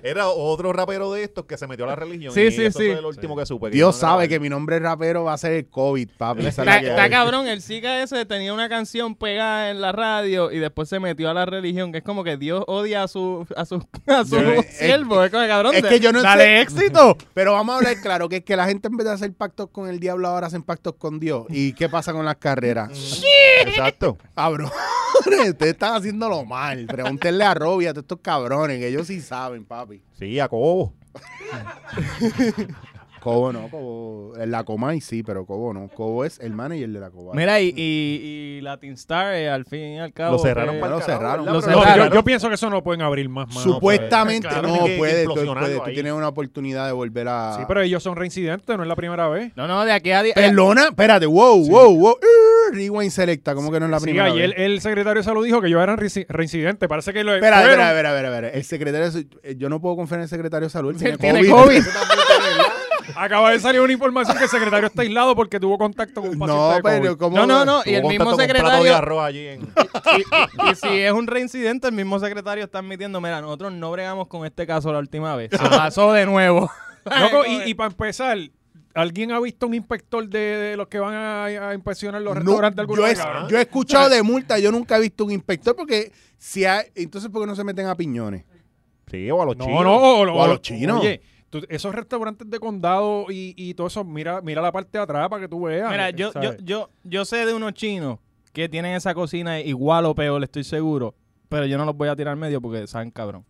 [SPEAKER 3] Era otro rapero de estos que se metió a la religión.
[SPEAKER 4] Sí,
[SPEAKER 3] y
[SPEAKER 4] sí,
[SPEAKER 3] eso
[SPEAKER 4] sí.
[SPEAKER 3] fue el último que supe. que
[SPEAKER 1] Dios
[SPEAKER 3] yo no
[SPEAKER 1] sabe
[SPEAKER 3] era-
[SPEAKER 1] que mi nombre rapero va a ser el COVID, papi.
[SPEAKER 4] [LAUGHS]
[SPEAKER 1] Esa es la
[SPEAKER 4] Está,
[SPEAKER 1] que
[SPEAKER 4] está
[SPEAKER 1] hay.
[SPEAKER 4] cabrón, el Zika ese tenía una canción pegada en la radio y después se metió a la religión, que es como que Dios odia a su a su, a su
[SPEAKER 1] Yo- eh, es-
[SPEAKER 4] siervo, es como cabrón.
[SPEAKER 1] es
[SPEAKER 4] de-
[SPEAKER 1] que yo no
[SPEAKER 4] dale
[SPEAKER 1] sé-
[SPEAKER 4] éxito.
[SPEAKER 1] Pero vamos a hablar claro, que es que la gente en vez de hacer pactos con el diablo ahora hacen pactos con Dios. ¿Y qué pasa con las carreras?
[SPEAKER 3] Exacto.
[SPEAKER 1] Cabrón, [LAUGHS] ustedes están haciéndolo mal. Pregúntenle a Robbie, a todos estos cabrones, que ellos sí saben, papi.
[SPEAKER 3] Sí, a Cobo.
[SPEAKER 1] [LAUGHS] Cobo no, Cobo. en La Comay sí, pero Cobo no. Cobo es el manager de la Comay.
[SPEAKER 4] Mira, y, y, y Latin Star, eh, al fin y al cabo.
[SPEAKER 3] Lo cerraron
[SPEAKER 4] eh,
[SPEAKER 3] para
[SPEAKER 1] lo
[SPEAKER 3] el carajo,
[SPEAKER 1] cerraron.
[SPEAKER 3] ¿verdad?
[SPEAKER 4] Lo
[SPEAKER 3] Pero-
[SPEAKER 2] No,
[SPEAKER 4] cerraron.
[SPEAKER 2] yo, yo pienso que eso no pueden abrir más. mano.
[SPEAKER 1] Supuestamente
[SPEAKER 3] Claro,
[SPEAKER 1] no
[SPEAKER 3] tiene que- que
[SPEAKER 1] puede, tú,
[SPEAKER 3] implosionarlo
[SPEAKER 1] puedes, tú
[SPEAKER 3] ahí.
[SPEAKER 1] tienes una oportunidad de volver a.
[SPEAKER 2] Sí, pero ellos son reincidentes, no es la primera vez.
[SPEAKER 4] No, no, de aquí a eh, 10.
[SPEAKER 1] Pelona, espérate, wow, wow, wow. eh, Rewind selecta, ¿cómo que no es la
[SPEAKER 2] Sí,
[SPEAKER 1] primera?
[SPEAKER 2] ayer eh,
[SPEAKER 1] vez?
[SPEAKER 2] el secretario de salud dijo que ellos eran reinci- reincidentes. Parece que lo
[SPEAKER 1] Espera,
[SPEAKER 2] fueron.
[SPEAKER 1] espera, eh, espera, espera, espera. El secretario, de- yo no puedo confiar en el secretario de salud. él
[SPEAKER 4] Él
[SPEAKER 1] tiene
[SPEAKER 4] tiene
[SPEAKER 1] COVID.
[SPEAKER 4] COVID.
[SPEAKER 3] Eso también tiene, ¿verdad?
[SPEAKER 2] Acaba de salir una información que el secretario está aislado porque tuvo contacto con un paciente
[SPEAKER 1] No,
[SPEAKER 2] de COVID.
[SPEAKER 1] pero ¿cómo
[SPEAKER 4] No, no,
[SPEAKER 1] va?
[SPEAKER 4] no. [LAUGHS]
[SPEAKER 3] Tuvo
[SPEAKER 4] Y el mismo
[SPEAKER 3] contacto con un plato de
[SPEAKER 4] secretario.
[SPEAKER 3] arroz allí en-
[SPEAKER 4] Y, y- y si es un reincidente, el mismo secretario está admitiendo, mira, nosotros no bregamos con este caso la última vez.
[SPEAKER 1] Ah.
[SPEAKER 4] Se pasó de [LAUGHS] nuevo.
[SPEAKER 2] Loco, y, para empezar, ¿alguien ha visto un inspector de, de los que van a, a inspeccionar
[SPEAKER 1] [LAUGHS]
[SPEAKER 2] los
[SPEAKER 1] No,
[SPEAKER 2] restaurantes de algún
[SPEAKER 1] yo, he,
[SPEAKER 2] lugar, cabrón?
[SPEAKER 1] yo he escuchado de multa, yo nunca he visto un inspector porque si hay, entonces ¿por qué no se meten a piñones?
[SPEAKER 3] Sí, o a los
[SPEAKER 2] No,
[SPEAKER 3] chinos.
[SPEAKER 2] no, o,
[SPEAKER 1] O a los chinos.
[SPEAKER 2] Oye, tú- esos restaurantes de condado y, y todo eso, mira, mira la parte de atrás para que tú veas. Eh,
[SPEAKER 4] Mira, yo, yo,
[SPEAKER 2] ¿sabes?
[SPEAKER 4] yo, yo sé de unos chinos que tienen esa cocina igual o peor, estoy seguro. Pero yo no los voy a tirar medio porque saben cabrón.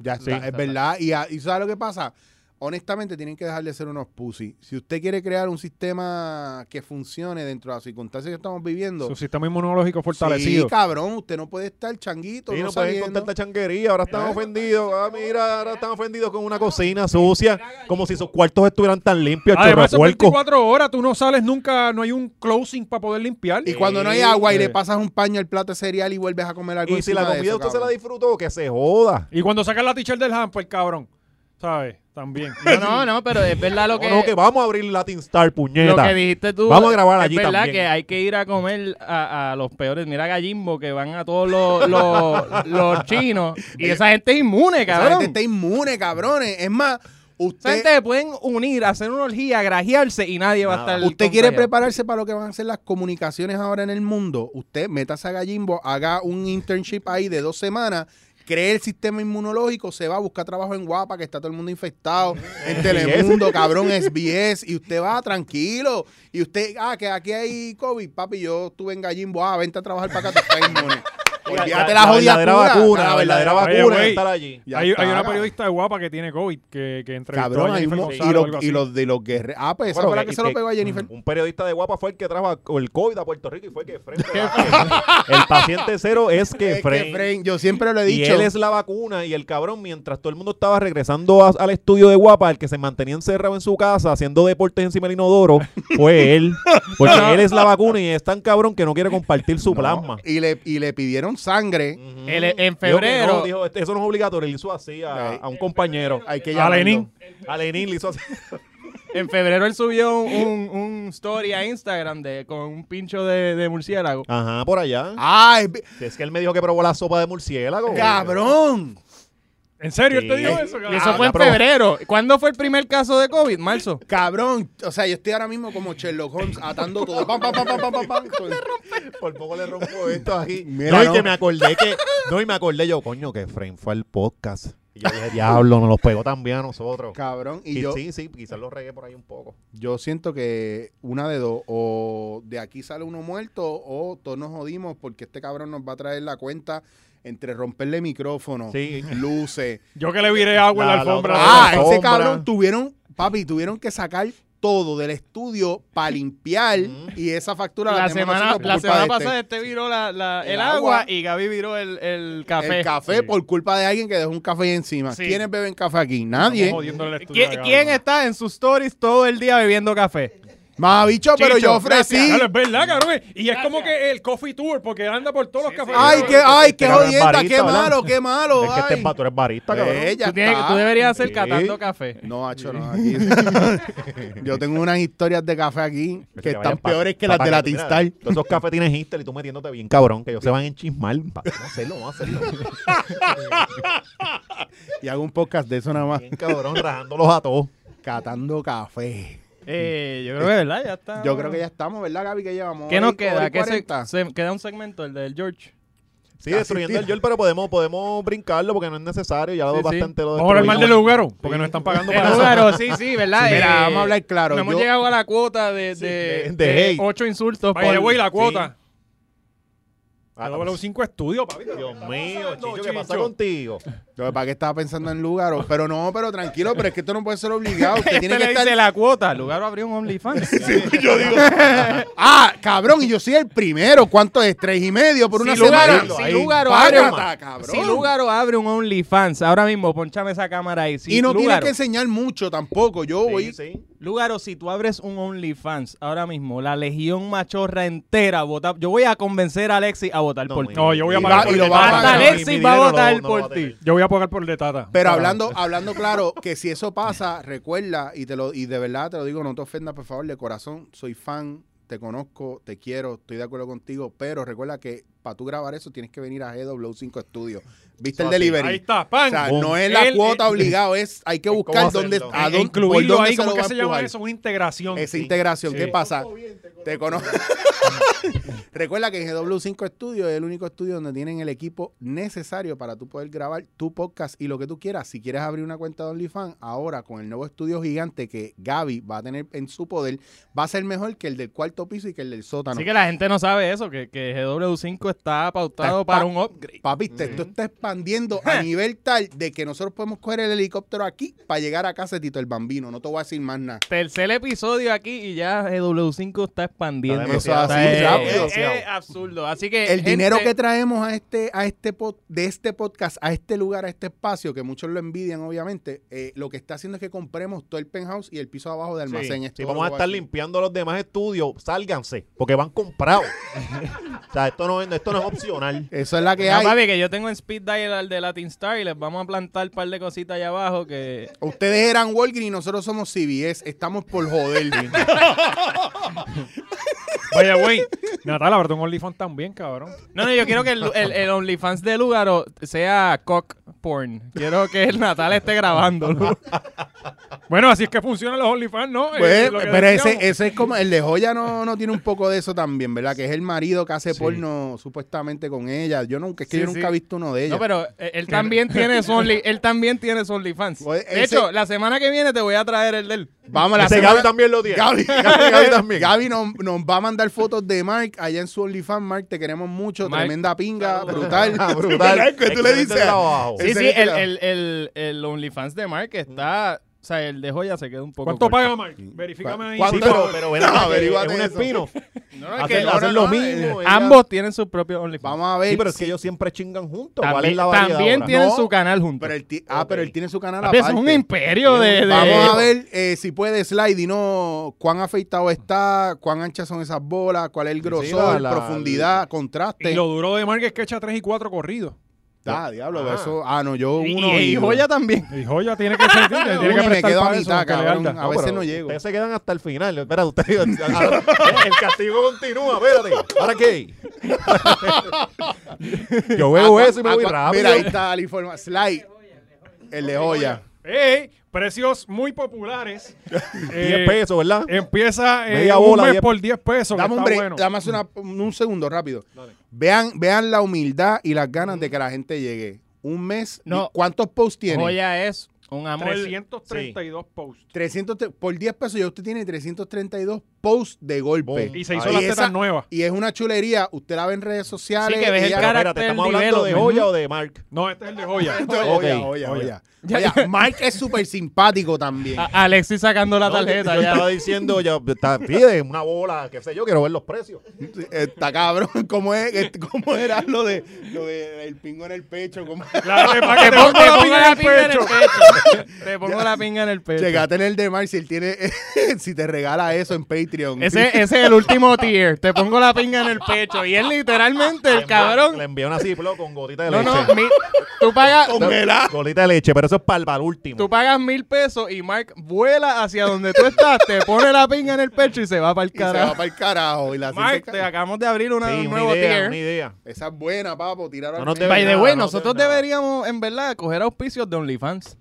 [SPEAKER 1] Ya
[SPEAKER 3] Sí,
[SPEAKER 1] está,
[SPEAKER 3] está,
[SPEAKER 1] es
[SPEAKER 3] está.
[SPEAKER 1] verdad. Y, a- y ¿sabes lo que pasa? Honestamente, tienen que dejar de ser unos pussy. Si usted quiere crear un sistema que funcione dentro de las circunstancias que estamos viviendo,
[SPEAKER 2] Su sistema inmunológico fortalecido.
[SPEAKER 1] sí, cabrón, usted no puede estar changuito.
[SPEAKER 3] Sí,
[SPEAKER 1] no
[SPEAKER 3] no pueden con
[SPEAKER 1] sabiendo.
[SPEAKER 3] tanta changuería, ahora están
[SPEAKER 1] ¿Eh?
[SPEAKER 3] ofendidos. Ah, mira, ahora están ofendidos con una cocina sucia, como si sus cuartos estuvieran tan limpios,
[SPEAKER 2] Además, son
[SPEAKER 3] chorrepuerco.
[SPEAKER 2] 24 horas, tú no sales nunca, no hay un closing para poder limpiar.
[SPEAKER 1] Y cuando no hay agua y
[SPEAKER 2] Sí.
[SPEAKER 1] le pasas un paño al plato de cereal y vuelves a comer algo
[SPEAKER 3] Eh, Y si la
[SPEAKER 1] encima
[SPEAKER 3] comida
[SPEAKER 1] de
[SPEAKER 3] usted
[SPEAKER 1] eso,
[SPEAKER 3] se la
[SPEAKER 1] cabrón.
[SPEAKER 3] disfrutó, que se joda.
[SPEAKER 2] Y cuando sacas la t-shirt del hamper, cabrón, ¿sabes? También.
[SPEAKER 4] [LAUGHS] No, no, no, pero es
[SPEAKER 3] [LAUGHS]
[SPEAKER 4] verdad lo
[SPEAKER 3] No,
[SPEAKER 4] que,
[SPEAKER 3] no, que vamos a abrir Latin Star,
[SPEAKER 4] lo que
[SPEAKER 3] puñeta.
[SPEAKER 4] dijiste tú.
[SPEAKER 3] Vamos a grabar allí
[SPEAKER 4] Es verdad
[SPEAKER 3] también.
[SPEAKER 4] que hay que ir a comer a, a los peores. Mira Gallimbo que van a todos
[SPEAKER 3] [LAUGHS]
[SPEAKER 4] los, los, los chinos. Y esa gente es inmune,
[SPEAKER 1] Esa
[SPEAKER 4] cabrón.
[SPEAKER 1] gente está inmune, cabrones. Es más,
[SPEAKER 4] Esa
[SPEAKER 1] usted,
[SPEAKER 4] gente se pueden unir, hacer una orgía, grajearse y nadie va a
[SPEAKER 3] Nada.
[SPEAKER 4] estar.
[SPEAKER 1] usted quiere
[SPEAKER 4] contagiado.
[SPEAKER 1] prepararse para lo que van a ser las comunicaciones ahora en el mundo. Usted métase a Gallimbo, haga un internship ahí de dos semanas. Cree el sistema inmunológico, se va a buscar trabajo en Guapa, que está todo el mundo
[SPEAKER 3] [LAUGHS]
[SPEAKER 1] infectado, en Telemundo, cabrón, SBS, y usted va tranquilo. Y usted, ah, que aquí hay COVID, papi, yo estuve en Gallimbo, ah, vente a trabajar para acá, tú estás
[SPEAKER 3] [LAUGHS]
[SPEAKER 1] inmune. Olvídate la, jodida
[SPEAKER 3] verdadera
[SPEAKER 1] cura,
[SPEAKER 3] vacuna, la
[SPEAKER 1] la
[SPEAKER 3] verdadera
[SPEAKER 2] Oye,
[SPEAKER 3] vacuna
[SPEAKER 2] güey.
[SPEAKER 3] es estar allí.
[SPEAKER 1] Ya
[SPEAKER 2] hay,
[SPEAKER 1] está,
[SPEAKER 2] hay una
[SPEAKER 1] cabrón.
[SPEAKER 2] periodista guapa que tiene COVID que, que entrevistó
[SPEAKER 1] Cabrón,
[SPEAKER 2] a
[SPEAKER 1] hay
[SPEAKER 2] Jennifer
[SPEAKER 1] un mo-
[SPEAKER 2] González
[SPEAKER 1] y,
[SPEAKER 2] o
[SPEAKER 1] los-
[SPEAKER 2] algo así.
[SPEAKER 1] y los de los guerreros. Ah, pues esa
[SPEAKER 3] Bueno, este, mm,
[SPEAKER 1] fue la
[SPEAKER 3] que-
[SPEAKER 1] que, se lo
[SPEAKER 3] que-
[SPEAKER 1] pegó a Jennifer.
[SPEAKER 3] Un periodista de guapa fue el que trajo a- el COVID a Puerto Rico y fue que Fren. el paciente cero es que
[SPEAKER 1] [LAUGHS] Es que,
[SPEAKER 3] Fren.
[SPEAKER 1] Fren, yo siempre lo he
[SPEAKER 3] Y
[SPEAKER 1] dicho.
[SPEAKER 3] él es la vacuna y el cabrón, mientras todo el mundo estaba regresando a- al estudio de Guapa, el que se mantenía encerrado en su casa haciendo deportes encima del inodoro, fue él. Porque él es la vacuna y es tan cabrón que no quiere compartir su
[SPEAKER 1] No,
[SPEAKER 3] plasma.
[SPEAKER 1] Y le, y le pidieron sangre.
[SPEAKER 3] Ujú.
[SPEAKER 4] El-
[SPEAKER 3] Dijo
[SPEAKER 4] en
[SPEAKER 3] que no,
[SPEAKER 4] febrero.
[SPEAKER 3] dijo, "Este- eso no es obligatorio, le hizo así a,
[SPEAKER 1] Ay.
[SPEAKER 3] a un compañero.
[SPEAKER 1] Hay que
[SPEAKER 2] A
[SPEAKER 1] llamarlo.
[SPEAKER 2] Lenin.
[SPEAKER 3] A Lenín le
[SPEAKER 1] [LAUGHS]
[SPEAKER 3] hizo así.
[SPEAKER 4] En febrero él subió un, un story a Instagram de, con un pincho de, de murciélago.
[SPEAKER 3] Ajá, por allá.
[SPEAKER 1] Ah, es-
[SPEAKER 3] Si es que él me dijo que probó la sopa de murciélago.
[SPEAKER 1] cabrón.
[SPEAKER 2] ¿En serio?
[SPEAKER 3] Sí.
[SPEAKER 2] ¿Él te dijo eso?
[SPEAKER 4] Y
[SPEAKER 2] cabrón?
[SPEAKER 4] eso
[SPEAKER 3] Ah,
[SPEAKER 4] fue en
[SPEAKER 3] la promo.
[SPEAKER 4] febrero. ¿Cuándo fue el primer caso de COVID? Marzo.
[SPEAKER 1] Cabrón. O sea, yo estoy ahora mismo como Sherlock Holmes atando todo. Pam, pam, pam, pam, pam, pam, pam.
[SPEAKER 3] [LAUGHS] Por poco le rompo esto aquí.
[SPEAKER 1] [LAUGHS] Mira,
[SPEAKER 3] no, y
[SPEAKER 1] no.
[SPEAKER 3] que me acordé que. No, y me acordé yo, coño, que Fren fue al podcast. Y yo dije, diablo, nos los pegó también a nosotros.
[SPEAKER 1] Cabrón. Y
[SPEAKER 3] Y
[SPEAKER 1] yo,
[SPEAKER 3] sí, sí, quizás lo regué por ahí un poco.
[SPEAKER 1] yo siento que una de dos. O de aquí sale uno muerto o todos nos jodimos porque este cabrón nos va a traer la cuenta entre romperle micrófono, [LAUGHS]
[SPEAKER 3] Sí.
[SPEAKER 1] luces,
[SPEAKER 2] Yo que le viré agua en la,
[SPEAKER 3] La- [LAUGHS] la
[SPEAKER 2] alfombra.
[SPEAKER 3] otra-
[SPEAKER 1] Ah,
[SPEAKER 3] la
[SPEAKER 1] ese
[SPEAKER 3] sombra.
[SPEAKER 1] cabrón tuvieron, papi, tuvieron que sacar todo del estudio para limpiar
[SPEAKER 3] Ujú.
[SPEAKER 1] y esa factura
[SPEAKER 4] La
[SPEAKER 1] tenemos
[SPEAKER 4] semana,
[SPEAKER 1] nosotros por culpa
[SPEAKER 4] la
[SPEAKER 1] de
[SPEAKER 4] semana
[SPEAKER 1] este.
[SPEAKER 4] pasada este viró la- la- el,
[SPEAKER 1] El
[SPEAKER 4] agua
[SPEAKER 1] agua.
[SPEAKER 4] y Gaby viró el, el café.
[SPEAKER 1] El café
[SPEAKER 2] Sí.
[SPEAKER 1] por culpa de alguien que dejó un café encima.
[SPEAKER 4] Sí.
[SPEAKER 1] ¿Quiénes beben café aquí?
[SPEAKER 2] Estamos
[SPEAKER 1] Nadie.
[SPEAKER 2] jodiendo el estudio
[SPEAKER 4] ¿Qui-
[SPEAKER 2] de Gaby.
[SPEAKER 4] ¿Quién está en sus stories todo el día bebiendo café?
[SPEAKER 1] Más bicho, pero
[SPEAKER 4] Chicho,
[SPEAKER 1] yo ofrecí.
[SPEAKER 2] Claro, Ah, es verdad, cabrón. eh. Y es como que el coffee tour, porque anda por todos los cafés.
[SPEAKER 1] Ay, qué, ay, qué
[SPEAKER 3] Pero no es
[SPEAKER 1] jodienda,
[SPEAKER 3] barista,
[SPEAKER 1] qué
[SPEAKER 3] ¿verdad?
[SPEAKER 1] malo, qué malo.
[SPEAKER 3] es que este
[SPEAKER 1] ay.
[SPEAKER 3] pato eres barista, cabrón.
[SPEAKER 1] Eh, ya
[SPEAKER 4] Tú, tienes-
[SPEAKER 1] está.
[SPEAKER 4] tú deberías hacer
[SPEAKER 3] Sí.
[SPEAKER 4] catando café.
[SPEAKER 1] No, hacho, no. Aquí. [LAUGHS] yo tengo unas historias de café aquí
[SPEAKER 3] Pero
[SPEAKER 1] que
[SPEAKER 3] te vayan
[SPEAKER 1] están
[SPEAKER 3] pa-
[SPEAKER 1] peores que
[SPEAKER 3] pa-
[SPEAKER 1] las
[SPEAKER 3] pa-
[SPEAKER 1] de
[SPEAKER 3] que
[SPEAKER 1] la
[SPEAKER 3] tú- mira,
[SPEAKER 1] Tinstar.
[SPEAKER 3] Todos esos cafés tienen Hister y tú metiéndote bien, cabrón, que ellos se van a enchismar. Pa- Vamos a hacerlo, vamos a hacerlo.
[SPEAKER 1] Y hago un podcast de eso nada más.
[SPEAKER 3] Bien, cabrón, rajándolos a todos.
[SPEAKER 1] Catando café.
[SPEAKER 4] Eh, yo creo que verdad, ya está.
[SPEAKER 1] Yo creo que ya estamos, ¿verdad, Gaby? Que llevamos.
[SPEAKER 4] ¿Qué nos
[SPEAKER 1] Ahorita, hora y
[SPEAKER 4] queda? ¿Qué se,
[SPEAKER 1] 40.
[SPEAKER 4] se- queda un segmento, el del
[SPEAKER 1] [LAUGHS]
[SPEAKER 4] George.
[SPEAKER 3] Sí,
[SPEAKER 1] Casi
[SPEAKER 3] destruyendo
[SPEAKER 1] tira.
[SPEAKER 3] el Yol, pero podemos, podemos brincarlo porque no es necesario. Ya
[SPEAKER 4] Sí,
[SPEAKER 3] lo
[SPEAKER 4] sí.
[SPEAKER 3] bastante lo
[SPEAKER 2] Vamos a hablar mal de
[SPEAKER 3] destruimos.
[SPEAKER 2] Lugaro, porque nos están
[SPEAKER 4] [LAUGHS]
[SPEAKER 2] pagando
[SPEAKER 4] Eh,
[SPEAKER 2] para eso.
[SPEAKER 4] Lugaro, sí, sí, ¿verdad?
[SPEAKER 1] Mira,
[SPEAKER 4] Eh,
[SPEAKER 1] vamos a hablar claro.
[SPEAKER 4] No hemos
[SPEAKER 1] Yo- eh,
[SPEAKER 4] llegado a la cuota de, de, este
[SPEAKER 3] de- de
[SPEAKER 4] de
[SPEAKER 3] hate.
[SPEAKER 4] ocho insultos.
[SPEAKER 2] By the
[SPEAKER 4] por-
[SPEAKER 2] way, la cuota.
[SPEAKER 3] Ah,
[SPEAKER 2] Yo los cinco estudios, papi.
[SPEAKER 3] Dios mío,
[SPEAKER 2] pasando,
[SPEAKER 3] Chicho, ¿qué pasa
[SPEAKER 2] Chicho?
[SPEAKER 3] contigo?
[SPEAKER 1] Yo, ¿Para qué estaba pensando en Lugaro? Pero no, pero tranquilo, pero es que esto no puede ser obligado. Usted
[SPEAKER 4] [LAUGHS] Este
[SPEAKER 1] tiene que
[SPEAKER 4] le dice
[SPEAKER 1] estar.
[SPEAKER 4] la cuota. Lugaro abrió un
[SPEAKER 1] [LAUGHS]
[SPEAKER 4] OnlyFans.
[SPEAKER 1] Ah, cabrón, y yo soy el primero. ¿Cuánto es? ¿Tres y medio por una
[SPEAKER 4] si Lugaro,
[SPEAKER 1] semana?
[SPEAKER 4] si
[SPEAKER 1] Ahí.
[SPEAKER 4] Lugaro abre,
[SPEAKER 1] Págata,
[SPEAKER 4] un-
[SPEAKER 1] cabrón.
[SPEAKER 4] si Lugaro abre un OnlyFans, ahora mismo, ponchame esa cámara ahí. Si
[SPEAKER 1] y no tiene
[SPEAKER 4] Lugaro,
[SPEAKER 1] que enseñar mucho tampoco. Yo voy.
[SPEAKER 3] Sí, sí.
[SPEAKER 4] Lugaro, si tú abres un OnlyFans ahora mismo, la legión machorra entera vota. Yo voy a convencer a Alexis a votar
[SPEAKER 3] No,
[SPEAKER 4] por
[SPEAKER 3] mi-
[SPEAKER 4] ti.
[SPEAKER 2] No, yo voy a
[SPEAKER 3] y
[SPEAKER 2] pagar
[SPEAKER 3] va-
[SPEAKER 2] por
[SPEAKER 3] y
[SPEAKER 2] ti.
[SPEAKER 3] lo va a
[SPEAKER 2] Hasta
[SPEAKER 3] pagar.
[SPEAKER 4] Alexis
[SPEAKER 3] Mi
[SPEAKER 4] va a
[SPEAKER 3] dinero
[SPEAKER 4] votar
[SPEAKER 3] no- no
[SPEAKER 4] por
[SPEAKER 3] va a tener.
[SPEAKER 4] ti.
[SPEAKER 2] Yo voy a a pagar por el de Tata.
[SPEAKER 1] Pero
[SPEAKER 2] Ah,
[SPEAKER 1] hablando, hablando claro, que si
[SPEAKER 4] [LAUGHS]
[SPEAKER 1] eso pasa, recuerda, y te lo, y de verdad te lo digo, no te ofendas, por favor, de corazón, soy fan, te conozco, te quiero, estoy de acuerdo contigo, pero recuerda que para tú grabar eso tienes que venir a GW5 Studios. ¿Viste el delivery?
[SPEAKER 2] Ahí está, pan. Eh,
[SPEAKER 1] O sea, no es la
[SPEAKER 2] Él-
[SPEAKER 1] cuota
[SPEAKER 2] él-
[SPEAKER 1] obligado, es hay que
[SPEAKER 3] cómo
[SPEAKER 1] buscar
[SPEAKER 3] hacerlo.
[SPEAKER 1] dónde, a
[SPEAKER 2] e-
[SPEAKER 1] dónde, por
[SPEAKER 2] incluirlo
[SPEAKER 1] dónde
[SPEAKER 2] ahí,
[SPEAKER 1] se
[SPEAKER 2] ¿cómo
[SPEAKER 1] lo
[SPEAKER 2] que
[SPEAKER 1] va a
[SPEAKER 2] se llama
[SPEAKER 1] empujar.
[SPEAKER 2] eso? Una integración.
[SPEAKER 1] Esa
[SPEAKER 2] Sí.
[SPEAKER 1] integración,
[SPEAKER 2] Sí.
[SPEAKER 1] ¿qué pasa? Te conozco. [LAUGHS] Recuerda que en GW5 Studio es el único estudio donde tienen el equipo necesario para tú poder grabar tu podcast y lo que tú quieras. Si quieres abrir una cuenta de OnlyFans, ahora con el nuevo estudio gigante que Gaby va a tener en su poder, va a ser mejor que el del cuarto piso y que el del sótano.
[SPEAKER 4] Así que la gente no sabe eso, que, que GW5 está pautado
[SPEAKER 1] Está
[SPEAKER 4] para
[SPEAKER 1] pa-
[SPEAKER 4] un upgrade.
[SPEAKER 1] Papi, te, esto está expandiendo
[SPEAKER 3] [LAUGHS]
[SPEAKER 1] a nivel tal de que nosotros podemos coger el helicóptero aquí para llegar a casa de Tito el Bambino. No te voy a decir más nada.
[SPEAKER 4] Tercer episodio aquí y ya GW5 está expandiendo.
[SPEAKER 3] Está
[SPEAKER 1] demasiado,
[SPEAKER 4] O sea,
[SPEAKER 1] así,
[SPEAKER 4] es-
[SPEAKER 1] rápido.
[SPEAKER 4] es,
[SPEAKER 2] Eh,
[SPEAKER 4] es absurdo. Así
[SPEAKER 3] Eh,
[SPEAKER 4] que.
[SPEAKER 1] el dinero que
[SPEAKER 4] gente,
[SPEAKER 1] traemos a este, a este pod- de este podcast, a este lugar, a este espacio, que muchos lo envidian, obviamente, eh, lo que está haciendo es que compremos todo el penthouse y el piso abajo de
[SPEAKER 3] Sí,
[SPEAKER 1] almacén. Es
[SPEAKER 3] si
[SPEAKER 1] todo
[SPEAKER 3] vamos a
[SPEAKER 1] lo que
[SPEAKER 3] estar
[SPEAKER 1] va aquí.
[SPEAKER 3] limpiando los demás estudios, sálganse, porque van comprados. o sea, esto no, es- esto no es opcional.
[SPEAKER 1] Eso es la que
[SPEAKER 4] no,
[SPEAKER 1] hay.
[SPEAKER 4] papi, que yo tengo en Speed Dial al de Latin Star y les vamos a plantar un par de cositas allá abajo que.
[SPEAKER 1] Ustedes eran Walgreens y nosotros somos CBS. Estamos por joder.
[SPEAKER 3] [LAUGHS]
[SPEAKER 2] Vaya,
[SPEAKER 1] [LAUGHS]
[SPEAKER 2] güey. Natal, habrá un OnlyFans también, cabrón.
[SPEAKER 4] No, no, yo quiero que el, el- el OnlyFans de Lugaro sea cock porn. Quiero que el Natal esté grabándolo.
[SPEAKER 2] Bueno, así es que funcionan los OnlyFans, ¿no? Eh,
[SPEAKER 1] Pues,
[SPEAKER 2] lo que
[SPEAKER 1] pero ese,
[SPEAKER 2] decíamos.
[SPEAKER 1] ese es como el de Joya no, no tiene un poco de eso también, ¿verdad? Que es el marido que hace
[SPEAKER 2] Sí.
[SPEAKER 1] porno supuestamente con ella. Yo nunca, es que
[SPEAKER 4] Sí,
[SPEAKER 1] yo nunca
[SPEAKER 4] sí.
[SPEAKER 1] he visto uno de ellos.
[SPEAKER 4] No, pero eh, él también tiene su [LAUGHS] Only, él también tiene su OnlyFans.
[SPEAKER 1] Oye,
[SPEAKER 4] De
[SPEAKER 1] ese-
[SPEAKER 4] hecho, la semana que viene te voy a traer el de él.
[SPEAKER 1] Vamos a la
[SPEAKER 3] Ese
[SPEAKER 1] semana-
[SPEAKER 3] Gaby también lo tiene. [LAUGHS]
[SPEAKER 1] Gaby,
[SPEAKER 3] Gaby,
[SPEAKER 1] [LAUGHS]
[SPEAKER 3] Gaby también.
[SPEAKER 1] Gaby nos, nos va a mandar fotos de Mark allá en su OnlyFans. Mark, te queremos mucho.
[SPEAKER 4] Mark.
[SPEAKER 1] Tremenda pinga, brutal.
[SPEAKER 3] Brutal.
[SPEAKER 1] ¿Qué tú le
[SPEAKER 3] Excelente
[SPEAKER 1] dices?
[SPEAKER 3] trabajo.
[SPEAKER 4] Sí, sí,
[SPEAKER 1] Excelente
[SPEAKER 4] el,
[SPEAKER 1] trabajo.
[SPEAKER 4] el, el, el OnlyFans de Mark está. O sea, el de joya se queda un poco.
[SPEAKER 2] ¿Cuánto
[SPEAKER 4] corto.
[SPEAKER 2] paga, Mark? Verifícame ahí.
[SPEAKER 1] ¿Cuánto?
[SPEAKER 3] Sí, pero, pero ven
[SPEAKER 1] No,
[SPEAKER 3] acá que
[SPEAKER 1] averíguate
[SPEAKER 3] es un
[SPEAKER 1] eso.
[SPEAKER 3] espino.
[SPEAKER 4] No, no, es que
[SPEAKER 3] Hacen,
[SPEAKER 4] ahora
[SPEAKER 3] hacen
[SPEAKER 4] no,
[SPEAKER 3] lo mismo. ella-
[SPEAKER 4] Ambos tienen su propio OnlyFans.
[SPEAKER 1] eh, Vamos a ver.
[SPEAKER 3] Sí, pero es que ellos siempre chingan juntos.
[SPEAKER 4] También,
[SPEAKER 3] ¿Cuál es la variedad
[SPEAKER 4] también
[SPEAKER 3] ahora?
[SPEAKER 4] tienen
[SPEAKER 1] No,
[SPEAKER 4] su canal juntos.
[SPEAKER 1] Pero él ti- Ah, pero él tiene su canal
[SPEAKER 4] Papi,
[SPEAKER 1] aparte.
[SPEAKER 4] eso es un imperio de. de-
[SPEAKER 1] Vamos
[SPEAKER 4] [LAUGHS]
[SPEAKER 1] a ver eh, si puede Slide y no cuán afeitado está, cuán anchas son esas bolas, cuál es el grosor,
[SPEAKER 3] la- la-
[SPEAKER 1] profundidad,
[SPEAKER 2] Y
[SPEAKER 1] contraste.
[SPEAKER 2] lo duro de Mark es que echa 3 y 4 corridos.
[SPEAKER 1] Ah, diablo,
[SPEAKER 3] Ah.
[SPEAKER 1] eso. Ah, no, yo
[SPEAKER 4] Y,
[SPEAKER 1] uno.
[SPEAKER 4] y- y joya también.
[SPEAKER 2] Y joya tiene que
[SPEAKER 1] [LAUGHS]
[SPEAKER 2] ser,
[SPEAKER 1] Uno
[SPEAKER 2] tiene
[SPEAKER 1] y
[SPEAKER 2] que
[SPEAKER 1] me
[SPEAKER 2] prestar
[SPEAKER 1] quedo a
[SPEAKER 2] para eso,
[SPEAKER 1] mitad,
[SPEAKER 2] porque le
[SPEAKER 1] cabrón.
[SPEAKER 2] alta.
[SPEAKER 1] A veces
[SPEAKER 3] pero
[SPEAKER 1] no llego. Ah,
[SPEAKER 3] Ustedes se quedan hasta el final. Espera, ustedes. [LAUGHS] el castigo continúa, espérate. ¿Ahora qué? Yo
[SPEAKER 1] Ah,
[SPEAKER 3] veo
[SPEAKER 1] cuán-
[SPEAKER 3] eso y me
[SPEAKER 1] ah,
[SPEAKER 3] voy
[SPEAKER 1] cuán-
[SPEAKER 3] rápido.
[SPEAKER 1] Mira, ahí está la información. Slide. El de joya.
[SPEAKER 2] Ey, precios muy populares.
[SPEAKER 1] [LAUGHS]
[SPEAKER 3] 10
[SPEAKER 2] Eh,
[SPEAKER 3] pesos, ¿verdad?
[SPEAKER 2] Empieza eh,
[SPEAKER 3] Media
[SPEAKER 2] un
[SPEAKER 3] bola,
[SPEAKER 2] mes
[SPEAKER 3] diez-
[SPEAKER 2] por 10 pesos. que
[SPEAKER 1] Dame un
[SPEAKER 2] está
[SPEAKER 1] break,
[SPEAKER 2] bueno.
[SPEAKER 1] dame hacer una- un segundo rápido. Vean, vean la humildad y las ganas de que la gente llegue. Un mes,
[SPEAKER 4] No.
[SPEAKER 1] ¿cuántos posts tiene?
[SPEAKER 4] Joya es un amor.
[SPEAKER 2] 332 posts.
[SPEAKER 1] 300, te- por 10 pesos ya usted tiene 332 posts de golpe.
[SPEAKER 3] Boom.
[SPEAKER 2] Y se
[SPEAKER 3] Ahí.
[SPEAKER 2] hizo las
[SPEAKER 1] Y
[SPEAKER 2] tetas
[SPEAKER 1] esa-
[SPEAKER 2] nuevas.
[SPEAKER 1] Y es una chulería. Usted la ve en redes sociales.
[SPEAKER 4] Sí, que ves el
[SPEAKER 1] ella-
[SPEAKER 4] cara-
[SPEAKER 3] Espérate,
[SPEAKER 4] carácter
[SPEAKER 3] ¿estamos hablando de
[SPEAKER 4] development.
[SPEAKER 3] Joya o de Mark?
[SPEAKER 2] No, este es el
[SPEAKER 1] [LAUGHS]
[SPEAKER 2] de joya.
[SPEAKER 1] Joya,
[SPEAKER 3] [LAUGHS] Ok.
[SPEAKER 1] joya, joya.
[SPEAKER 4] Ya, Ah.
[SPEAKER 1] Oye, Mark es súper simpático también.
[SPEAKER 4] A- Alexis sacando la
[SPEAKER 3] No,
[SPEAKER 4] tarjeta.
[SPEAKER 3] yo, yo
[SPEAKER 4] ya.
[SPEAKER 3] estaba diciendo, ya, está, pide una bola, qué sé yo, quiero ver los precios.
[SPEAKER 1] Está cabrón. [LAUGHS] ¿Cómo, es, ¿Cómo era lo de lo de el pingo en el pecho? ¿Cómo?
[SPEAKER 2] Claro, que para que
[SPEAKER 4] Te
[SPEAKER 2] te
[SPEAKER 4] pon-
[SPEAKER 2] ponga
[SPEAKER 4] te
[SPEAKER 2] la
[SPEAKER 4] pongo
[SPEAKER 2] pinga en el pecho.
[SPEAKER 4] pecho. [LAUGHS] Te pongo la pinga en el pecho.
[SPEAKER 1] Llegate en el de Mark si él tiene, [LAUGHS] si te regala eso en Patreon.
[SPEAKER 4] Ese,
[SPEAKER 1] [LAUGHS]
[SPEAKER 4] ese es el último tier. Te pongo la pinga en el pecho. Y es literalmente
[SPEAKER 3] Le
[SPEAKER 4] el
[SPEAKER 3] envió-
[SPEAKER 4] cabrón.
[SPEAKER 3] Le envió una ciplo con gotita de
[SPEAKER 4] No,
[SPEAKER 3] leche.
[SPEAKER 4] no, mi- tú pagas.
[SPEAKER 3] Con- Gotita de leche, pero eso es para el, para el último.
[SPEAKER 4] Tú pagas mil pesos y Mark vuela hacia donde tú estás, te pone la pinga en el pecho y se va para el
[SPEAKER 1] y se va
[SPEAKER 4] carajo.
[SPEAKER 1] para el carajo. Y la
[SPEAKER 4] Mark,
[SPEAKER 1] siente
[SPEAKER 4] te
[SPEAKER 1] ca-
[SPEAKER 4] acabamos de abrir una,
[SPEAKER 3] Sí,
[SPEAKER 4] un
[SPEAKER 3] una
[SPEAKER 4] nuevo
[SPEAKER 3] idea,
[SPEAKER 4] tier.
[SPEAKER 3] una idea.
[SPEAKER 1] Esa es buena, papo. Tirar al
[SPEAKER 3] No nos
[SPEAKER 1] medio.
[SPEAKER 3] debe
[SPEAKER 4] By the
[SPEAKER 3] nada,
[SPEAKER 4] way,
[SPEAKER 3] no
[SPEAKER 4] nosotros
[SPEAKER 3] debe nada.
[SPEAKER 4] deberíamos, en verdad, coger auspicios de OnlyFans.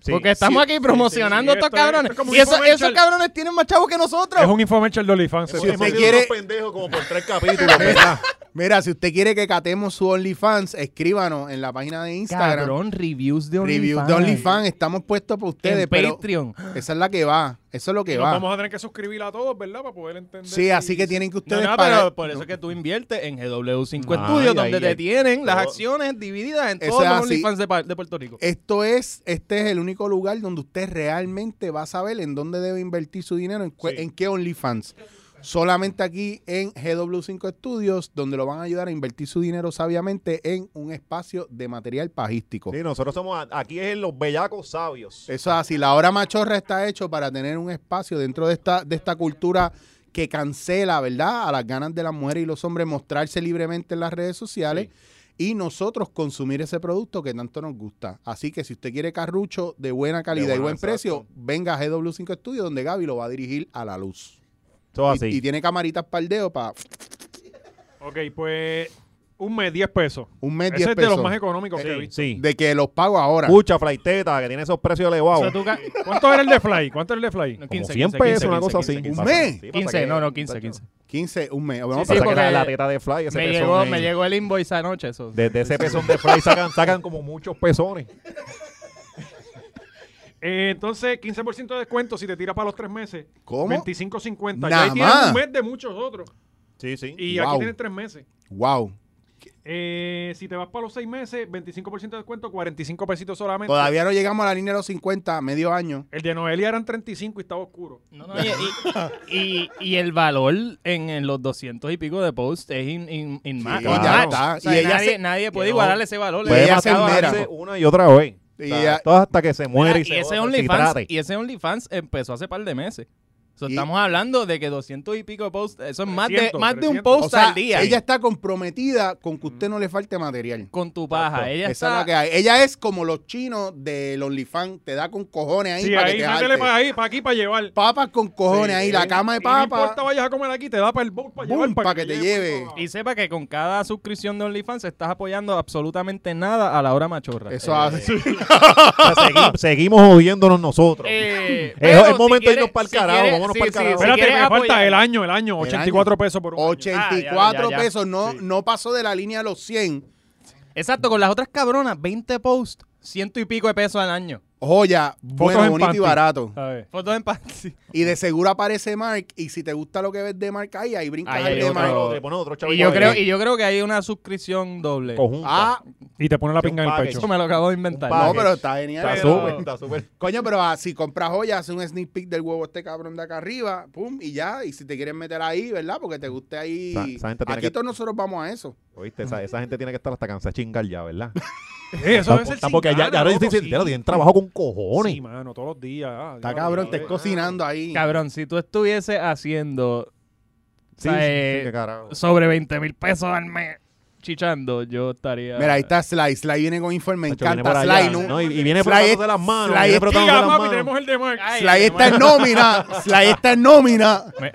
[SPEAKER 3] Sí.
[SPEAKER 4] porque estamos aquí promocionando
[SPEAKER 2] sí,
[SPEAKER 4] a estos
[SPEAKER 2] esto es-
[SPEAKER 4] cabrones.
[SPEAKER 2] esto es como
[SPEAKER 4] y eso-
[SPEAKER 2] infomercial.
[SPEAKER 4] esos cabrones tienen más chavos que nosotros.
[SPEAKER 2] Es un infomercial de OnlyFans.
[SPEAKER 3] Hemos-
[SPEAKER 1] Si usted
[SPEAKER 2] ese
[SPEAKER 3] hemos sido
[SPEAKER 1] quiere-
[SPEAKER 3] unos pendejos como por tres
[SPEAKER 1] [LAUGHS]
[SPEAKER 3] capítulos, ¿verdad?
[SPEAKER 1] Mira, si usted quiere que catemos su OnlyFans, escríbanos en la página de Instagram.
[SPEAKER 4] Cabrón, reviews de OnlyFans.
[SPEAKER 1] Review de OnlyFans. Estamos puestos para ustedes,
[SPEAKER 4] En
[SPEAKER 1] pero
[SPEAKER 4] Patreon.
[SPEAKER 1] esa es la que va. Eso es lo que
[SPEAKER 2] Nos
[SPEAKER 1] va.
[SPEAKER 2] vamos a tener que suscribir a todos, ¿verdad? Para poder entender.
[SPEAKER 1] Sí,
[SPEAKER 2] si-
[SPEAKER 1] así que tienen que ustedes
[SPEAKER 4] no, no,
[SPEAKER 1] pagar-
[SPEAKER 4] pero por eso es que tú inviertes en GW5
[SPEAKER 3] Ay,
[SPEAKER 4] Studios, donde
[SPEAKER 3] ay,
[SPEAKER 4] te
[SPEAKER 3] ay.
[SPEAKER 4] tienen las
[SPEAKER 3] Todo.
[SPEAKER 4] acciones divididas en
[SPEAKER 1] Eso
[SPEAKER 4] todos
[SPEAKER 1] es
[SPEAKER 4] los
[SPEAKER 1] así.
[SPEAKER 4] OnlyFans de, pa- de Puerto Rico.
[SPEAKER 1] Esto es, este es el único lugar donde usted realmente va a saber en dónde debe invertir su dinero, en, cu-
[SPEAKER 3] Sí.
[SPEAKER 1] en qué OnlyFans. Solamente aquí en GW5 Studios, donde lo van a ayudar a invertir su dinero sabiamente en un espacio de material pajístico.
[SPEAKER 3] Sí, nosotros somos, a- aquí es los bellacos sabios.
[SPEAKER 1] Eso es así. La hora machorra está hecho para tener un espacio dentro de esta, de esta cultura que cancela, ¿verdad? A las ganas de las mujeres y los hombres mostrarse libremente en las redes sociales. y nosotros consumir ese producto que tanto nos gusta. Así que si usted quiere carrucho de buena calidad y
[SPEAKER 3] buena,
[SPEAKER 1] buen
[SPEAKER 3] exacto.
[SPEAKER 1] precio, venga a GW5 Studio donde Gaby lo va a dirigir a la luz.
[SPEAKER 3] Todo
[SPEAKER 1] Y,
[SPEAKER 3] así.
[SPEAKER 1] y tiene camaritas paldeo para
[SPEAKER 2] Ok, pues un mes, 10 pesos.
[SPEAKER 1] un mes,
[SPEAKER 2] Ese
[SPEAKER 1] 10
[SPEAKER 2] es de los
[SPEAKER 1] pesos.
[SPEAKER 2] más económicos que he
[SPEAKER 3] sí,
[SPEAKER 2] visto.
[SPEAKER 3] sí.
[SPEAKER 1] De que los pago ahora.
[SPEAKER 3] Escucha, Flaiteta, que tiene esos precios elevados.
[SPEAKER 4] O sea, tú ca-
[SPEAKER 2] ¿Cuánto era el de Fly? ¿Cuánto era el de Fly?
[SPEAKER 4] No,
[SPEAKER 3] como
[SPEAKER 4] 15,
[SPEAKER 3] 100
[SPEAKER 4] 15,
[SPEAKER 3] pesos,
[SPEAKER 4] 15,
[SPEAKER 3] una cosa
[SPEAKER 4] 15,
[SPEAKER 3] así.
[SPEAKER 4] 15.
[SPEAKER 1] ¿Un mes?
[SPEAKER 3] Sí, pasa
[SPEAKER 4] 15,
[SPEAKER 3] que-
[SPEAKER 4] no, no, 15,
[SPEAKER 3] muchacho.
[SPEAKER 4] 15.
[SPEAKER 1] 15, un mes.
[SPEAKER 4] Sí,
[SPEAKER 1] Vamos
[SPEAKER 4] sí,
[SPEAKER 1] a
[SPEAKER 3] Pasa que
[SPEAKER 4] porque-
[SPEAKER 3] la, la teta de Fly, ese
[SPEAKER 4] Me
[SPEAKER 3] pezón
[SPEAKER 4] llegó,
[SPEAKER 3] ahí.
[SPEAKER 4] me llegó el invoice anoche. Eso.
[SPEAKER 3] Desde ese pezón de Fly sacan, sacan como muchos pezones.
[SPEAKER 2] Eh, entonces, 15% de descuento si te tiras para los tres meses.
[SPEAKER 1] ¿Cómo?
[SPEAKER 2] 25.50. Ya
[SPEAKER 1] Nada
[SPEAKER 2] ahí tienes
[SPEAKER 1] más.
[SPEAKER 2] un mes de muchos otros.
[SPEAKER 3] Sí, sí.
[SPEAKER 2] Y
[SPEAKER 1] Wow.
[SPEAKER 2] aquí tienes tres meses.
[SPEAKER 1] Wow.
[SPEAKER 2] Eh, si te vas para los seis meses, 25% de descuento, 45 pesitos solamente.
[SPEAKER 1] Todavía no llegamos a la línea de los 50, medio año.
[SPEAKER 2] El de Noelia eran 35 y estaba oscuro.
[SPEAKER 4] No, no, y, y- y- y el valor en, en los 200 y pico de posts es in, in, in ma-
[SPEAKER 1] Sí,
[SPEAKER 4] in
[SPEAKER 3] ya
[SPEAKER 4] match.
[SPEAKER 1] está.
[SPEAKER 4] O sea,
[SPEAKER 1] Y ella
[SPEAKER 4] nadie,
[SPEAKER 1] se-
[SPEAKER 4] nadie puede
[SPEAKER 3] que no.
[SPEAKER 4] igualarle ese valor.
[SPEAKER 1] Puede
[SPEAKER 4] Ella-
[SPEAKER 1] ella se enmera.
[SPEAKER 3] matarse una y otra vez.
[SPEAKER 1] Y
[SPEAKER 3] O sea,
[SPEAKER 1] ella-
[SPEAKER 3] todo hasta que se muere y,
[SPEAKER 4] y,
[SPEAKER 3] se
[SPEAKER 4] ese
[SPEAKER 3] se
[SPEAKER 4] OnlyFans,
[SPEAKER 3] trate.
[SPEAKER 4] y ese OnlyFans empezó hace par de meses. O sea,
[SPEAKER 1] Y-
[SPEAKER 4] estamos hablando de que 200 y pico de posts, eso es más, de,
[SPEAKER 2] 300,
[SPEAKER 4] más de un
[SPEAKER 2] 300.
[SPEAKER 4] post
[SPEAKER 1] O sea,
[SPEAKER 4] al día
[SPEAKER 1] ella está comprometida con que usted no le falte material.
[SPEAKER 4] con tu paja. Ella
[SPEAKER 1] Esa es
[SPEAKER 4] está,
[SPEAKER 1] la que hay. Ella es como los chinos del OnlyFans. Te da con cojones ahí
[SPEAKER 2] Sí,
[SPEAKER 1] para
[SPEAKER 2] ahí,
[SPEAKER 1] que te
[SPEAKER 2] métele
[SPEAKER 1] jarte.
[SPEAKER 2] para ahí, para aquí, para llevar.
[SPEAKER 1] Papas con cojones
[SPEAKER 2] Sí, eh,
[SPEAKER 1] ahí, la cama de
[SPEAKER 2] y No
[SPEAKER 1] papas.
[SPEAKER 2] importa, vayas a comer aquí, te da para el bowl para
[SPEAKER 1] Boom,
[SPEAKER 2] llevar.
[SPEAKER 1] pa' que te
[SPEAKER 2] lleve
[SPEAKER 1] lleve.
[SPEAKER 2] por todo.
[SPEAKER 4] y sepa que con cada suscripción de OnlyFans estás apoyando absolutamente nada a la hora machorra.
[SPEAKER 1] Eso hace.
[SPEAKER 4] Ah,
[SPEAKER 3] O sea, segui- seguimos jodiéndonos nosotros.
[SPEAKER 4] Eh,
[SPEAKER 3] Es- es
[SPEAKER 4] si
[SPEAKER 3] momento de
[SPEAKER 4] quieres-
[SPEAKER 3] irnos pa'l carajo,
[SPEAKER 4] quieres-
[SPEAKER 3] vámonos pa'l carajo.
[SPEAKER 2] Espérate,
[SPEAKER 4] quieres
[SPEAKER 2] me falta
[SPEAKER 4] apoyar-
[SPEAKER 2] el año, el año,
[SPEAKER 1] El
[SPEAKER 2] 84 pesos por un año.
[SPEAKER 1] 84
[SPEAKER 4] Ah, ya, ya, ya.
[SPEAKER 1] pesos. No, no pasó de la línea de los 100.
[SPEAKER 4] Eh, Exacto, con las otras cabronas, 20 posts, ciento y pico de pesos al año.
[SPEAKER 1] Joya, bueno,
[SPEAKER 2] en
[SPEAKER 1] bonito
[SPEAKER 2] panty.
[SPEAKER 1] y barato.
[SPEAKER 2] ¿sabes?
[SPEAKER 4] Fotos en [LAUGHS] panty.
[SPEAKER 1] Y de seguro aparece Mark. Y si te gusta lo que ves de Mark ahí, ahí brinca
[SPEAKER 4] Ahí
[SPEAKER 1] el
[SPEAKER 4] hay
[SPEAKER 1] de
[SPEAKER 4] otro.
[SPEAKER 1] Mark.
[SPEAKER 3] Le ponen otro chavito
[SPEAKER 4] Y yo,
[SPEAKER 3] ahí. eh,
[SPEAKER 4] creo, y yo creo que hay una suscripción doble.
[SPEAKER 3] Conjunta.
[SPEAKER 1] Ah,
[SPEAKER 2] Y te pone la
[SPEAKER 3] Sí, un
[SPEAKER 2] pinga en el
[SPEAKER 3] package.
[SPEAKER 2] pecho.
[SPEAKER 4] Eso me lo acabo de
[SPEAKER 3] Un
[SPEAKER 4] inventar.
[SPEAKER 1] no,
[SPEAKER 3] package.
[SPEAKER 1] pero está genial.
[SPEAKER 3] está
[SPEAKER 1] Pero-
[SPEAKER 3] súper, está súper.
[SPEAKER 1] Coño, pero ah, si compras joyas, hace un sneak peek del huevo este cabrón de acá arriba, pum, y ya. Y si te quieren meter ahí, ¿verdad? Porque te guste ahí.
[SPEAKER 3] Esa- esa gente tiene
[SPEAKER 1] Aquí
[SPEAKER 3] que-
[SPEAKER 1] todos nosotros vamos a eso.
[SPEAKER 3] Oíste, esa, esa gente tiene que estar hasta cansada de chingar ya, ¿verdad?
[SPEAKER 2] Eh, eso debe
[SPEAKER 3] Tampo-
[SPEAKER 2] ser
[SPEAKER 3] Tampoco, ya,
[SPEAKER 2] sin
[SPEAKER 3] ya
[SPEAKER 2] ganas,
[SPEAKER 3] ahora
[SPEAKER 2] loco,
[SPEAKER 3] dicen,
[SPEAKER 2] sí.
[SPEAKER 3] ya lo tienen trabajo con cojones.
[SPEAKER 2] Sí, mano, todos los días. ah,
[SPEAKER 1] Está
[SPEAKER 2] ya,
[SPEAKER 1] cabrón,
[SPEAKER 2] ya,
[SPEAKER 1] estés
[SPEAKER 2] ya.
[SPEAKER 1] cocinando ahí.
[SPEAKER 4] Cabrón, si tú estuvieses haciendo
[SPEAKER 3] Sí,
[SPEAKER 4] O sea,
[SPEAKER 3] sí, sí,
[SPEAKER 4] eh,
[SPEAKER 3] qué carajo.
[SPEAKER 4] sobre 20 mil pesos al mes chichando, yo estaría.
[SPEAKER 1] Mira, ahí está Sly. Sly viene con informe. Me
[SPEAKER 3] Nacho, viene
[SPEAKER 1] encanta
[SPEAKER 3] por allá,
[SPEAKER 1] Sly. ¿no?
[SPEAKER 3] ¿no? Y, y viene
[SPEAKER 1] Sly
[SPEAKER 3] frotándose
[SPEAKER 1] es-
[SPEAKER 3] las manos.
[SPEAKER 1] Sly
[SPEAKER 3] viene
[SPEAKER 1] es-
[SPEAKER 3] frotándose
[SPEAKER 2] Diga,
[SPEAKER 3] las
[SPEAKER 2] papi,
[SPEAKER 3] manos.
[SPEAKER 2] tenemos el de Mark.
[SPEAKER 4] Ay,
[SPEAKER 1] Sly está en nómina. Sly está en
[SPEAKER 3] [LAUGHS]
[SPEAKER 1] nómina.
[SPEAKER 4] Me-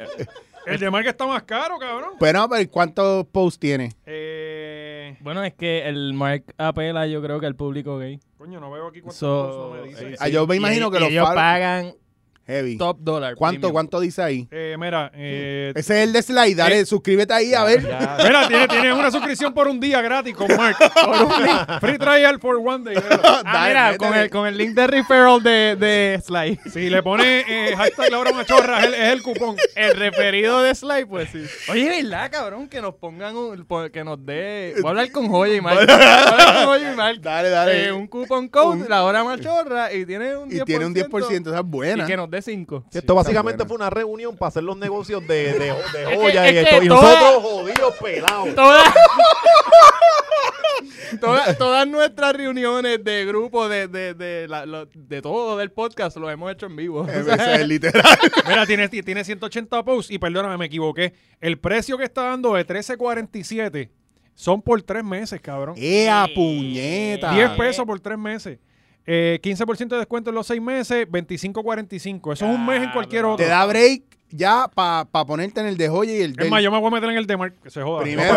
[SPEAKER 2] El de Mark está más caro, cabrón.
[SPEAKER 1] Pero no, pero ¿cuántos posts tiene?
[SPEAKER 2] Eh,
[SPEAKER 4] bueno, es que el Mark apela, yo creo que al público gay.
[SPEAKER 2] coño, no veo aquí cuántos
[SPEAKER 4] So,
[SPEAKER 2] no me dice.
[SPEAKER 4] eh,
[SPEAKER 1] Ah, yo me
[SPEAKER 4] y-
[SPEAKER 1] imagino
[SPEAKER 4] y
[SPEAKER 1] que los
[SPEAKER 4] ellos
[SPEAKER 1] fal-
[SPEAKER 4] pagan
[SPEAKER 1] Heavy.
[SPEAKER 4] top dólar.
[SPEAKER 1] ¿Cuánto,
[SPEAKER 4] premium.
[SPEAKER 1] cuánto dice
[SPEAKER 3] [LAUGHS]
[SPEAKER 1] ahí?
[SPEAKER 2] Eh, mira, eh,
[SPEAKER 1] Ese es el de Sly. Dale,
[SPEAKER 3] Eh,
[SPEAKER 1] suscríbete ahí a ver.
[SPEAKER 3] [LAUGHS]
[SPEAKER 2] mira, tiene, tiene una suscripción por un día gratis con Mark. Por un free, free trial for one day. mira.
[SPEAKER 4] Ah,
[SPEAKER 1] Dale,
[SPEAKER 4] mira,
[SPEAKER 1] métele.
[SPEAKER 4] con el, con el link de referral de, de [LAUGHS] Sly.
[SPEAKER 2] Si le pone eh, hashtag Laura Machorra, es el, es el cupón.
[SPEAKER 4] El referido de Sly, pues sí. Oye, es ¿verdad, cabrón? Que nos pongan un. po- Que nos dé. Voy a hablar [LAUGHS] con Joya y Mark. Voy a hablar con Joya y Mark.
[SPEAKER 1] Dale, dale.
[SPEAKER 4] Eh, un coupon code,
[SPEAKER 1] Un-
[SPEAKER 4] la hora machorra, y tiene un 10%.
[SPEAKER 1] Y tiene un 10%. Esa es
[SPEAKER 4] Y
[SPEAKER 1] buena.
[SPEAKER 4] que nos dé 5.
[SPEAKER 3] Sí, esto básicamente
[SPEAKER 1] buena.
[SPEAKER 3] fue una reunión para hacer los negocios de, de, de
[SPEAKER 4] que-
[SPEAKER 3] joya y
[SPEAKER 4] es que
[SPEAKER 3] esto. Y
[SPEAKER 4] toda-
[SPEAKER 3] nosotros jodidos pelados.
[SPEAKER 4] [LAUGHS] Todas. todas- todas nuestras reuniones de grupo, de, de, de, la- lo- de todo, del podcast, lo hemos hecho en vivo. O sea,
[SPEAKER 1] Ese es
[SPEAKER 3] [LAUGHS]
[SPEAKER 1] literal.
[SPEAKER 2] Mira, tiene, tiene 180 posts y perdóname, me equivoqué. El precio que está dando de 13.47 son por tres meses, cabrón.
[SPEAKER 3] Eh,
[SPEAKER 1] ¡Ea, puñeta!
[SPEAKER 2] 10 pesos por tres meses. Eh, 15% de descuento en los seis meses, 25.45. Eso es un mes en cualquier otro.
[SPEAKER 1] Te da break ya para ponerte en el de joya y el
[SPEAKER 2] es
[SPEAKER 1] del
[SPEAKER 2] más, yo me voy a meter en el de Mark, que se joda.
[SPEAKER 1] primero.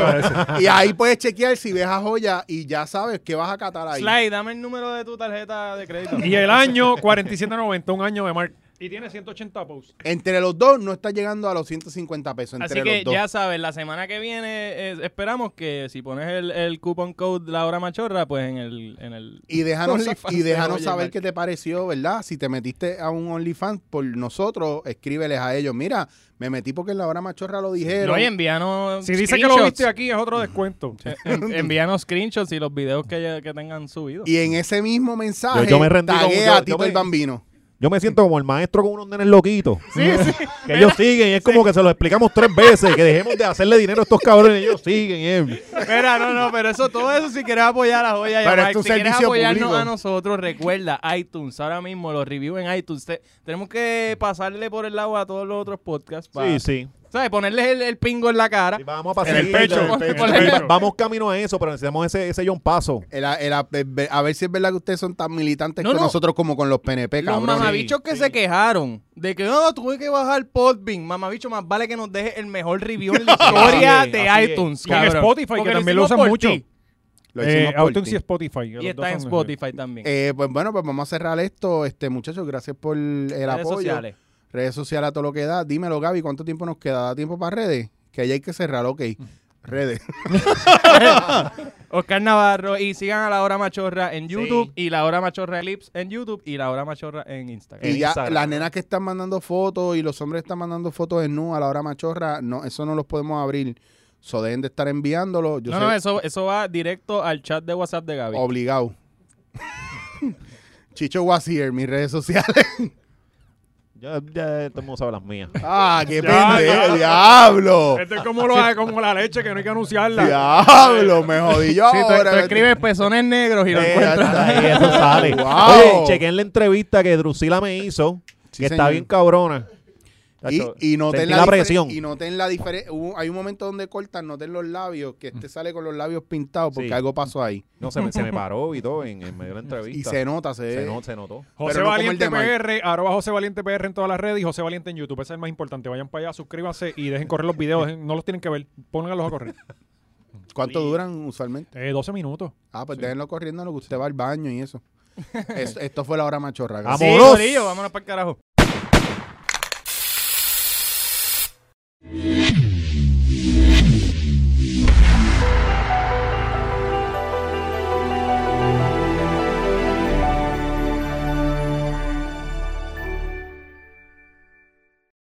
[SPEAKER 1] y ahí puedes chequear si ves a joya y ya sabes que vas a catar ahí.
[SPEAKER 4] [LAUGHS] Sly, dame el número de tu tarjeta de crédito.
[SPEAKER 2] Y el año 47.90, un año de Mark. Y tiene 180 posts.
[SPEAKER 1] Entre los dos no estás llegando a los 150 pesos. Entre
[SPEAKER 4] Así que
[SPEAKER 1] los dos.
[SPEAKER 4] ya sabes, la semana que viene eh, esperamos que si pones el, el coupon code La Hora Machorra, pues en el... En el
[SPEAKER 1] Y
[SPEAKER 4] [LAUGHS]
[SPEAKER 1] déjanos, sa-
[SPEAKER 4] OnlyFans
[SPEAKER 1] y déjanos
[SPEAKER 4] de Oye
[SPEAKER 1] saber
[SPEAKER 4] Mark.
[SPEAKER 1] qué te pareció, ¿verdad? Si te metiste a un OnlyFans por nosotros, escríbeles a ellos. Mira, me metí porque en la hora machorra lo dijeron.
[SPEAKER 4] No, y envíanos
[SPEAKER 2] Si dice que lo
[SPEAKER 4] screenshots.
[SPEAKER 2] viste aquí, es otro descuento. Eh,
[SPEAKER 4] [LAUGHS] En- envíanos screenshots y los videos que, ya- que tengan subidos.
[SPEAKER 1] y en ese mismo mensaje,
[SPEAKER 3] Yo- yo me rendí
[SPEAKER 1] taguea
[SPEAKER 3] con- yo-
[SPEAKER 1] a
[SPEAKER 3] yo
[SPEAKER 1] Tito
[SPEAKER 3] me-
[SPEAKER 1] el Bambino.
[SPEAKER 3] Yo me siento como el maestro con unos nenes loquitos. Que ellos siguen y es como que se los explicamos tres veces. Que dejemos de hacerle dinero a estos cabrones y ellos siguen. eh.
[SPEAKER 4] Espera, no, no, pero eso, todo eso si quieres apoyar a Joya y a
[SPEAKER 1] Pero
[SPEAKER 4] Mike,
[SPEAKER 1] es tu
[SPEAKER 4] si quieres
[SPEAKER 1] servicio
[SPEAKER 4] apoyarnos
[SPEAKER 1] público.
[SPEAKER 4] a nosotros, recuerda iTunes, ahora mismo los reviews en iTunes, te- tenemos que pasarle por el lado a todos los otros podcasts para
[SPEAKER 3] Sí, sí.
[SPEAKER 4] ¿Sabes? Ponerles el, el pingo en la cara.
[SPEAKER 3] Y vamos a
[SPEAKER 1] En
[SPEAKER 3] pasar
[SPEAKER 1] el pecho.
[SPEAKER 4] en el
[SPEAKER 1] en el
[SPEAKER 4] pecho.
[SPEAKER 1] pecho.
[SPEAKER 3] Vamos camino a eso, pero necesitamos ese, ese John Paso.
[SPEAKER 1] El- el- el- a ver si es verdad que ustedes son tan militantes
[SPEAKER 4] No,
[SPEAKER 1] con
[SPEAKER 4] no.
[SPEAKER 1] nosotros como con los PNP,
[SPEAKER 4] Los
[SPEAKER 1] Este cabrón.
[SPEAKER 4] mamabichos que se quejaron de que no, tuve que bajar Podbean. Mamabicho, más vale que nos deje el mejor review en la historia
[SPEAKER 3] Así es, así
[SPEAKER 4] de
[SPEAKER 3] es.
[SPEAKER 4] iTunes,
[SPEAKER 2] Y en
[SPEAKER 4] cabrón.
[SPEAKER 2] Spotify, que
[SPEAKER 4] Porque
[SPEAKER 2] también lo
[SPEAKER 4] hicimos
[SPEAKER 2] usan
[SPEAKER 4] por
[SPEAKER 2] mucho.
[SPEAKER 4] ti.
[SPEAKER 1] Lo
[SPEAKER 2] Eh,
[SPEAKER 1] hicimos por
[SPEAKER 2] iTunes
[SPEAKER 1] ti.
[SPEAKER 2] y Spotify. que
[SPEAKER 4] Y
[SPEAKER 2] los dos
[SPEAKER 4] está en
[SPEAKER 2] son-
[SPEAKER 4] Spotify también.
[SPEAKER 1] Eh, pues bueno, pues vamos a cerrar esto. Este, muchachos, gracias por el
[SPEAKER 4] redes
[SPEAKER 1] apoyo.
[SPEAKER 4] sociales.
[SPEAKER 1] Redes sociales a todo lo que da. Dímelo, Gaby, ¿cuánto tiempo nos queda? ¿Da tiempo para redes? Que ahí hay que cerrar, ok. Redes.
[SPEAKER 4] Oscar Navarro y sigan a La Hora Machorra en YouTube
[SPEAKER 3] Sí.
[SPEAKER 4] y La Hora Machorra Eclipse en YouTube y La Hora Machorra en Instagram.
[SPEAKER 1] y ya
[SPEAKER 3] Instagram.
[SPEAKER 1] las nenas que están mandando fotos y los hombres que están mandando fotos en nu a la hora machorra, no, eso no los podemos abrir. So deben de estar enviándolo. Yo
[SPEAKER 4] no,
[SPEAKER 1] sé-
[SPEAKER 4] no, eso, eso va directo al chat de WhatsApp de Gaby.
[SPEAKER 1] Obligado. [LAUGHS] Chicho Wasier, mis redes sociales.
[SPEAKER 3] Ya, ya todo el mundo sabe las mías.
[SPEAKER 1] Ah, qué
[SPEAKER 2] Ya,
[SPEAKER 1] pendejo.
[SPEAKER 2] ya.
[SPEAKER 1] Diablo.
[SPEAKER 2] Esto Este
[SPEAKER 4] Este
[SPEAKER 2] es [LAUGHS] como,
[SPEAKER 4] [LAUGHS]
[SPEAKER 2] lo- como la leche que no hay que anunciarla.
[SPEAKER 1] Diablo, me jodí yo.
[SPEAKER 4] Sí, tú,
[SPEAKER 1] ahora,
[SPEAKER 4] tú
[SPEAKER 1] vete.
[SPEAKER 4] escribes pezones negros y lo
[SPEAKER 1] Eh,
[SPEAKER 4] encuentras.
[SPEAKER 1] hasta ahí.
[SPEAKER 3] Ahí [LAUGHS] eso sale.
[SPEAKER 1] Wow.
[SPEAKER 3] Oye, chequen la entrevista que Drusila me hizo,
[SPEAKER 1] Sí,
[SPEAKER 3] que
[SPEAKER 1] señor.
[SPEAKER 3] está bien cabrona.
[SPEAKER 1] Y,
[SPEAKER 3] Tacho,
[SPEAKER 1] y noten
[SPEAKER 3] sentí
[SPEAKER 1] la,
[SPEAKER 3] la
[SPEAKER 1] difer-
[SPEAKER 3] presión.
[SPEAKER 1] Y noten la diferencia. Hay un momento donde cortan, noten los labios, que este sale con los labios pintados porque
[SPEAKER 3] Mm. Sí.
[SPEAKER 1] algo pasó ahí.
[SPEAKER 3] No, se me, se me paró y todo en, en medio de la entrevista.
[SPEAKER 1] Y se nota, se,
[SPEAKER 3] Se
[SPEAKER 1] ve.
[SPEAKER 3] no- se notó.
[SPEAKER 1] Pero
[SPEAKER 2] José
[SPEAKER 1] no como el
[SPEAKER 2] Valiente
[SPEAKER 1] de Mike.
[SPEAKER 2] PR, arroba José Valiente PR en todas las redes y José Valiente en YouTube. Ese es el más importante. Vayan para allá, suscríbanse y dejen correr los
[SPEAKER 1] [LAUGHS]
[SPEAKER 2] videos. dejen- No los tienen que ver. Pónganlos a correr.
[SPEAKER 1] ¿Cuánto duran usualmente?
[SPEAKER 2] Eh, 12 minutos.
[SPEAKER 1] Ah, pues déjenlo corriendo en lo que usted va al baño y
[SPEAKER 3] [LAUGHS]
[SPEAKER 1] eso. Es- esto fue la hora machorra.
[SPEAKER 3] Vamos.
[SPEAKER 1] Gracias.
[SPEAKER 4] Sí,
[SPEAKER 3] ¡Vámonos!
[SPEAKER 4] corillo, vámonos para el carajo.